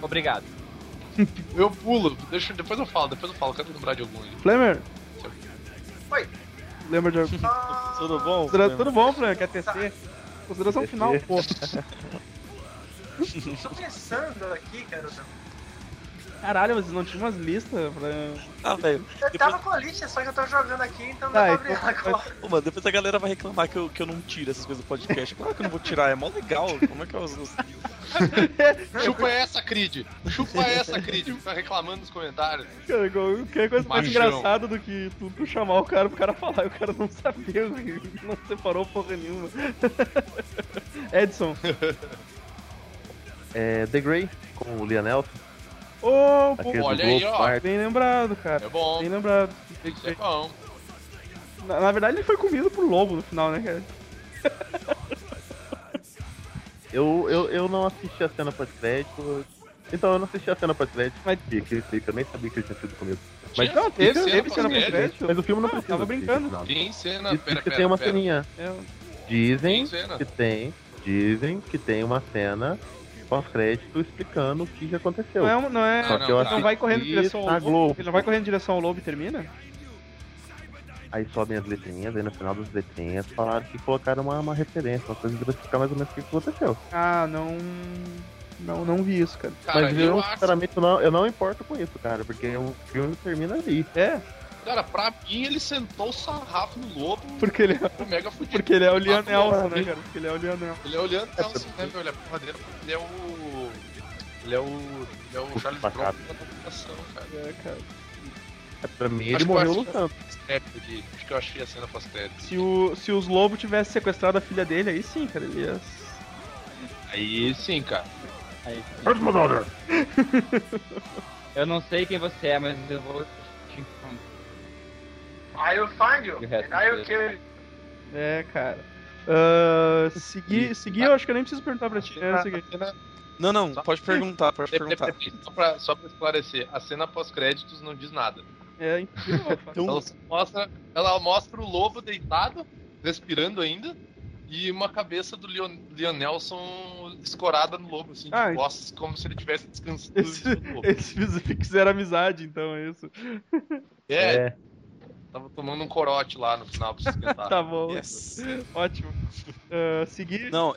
Speaker 13: Obrigado.
Speaker 4: Eu pulo, deixa, depois eu falo, depois eu falo, quero lembrar de algum aí.
Speaker 2: Flamer?
Speaker 9: Oi.
Speaker 2: Lembra de algum.
Speaker 1: Tudo bom?
Speaker 2: Considera- Tudo bom, Flamer? Quer tecer? Consideração final, pô.
Speaker 9: Tô pensando aqui, cara.
Speaker 2: Caralho, vocês não tinham umas listas pra.
Speaker 1: Ah, velho.
Speaker 9: Eu tava com a lista, só que eu tô jogando aqui, então não
Speaker 12: Ah,
Speaker 1: Ai,
Speaker 9: dá pra abrir agora.
Speaker 1: Pô, mano, depois a galera vai reclamar que eu, que eu não tiro essas coisas do podcast. Claro que eu não vou tirar, é mó legal. Como é que eu.
Speaker 4: Chupa essa, Creed! Chupa essa, Creed! Fica reclamando nos comentários.
Speaker 2: Cara, igual- que é coisa mais
Speaker 4: Machão.
Speaker 2: engraçada do que tu, tu chamar o cara pro cara falar e o cara não sabia, não separou porra nenhuma. Edson.
Speaker 12: É, The Grey com o Lianel.
Speaker 2: Ô,
Speaker 12: Aquele do Olha aí, Globo, ó. quarto.
Speaker 2: Bem lembrado, cara.
Speaker 12: É bom.
Speaker 2: Bem lembrado.
Speaker 4: É bom.
Speaker 2: Na, na verdade, ele foi comido por lobo no final, né, cara?
Speaker 12: Eu, eu, eu não assisti a cena pós-crédito. Então eu não assisti a cena pós-crédito.
Speaker 2: Mas...
Speaker 12: Aquele clique, eu nem sabia que ele tinha sido comigo.
Speaker 2: Tinha- Não, teve-
Speaker 12: Isso,
Speaker 2: teve cena
Speaker 12: pós-crédito,
Speaker 2: pós-crédito.
Speaker 12: Mas o filme não
Speaker 2: Ah, eu
Speaker 12: precisa.
Speaker 2: tava
Speaker 12: assistir,
Speaker 2: brincando. É,
Speaker 12: não.
Speaker 4: Tem cena,
Speaker 12: Diz
Speaker 4: pera,
Speaker 12: que
Speaker 4: pera,
Speaker 12: tem uma
Speaker 4: pera.
Speaker 12: ceninha. Dizem
Speaker 4: Tem cena?
Speaker 12: que tem. Dizem que tem uma cena pós-crédito explicando o que já aconteceu.
Speaker 2: Não é. um- Não, é,
Speaker 12: Só que eu
Speaker 2: não, vai correndo em
Speaker 12: assisti
Speaker 2: direção
Speaker 12: na
Speaker 2: ao
Speaker 12: Globo.
Speaker 2: lobo. Ele não vai correndo em direção ao lobo e termina?
Speaker 12: Aí sobem as letrinhas, aí no final das letrinhas falaram que colocaram uma, uma referência, uma coisa pra explicar mais ou menos o que aconteceu.
Speaker 2: Ah, não. Não, não vi isso, cara.
Speaker 12: Mas eu, sinceramente, não, eu não importo com isso, cara, porque o filme termina ali.
Speaker 2: É,
Speaker 4: Cara, pra mim ele sentou o sarrafo no lobo.
Speaker 2: Porque ele é-
Speaker 4: Ficou mega fudido.
Speaker 2: porque ele é o
Speaker 4: Ah,
Speaker 2: Lian Nelson, né,
Speaker 4: ele-
Speaker 2: cara? Porque ele é o Lian Nelson.
Speaker 4: Ele é o Lian Nelson, né, meu? Ele é porra dele, ele é o. Ele é o. Ele é o Charles Bronson da computação, cara.
Speaker 2: É, cara.
Speaker 12: É, Pra mim,
Speaker 2: ele
Speaker 4: Acho que eu
Speaker 2: morreu
Speaker 4: achei
Speaker 12: lutando.
Speaker 4: a cena pós-crédito aqui. É, Acho que eu achei a cena pós-crédito.
Speaker 2: Se, o, se os lobos tivessem sequestrado a filha dele, aí sim, cara, ele ia.
Speaker 4: Aí sim, cara.
Speaker 13: Aí.
Speaker 2: Mother.
Speaker 13: Eu não sei quem você é, mas eu vou te
Speaker 9: I will find you.
Speaker 13: O resto
Speaker 9: I
Speaker 13: dele.
Speaker 9: will kill you.
Speaker 2: É, cara. Ah, seguir, seguir, eu acho que eu nem preciso perguntar pra ti. É, seguir.
Speaker 1: Não, não, pode perguntar, pode
Speaker 4: É, é,
Speaker 1: perguntar.
Speaker 4: é, Só pra, só pra esclarecer, a cena pós-créditos não diz nada.
Speaker 2: É, incrível.
Speaker 4: Ela, só mostra, ela mostra o lobo deitado, respirando ainda, e uma cabeça do Leon, Leon Nelson escorada no lobo, assim, de
Speaker 2: Ah,
Speaker 4: costas, como se ele tivesse descansado.
Speaker 2: Esse, esse fiz- fizeram amizade, então, é isso.
Speaker 4: É. Tava tomando um corote lá no final pra esquentar.
Speaker 2: Tá bom.
Speaker 1: Ah, Yes.
Speaker 2: Ótimo. Ah, seguir.
Speaker 1: Não,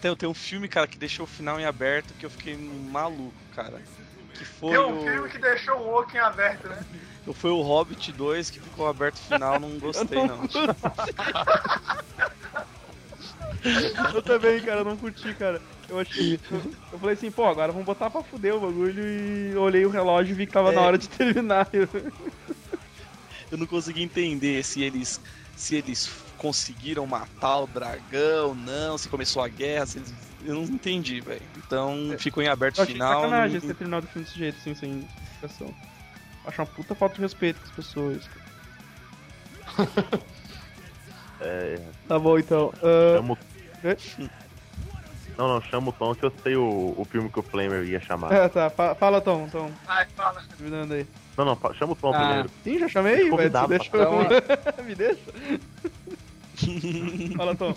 Speaker 1: tem, tem um filme, cara, que deixou o final em aberto que eu fiquei maluco, cara. Que foi
Speaker 9: Tem um
Speaker 1: o-
Speaker 9: filme que deixou o Oak em aberto, né?
Speaker 1: Foi o Hobbit 2 que ficou aberto o final, não gostei não.
Speaker 2: Eu também, cara, eu não curti, cara. Eu achei. Eu, eu falei assim, pô, agora vamos botar pra fuder o bagulho e olhei o relógio e vi que tava na
Speaker 1: É.
Speaker 2: hora de terminar.
Speaker 1: Eu não consegui entender se eles se eles conseguiram matar o dragão, não, se começou a guerra, se eles- eu não entendi, velho. Então ficou em aberto
Speaker 2: Eu
Speaker 1: o
Speaker 2: achei
Speaker 1: final.
Speaker 2: sacanagem
Speaker 1: não-
Speaker 2: você ter terminado o filme desse jeito, assim, sem explicação. Acho uma puta falta de respeito com as pessoas. cara.
Speaker 12: É,
Speaker 2: Tá bom, então. Ah,
Speaker 12: chama o- Não, não, chama o Tom que eu sei o, o filme que o Flamer ia chamar.
Speaker 2: É, tá. Fa- Fala, Tom, Tom.
Speaker 9: Ai, fala.
Speaker 2: Terminando aí.
Speaker 12: Não, não, fa- chama o
Speaker 9: Ah.
Speaker 12: Tom primeiro.
Speaker 2: Sim, já chamei, mas
Speaker 12: Convidado
Speaker 2: deixa
Speaker 12: pra
Speaker 2: eu... Me deixa. Fala, Tom.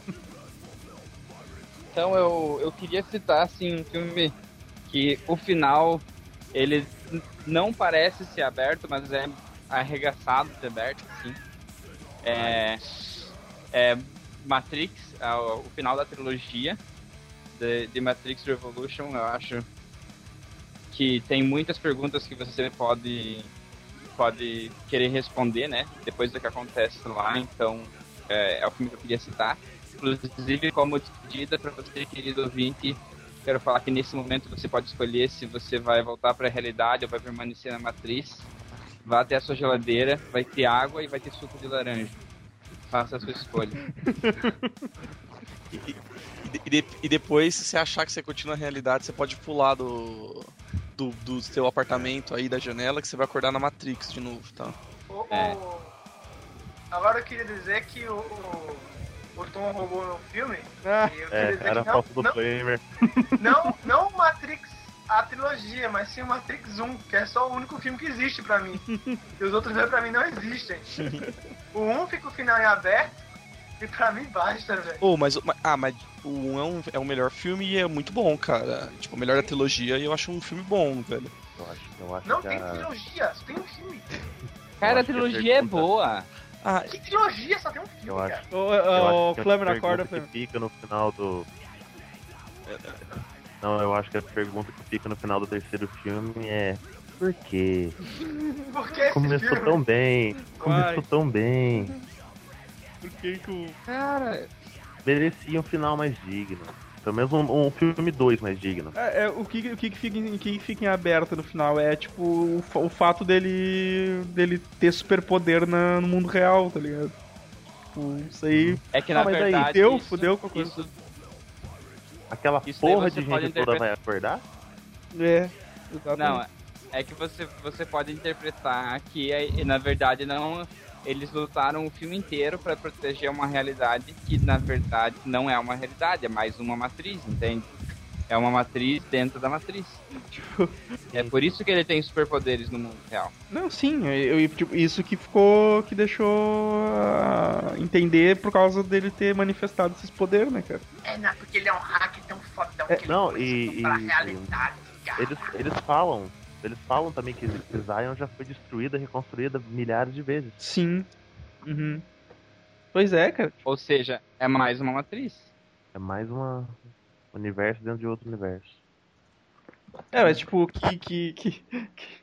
Speaker 3: Então eu, eu queria citar assim um filme que o final ele n- não parece ser aberto, mas é arregaçado de aberto, assim. É, é Matrix, a- o final da trilogia de, de Matrix Revolution, eu acho que tem muitas perguntas que você pode pode querer responder, né? Depois do que acontece lá, então é, é o filme que eu queria citar. Inclusive, como despedida para você, querido ouvinte, quero falar que nesse momento você pode escolher se você vai voltar para a realidade ou vai permanecer na matriz. Vá até a sua geladeira, vai ter água e vai ter suco de laranja. Faça a sua escolha.
Speaker 1: E, de- e depois, se você achar que você continua na realidade, você pode pular do, do, do seu apartamento aí, da janela, que você vai acordar na Matrix de novo, tá?
Speaker 9: O- o- Agora eu queria dizer que o, o, o Tom roubou no filme. e eu queria
Speaker 12: É,
Speaker 9: dizer
Speaker 12: era
Speaker 9: que não,
Speaker 12: falta do
Speaker 9: não,
Speaker 12: Flamer.
Speaker 9: não, não o Matrix, a trilogia, mas sim o Matrix 1, que é só o único filme que existe pra mim. E os outros dois pra mim não existem. O 1 fica o final em aberto e pra mim basta, velho.
Speaker 1: Oh, mas, o- ma- ah, mas o 1 é, um, é o melhor filme e é muito bom, cara. Tipo, o melhor da trilogia e eu acho um filme bom, velho.
Speaker 12: Eu acho, eu acho
Speaker 9: Não tem trilogia, só tem um filme.
Speaker 1: Cara,
Speaker 3: a trilogia é boa.
Speaker 1: Ah,
Speaker 9: Que trilogia só tem um filme,
Speaker 12: eu
Speaker 9: cara?
Speaker 12: acho.
Speaker 2: Ô, eh,
Speaker 12: eu
Speaker 2: ô,
Speaker 12: acho que a
Speaker 2: Flamer, acorda,
Speaker 12: pergunta
Speaker 2: Flamer.
Speaker 12: que fica no final do. Não, eu acho que a pergunta que fica no final do terceiro filme é. Por quê?
Speaker 9: Por que esse
Speaker 12: Começou
Speaker 9: filme?
Speaker 12: tão bem. Começou
Speaker 9: Vai.
Speaker 12: tão bem.
Speaker 2: Por que que o...
Speaker 3: Cara...
Speaker 12: Merecia um final mais digno. Pelo menos um, um filme 2 mais digno.
Speaker 2: É, é, o que, o que, que fica, em- o que que fica em aberto no final é, tipo, o, fa- o fato dele dele ter superpoder na- no mundo real, tá ligado? Tipo, isso aí...
Speaker 3: É que na
Speaker 2: Ah, mas
Speaker 3: verdade.
Speaker 2: Aí, deu,
Speaker 3: isso-
Speaker 2: fudeu com a coisa.
Speaker 3: isso-
Speaker 12: Aquela
Speaker 3: Isso aí
Speaker 12: porra
Speaker 3: você
Speaker 12: de
Speaker 3: pode
Speaker 12: gente toda
Speaker 3: interpretar-
Speaker 12: vai acordar? Uhum.
Speaker 2: É, exatamente.
Speaker 3: Não, é- é que você, você pode interpretar que é- na verdade não. Eles lutaram o filme inteiro pra proteger uma realidade que na verdade não é uma realidade, é mais uma matriz, entende? É uma matriz dentro da matriz. É por isso que ele tem superpoderes no mundo real.
Speaker 2: Não, sim, eu, eu- tipo, isso que ficou, que deixou ah, entender por causa dele ter manifestado esses poderes, né, cara?
Speaker 9: É, não, porque ele é um hack tão fodão
Speaker 12: É, não, e, e- eles, eles falam, eles falam também que que Zion já foi destruída, reconstruída milhares de vezes.
Speaker 2: Sim. Uhum. Pois é, cara.
Speaker 3: Ou seja, é mais uma matriz.
Speaker 12: É mais uma um universo dentro de outro universo.
Speaker 2: É, mas tipo, que. que, que, que-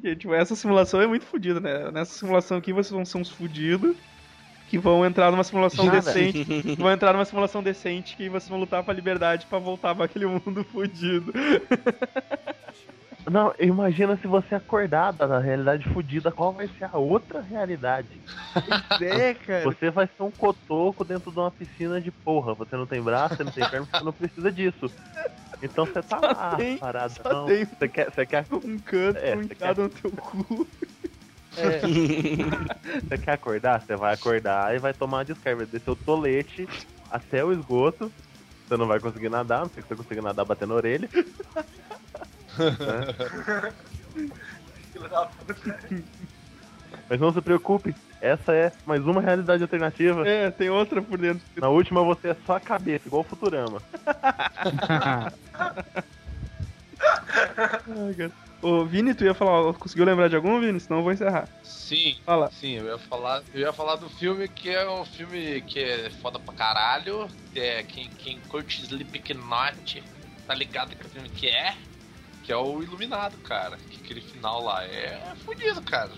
Speaker 2: que, tipo, essa simulação é muito fodida, né? Nessa simulação aqui vocês vão ser uns fudidos que vão entrar numa simulação
Speaker 12: Já, né?
Speaker 2: decente.
Speaker 12: velho.
Speaker 2: Vão entrar numa simulação decente que vocês vão lutar pra liberdade pra voltar pra aquele mundo fudido.
Speaker 12: Não, imagina se você acordar da da realidade fodida, qual vai ser a outra realidade?
Speaker 2: é, cara.
Speaker 12: Você vai ser um cotoco dentro de uma piscina de porra. Você não tem braço, você não tem perna, você não precisa disso. Então você tá lá,
Speaker 2: tem-
Speaker 12: paradão.
Speaker 2: tem-
Speaker 12: Você quer, você quer
Speaker 2: um canto
Speaker 12: é,
Speaker 2: um
Speaker 12: você
Speaker 2: enfiado no teu cu.
Speaker 12: É. Você quer acordar? Você vai acordar e vai tomar a descarga. Vai descer o tolete até o esgoto. Você não vai conseguir nadar, a não sei que você consiga nadar batendo a orelha. Né?
Speaker 9: Filho da puta.
Speaker 12: Mas não se preocupe, essa é mais uma realidade alternativa.
Speaker 2: É, tem outra por dentro.
Speaker 12: Na última você é só a cabeça, igual o Futurama.
Speaker 2: Ai, cara. Ô, Vini, tu ia falar, conseguiu lembrar de algum, Vini? Senão eu vou encerrar.
Speaker 4: Sim,
Speaker 2: Fala.
Speaker 4: sim, eu ia falar, eu ia falar do filme que é um filme que é foda pra caralho. É, quem, quem curte Slipknot tá ligado que o filme que é, que é o Iluminado, cara. Que aquele final lá é fudido, cara.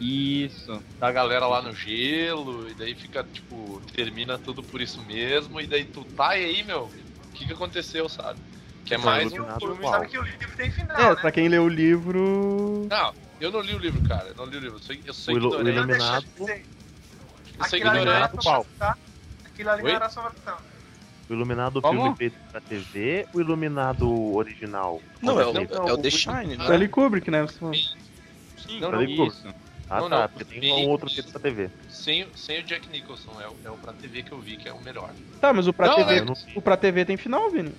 Speaker 3: Isso.
Speaker 4: Da galera lá no gelo, e daí fica, tipo, termina tudo por isso mesmo, e daí tu tá e aí, meu, o que, que aconteceu, sabe? Que é
Speaker 2: Sabe
Speaker 4: mais
Speaker 2: que
Speaker 4: um
Speaker 2: o-
Speaker 4: filme.
Speaker 2: sabe
Speaker 9: que o livro tem final,
Speaker 2: É, pra quem leu o livro.
Speaker 4: Não, eu não li o livro, cara. Eu não li o livro. Eu sou, eu sou
Speaker 12: O ilu- o
Speaker 4: ignorante.
Speaker 12: iluminado.
Speaker 4: Eu sou
Speaker 9: Aquilo ali não era
Speaker 4: ignorante.
Speaker 9: só
Speaker 12: Qual?
Speaker 9: tá? Aquilo ali não
Speaker 12: Oi?
Speaker 9: era só pra
Speaker 12: O Iluminado
Speaker 9: Como?
Speaker 12: filme feito pra TV, o Iluminado original?
Speaker 1: Não, é o,
Speaker 12: Não,
Speaker 1: é o The Shine, né?
Speaker 2: Stanley Kubrick, né? Você falou.
Speaker 4: Não,
Speaker 12: Stanley
Speaker 4: não,
Speaker 12: Kubrick. Ah,
Speaker 4: Não,
Speaker 12: tá.
Speaker 4: não,
Speaker 12: porque
Speaker 4: os
Speaker 12: tem um
Speaker 4: veículos-
Speaker 12: outro que é pra TV.
Speaker 4: Sem, o- sem o Jack Nicholson, é o, é o pra TV que eu vi que é o melhor.
Speaker 2: Tá, mas o pra,
Speaker 4: Não,
Speaker 12: Ah,
Speaker 2: TV,
Speaker 4: né?
Speaker 2: o pra TV tem final, Vini?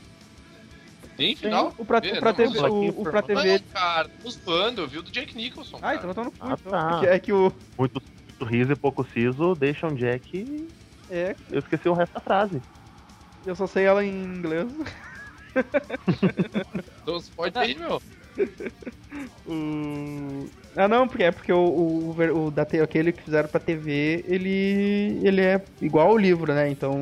Speaker 4: Tem final?
Speaker 2: o pra-
Speaker 4: Vê,
Speaker 2: o pra
Speaker 4: não,
Speaker 2: TV
Speaker 4: não,
Speaker 2: o-
Speaker 4: não,
Speaker 2: o pra TV
Speaker 4: cara, os bando, eu vi o do Jack Nicholson.
Speaker 2: Ah, então tá no cu,
Speaker 12: Ah,
Speaker 2: então.
Speaker 12: tá.
Speaker 2: É que- É que o.
Speaker 12: Muito, muito riso e pouco siso deixam Jack.
Speaker 2: É,
Speaker 12: Eu esqueci o resto da frase.
Speaker 2: eu só sei ela em inglês.
Speaker 4: Então você pode ir, meu.
Speaker 2: O- Ah não, porque é porque o, o, ver- o da, te- aquele que fizeram pra TV, ele. ele é igual ao livro, né? Então.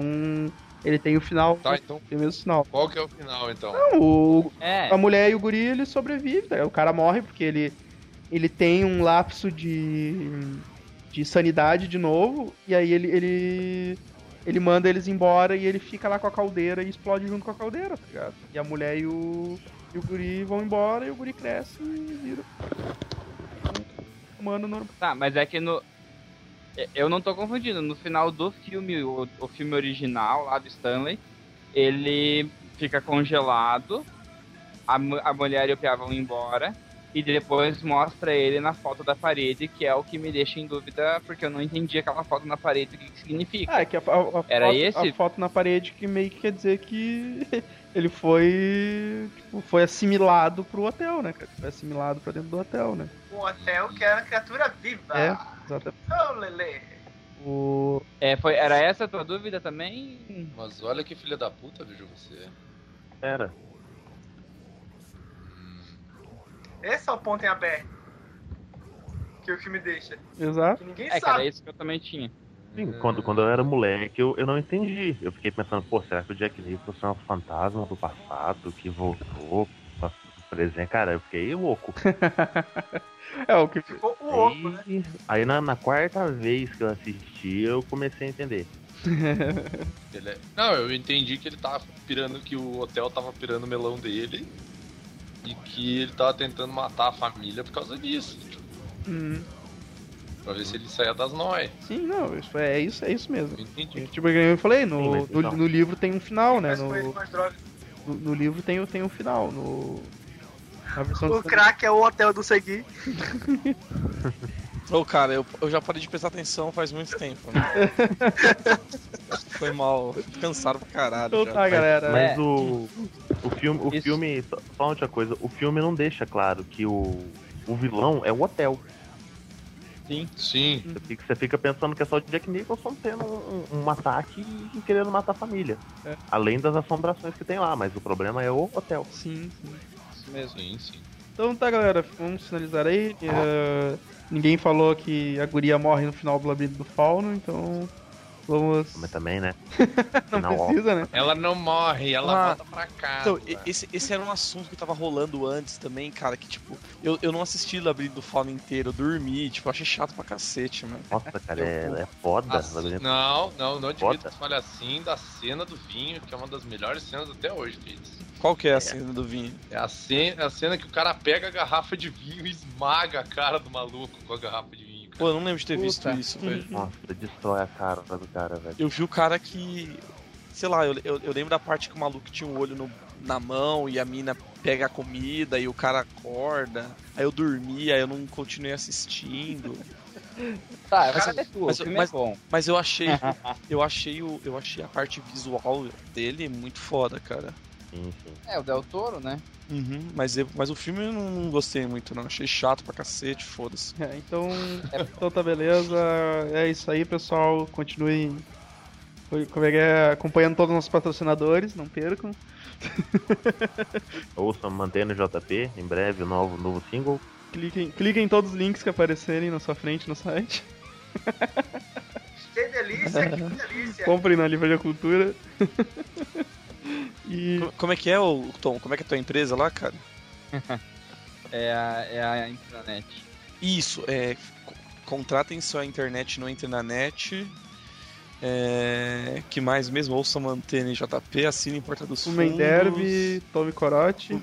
Speaker 2: Ele tem o final.
Speaker 4: Tá, então.
Speaker 2: Tem o mesmo final.
Speaker 4: Qual que é o final, então?
Speaker 2: Não, o,
Speaker 4: É.
Speaker 2: a mulher e o guri ele sobrevive, né? o cara morre porque ele, ele tem um lapso de, de sanidade de novo, e aí ele, ele, ele manda eles embora e ele fica lá com a caldeira e explode junto com a caldeira, tá ligado? E a mulher e o, e o guri vão embora e o guri cresce e vira. Mano, normal.
Speaker 13: Tá, mas é que no. é, Eu não tô confundindo. No final do filme, o, o filme original lá do Stanley, ele fica congelado, a, mu- a mulher e o piá vão embora, e depois mostra ele na foto da parede, que é o que me deixa em dúvida, porque eu não entendi aquela foto na parede, o que, que significa.
Speaker 2: Ah, é que a, a- a
Speaker 13: Era
Speaker 2: foto,
Speaker 13: esse?
Speaker 2: a foto na parede que meio que quer dizer que ele foi tipo, foi assimilado pro hotel, né? cara? Foi assimilado pra dentro do hotel, né?
Speaker 9: Um hotel que era uma criatura viva.
Speaker 2: É, exatamente.
Speaker 9: Oh, Lele.
Speaker 2: O...
Speaker 13: É, foi, era essa a tua dúvida também?
Speaker 4: Mas olha que filha da puta, vejo você.
Speaker 12: Era.
Speaker 9: Esse é o ponto em aberto. Que o filme deixa.
Speaker 2: Exato.
Speaker 9: Que ninguém
Speaker 13: É, cara,
Speaker 9: sabe.
Speaker 13: é isso que eu também tinha.
Speaker 12: Sim, quando, quando eu era moleque, eu, eu não entendi. Eu fiquei pensando, pô, será que o Jack Nicholson é um fantasma do passado que voltou pra presente? Cara, eu fiquei louco.
Speaker 2: É, o que
Speaker 9: ficou o ovo,
Speaker 12: né? Aí na, na quarta vez que eu assisti, eu comecei a entender.
Speaker 4: Ele é- Não, eu entendi que ele tava pirando, que o hotel tava pirando o melão dele e que ele tava tentando matar a família por causa disso. tipo,
Speaker 2: Hum.
Speaker 4: pra ver se ele saia das noias.
Speaker 2: Sim, não, isso é, é isso, é isso mesmo.
Speaker 4: Entendi.
Speaker 2: Tipo, eu falei, no,
Speaker 4: Sim, mas
Speaker 2: no,
Speaker 4: então.
Speaker 2: no livro tem um final, né?
Speaker 9: Mas
Speaker 2: No,
Speaker 9: foi com as drogas.
Speaker 2: no, no livro tem, tem um final. No, na versão
Speaker 1: O
Speaker 2: do-
Speaker 1: crack
Speaker 9: é o hotel do Segui.
Speaker 1: Ô, cara, eu, eu já parei de prestar atenção faz muito tempo. Né? Foi mal. Tô Cansado pra caralho.
Speaker 13: Então
Speaker 1: já.
Speaker 13: tá,
Speaker 12: Mas-
Speaker 13: É.
Speaker 12: Mas o, o filme, o filme só, só uma outra coisa, o filme não deixa claro que o, o vilão é o hotel.
Speaker 13: Sim.
Speaker 4: Sim.
Speaker 12: Você fica, você fica pensando que é só o Jack Nicholson tendo um, um- um ataque e querendo matar a família.
Speaker 2: É.
Speaker 12: Além das assombrações que tem lá, mas o problema é o hotel.
Speaker 2: Sim, sim.
Speaker 13: Isso mesmo.
Speaker 4: Sim, sim.
Speaker 2: Então tá, galera, vamos finalizar aí. Eh, ninguém falou que a guria morre no final do labirinto do fauno, então vamos...
Speaker 12: Mas também, né?
Speaker 2: Não
Speaker 12: Não, ó.
Speaker 2: precisa, né?
Speaker 4: Ela não morre, ela
Speaker 1: Ah.
Speaker 4: volta pra casa.
Speaker 1: Então, e- esse, esse era um assunto que tava rolando antes também, cara, que tipo, eu, eu não assisti Labirinto do Fauna inteiro, eu dormi, tipo, eu achei chato pra cacete, mano.
Speaker 12: Nossa, cara, é, é foda.
Speaker 4: Assim,
Speaker 12: Labirinto.
Speaker 4: Não, não, não admito
Speaker 12: Foda.
Speaker 4: que tu fale assim da cena do vinho, que é uma das melhores cenas até hoje, Fitz.
Speaker 1: Qual que é a cena do vinho?
Speaker 4: É a cena, a cena que o cara pega a garrafa de vinho e esmaga a cara do maluco com a garrafa de vinho.
Speaker 1: Pô, eu não lembro de ter visto
Speaker 4: Puta.
Speaker 1: isso, velho.
Speaker 12: Nossa, destrói a cara do cara, velho.
Speaker 1: Hum. Eu vi o cara que. Sei lá, eu, eu, eu lembro da parte que o maluco tinha o olho no- na mão e a mina pega a comida e o cara acorda. Aí eu dormi, aí eu não continuei assistindo.
Speaker 13: Tá,
Speaker 1: Mas-
Speaker 13: mas, é tua,
Speaker 1: mas-
Speaker 13: o filme
Speaker 1: mas-
Speaker 13: é bom.
Speaker 1: Mas eu achei. eu achei o, eu achei a parte visual dele muito foda, cara.
Speaker 12: Sim, sim.
Speaker 13: É, o Del Toro, né?
Speaker 1: Uhum, mas, eu- mas o filme eu não, não gostei muito, não. Achei chato pra cacete, foda-se.
Speaker 2: É, então, então tá beleza. É isso aí, pessoal. Continuem como é que é, acompanhando todos os nossos patrocinadores, não percam.
Speaker 12: Ouça Mantendo JP, em breve, o novo, novo single.
Speaker 2: Cliquem, cliquem em todos os links que aparecerem na sua frente no site.
Speaker 9: Que delícia, que delícia.
Speaker 2: Comprem na Livraria Cultura. E-
Speaker 1: Co- Como é que é, o Tom? Como é que é a tua empresa lá, cara?
Speaker 13: É a, é a intranet.
Speaker 1: Isso, é. c- Contratem sua internet, não entre na net. É, que mais mesmo? Ouça Mantene JP, assinem Porta dos
Speaker 2: Fumem
Speaker 1: Fundos.
Speaker 2: Derby, Tome Corote.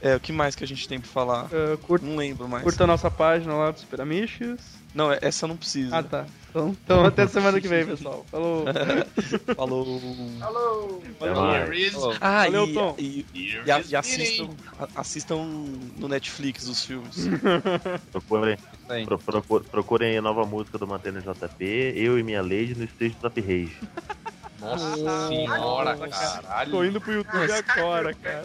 Speaker 1: É, o que mais que a gente tem pra falar?
Speaker 2: Uh, curta,
Speaker 1: não lembro mais.
Speaker 2: Curta a nossa página lá do Super Amixos.
Speaker 1: Não, essa eu não preciso.
Speaker 2: Ah, tá. Então, então até semana que vem, pessoal. Falou.
Speaker 1: Falou.
Speaker 9: Falou.
Speaker 1: Valeu.
Speaker 4: Here is-
Speaker 1: Ah,
Speaker 2: Valeu,
Speaker 1: e,
Speaker 2: Tom.
Speaker 1: e,
Speaker 4: Here
Speaker 1: e a-
Speaker 4: is
Speaker 1: e assistam,
Speaker 4: meeting.
Speaker 1: a- assistam no Netflix os filmes.
Speaker 12: Procurem, pro- procu- procurem a nova música do Mantendo JP, eu e minha Lady no stage do Top Rage.
Speaker 4: Nossa senhora, caralho.
Speaker 2: Tô indo pro YouTube agora, cara.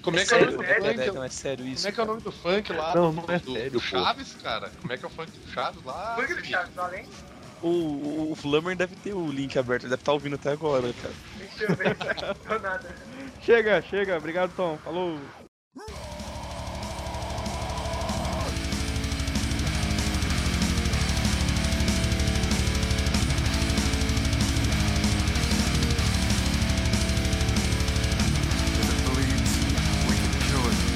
Speaker 4: Como é que é o
Speaker 1: sério,
Speaker 4: nome
Speaker 1: né,
Speaker 4: do funk?
Speaker 1: Dedé? Não, é sério isso.
Speaker 4: Como é que é o nome do funk lá?
Speaker 12: Não,
Speaker 4: do-
Speaker 12: não é
Speaker 4: do-
Speaker 12: sério,
Speaker 4: do
Speaker 12: pô.
Speaker 4: Chaves, cara? Como é que é o funk do Chaves lá?
Speaker 9: Funk do Chaves, além?
Speaker 1: O, o, o Flammer deve ter o link aberto, ele deve estar ouvindo até agora, cara.
Speaker 9: Deixa eu ver, não nada.
Speaker 2: Chega, chega. Obrigado, Tom. Falou.
Speaker 7: If it bleeds, we can kill it.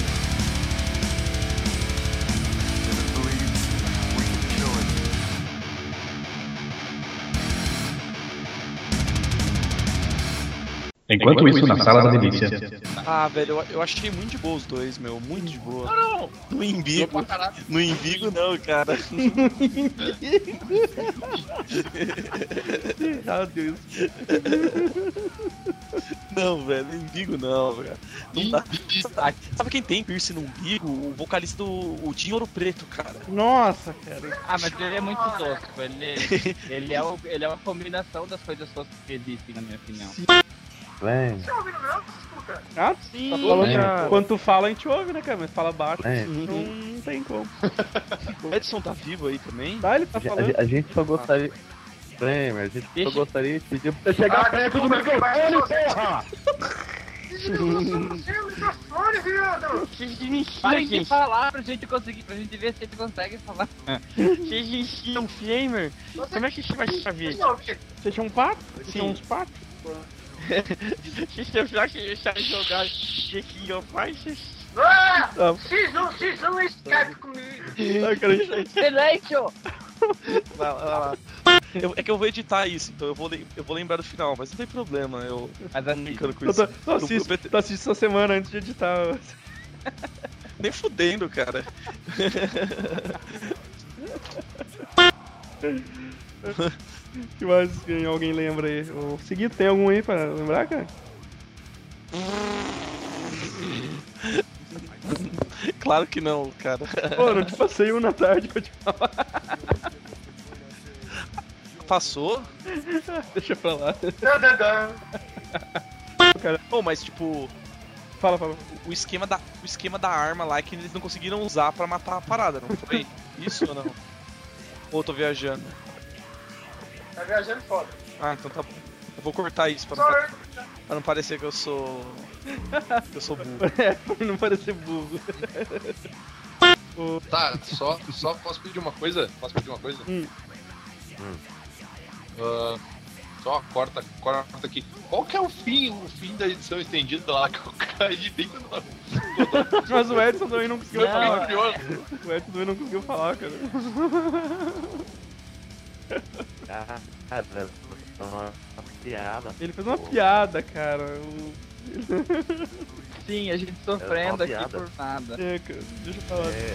Speaker 7: If it bleeds, we can kill it.
Speaker 14: Enquanto isso, na sala da milícia.
Speaker 1: Ah, velho, eu, eu achei muito de boa os dois, meu. Muito de boa.
Speaker 4: Não,
Speaker 1: No Embigo. No Embigo, não, cara.
Speaker 4: Ah,
Speaker 2: Meu Deus.
Speaker 1: Não, velho, umbigo não, cara. Não dá.
Speaker 13: Tá.
Speaker 1: Sabe- Sabe quem tem piercing no umbigo? O vocalista do o Dinho Ouro Preto, cara.
Speaker 2: Nossa, cara.
Speaker 13: Ah, mas ele é muito tosco. Ele, ele, é, o- ele é uma combinação das coisas toscas que existem, na minha opinião.
Speaker 12: Vem,
Speaker 9: Tá ouvindo meu? Escuta.
Speaker 2: Ah,
Speaker 13: Sim.
Speaker 2: Tá falando
Speaker 12: Lembra,
Speaker 2: que-
Speaker 12: pô.
Speaker 2: quando tu fala, a gente ouve, né, cara? Mas fala baixo,
Speaker 12: É.
Speaker 2: então não tem como.
Speaker 1: O Edson tá vivo aí também?
Speaker 2: Tá, ele tá
Speaker 12: A,
Speaker 2: falando.
Speaker 12: a- a gente só gostaria. Vem, mas a gente só gostaria de pedir pra você chegar
Speaker 9: Ah,
Speaker 12: perto do
Speaker 9: desculpa,
Speaker 12: microfone,
Speaker 9: desculpa.
Speaker 12: porra!
Speaker 9: Desliga o microfone, viado.
Speaker 13: Parem de falar pra gente conseguir, pra gente ver se a gente consegue falar.
Speaker 14: Vocês ensinam Flamer? Como é que a gente vai saber?
Speaker 2: Vocês são patos? Vocês
Speaker 14: Sim.
Speaker 2: são uns patos?
Speaker 14: Vocês estão já que eu saio jogar Jekyll of Fighters?
Speaker 9: Ah,
Speaker 2: Tá.
Speaker 9: X1, X1 Skype comigo.
Speaker 2: Ah, cara, a gente-
Speaker 13: Silêncio!
Speaker 1: Vai lá, vai lá. Eu- é que eu vou editar isso, então eu vou, lem- eu vou lembrar do final, mas não tem problema, eu
Speaker 13: mas
Speaker 1: não brincando com
Speaker 2: Tu,
Speaker 1: isso.
Speaker 2: tu, tu assiste, tu assiste tá essa semana antes de editar.
Speaker 1: Nem fudendo, cara.
Speaker 2: que mais que alguém lembra aí? O seguido, tem algum aí pra lembrar, cara?
Speaker 1: claro que não, cara.
Speaker 2: Pô, não te passei um na tarde pra te falar.
Speaker 1: Passou?
Speaker 2: Deixa pra lá.
Speaker 9: Dan, dan, dan.
Speaker 2: Cara,
Speaker 1: Pô, mas tipo,
Speaker 2: fala, fala.
Speaker 1: o esquema, da, o esquema da arma lá é que eles não conseguiram usar pra matar a parada, não foi? Isso ou não? Ou eu tô viajando?
Speaker 9: Tá viajando foda.
Speaker 1: Ah, então tá bom. Eu vou cortar isso pra não,
Speaker 9: Sorry.
Speaker 1: pra não parecer que eu sou. que eu sou burro.
Speaker 2: É, pra não parecer burro.
Speaker 4: Tá, só, só posso pedir uma coisa? Posso pedir uma coisa? Hum.
Speaker 2: Hum.
Speaker 4: Ah, só corta, corta aqui. Qual que é o fim, o fim da edição estendida lá que eu caí bem quando eu
Speaker 2: Mas o Edson também não conseguiu
Speaker 4: Não,
Speaker 2: falar.
Speaker 4: é.
Speaker 2: O Edson também não conseguiu falar, cara.
Speaker 12: Ah, velho, é uma uma piada.
Speaker 2: Ele fez uma piada, cara. O...
Speaker 13: Sim, a gente
Speaker 12: É uma
Speaker 13: sofrendo aqui
Speaker 12: piada.
Speaker 13: por nada.
Speaker 2: É, cara, Deixa eu falar.
Speaker 12: É.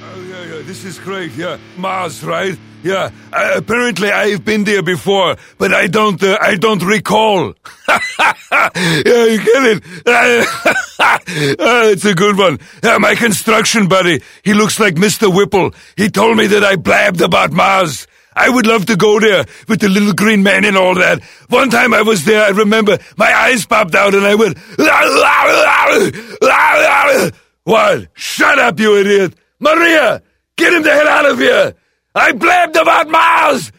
Speaker 7: Oh, yeah, yeah, this is great, yeah. Mars, right? Yeah. Uh, apparently, I've been there before, but I don't, uh, I don't recall. yeah, you get it? Uh, it's a good one. Yeah, my construction buddy, he looks like Mr. Whipple. He told me that I blabbed about Mars. I would love to go there with the little green man and all that. One time I was there, I remember my eyes popped out and I went, What? Shut up, you idiot! Maria, get him the hell out of here! I blabbed about Mars!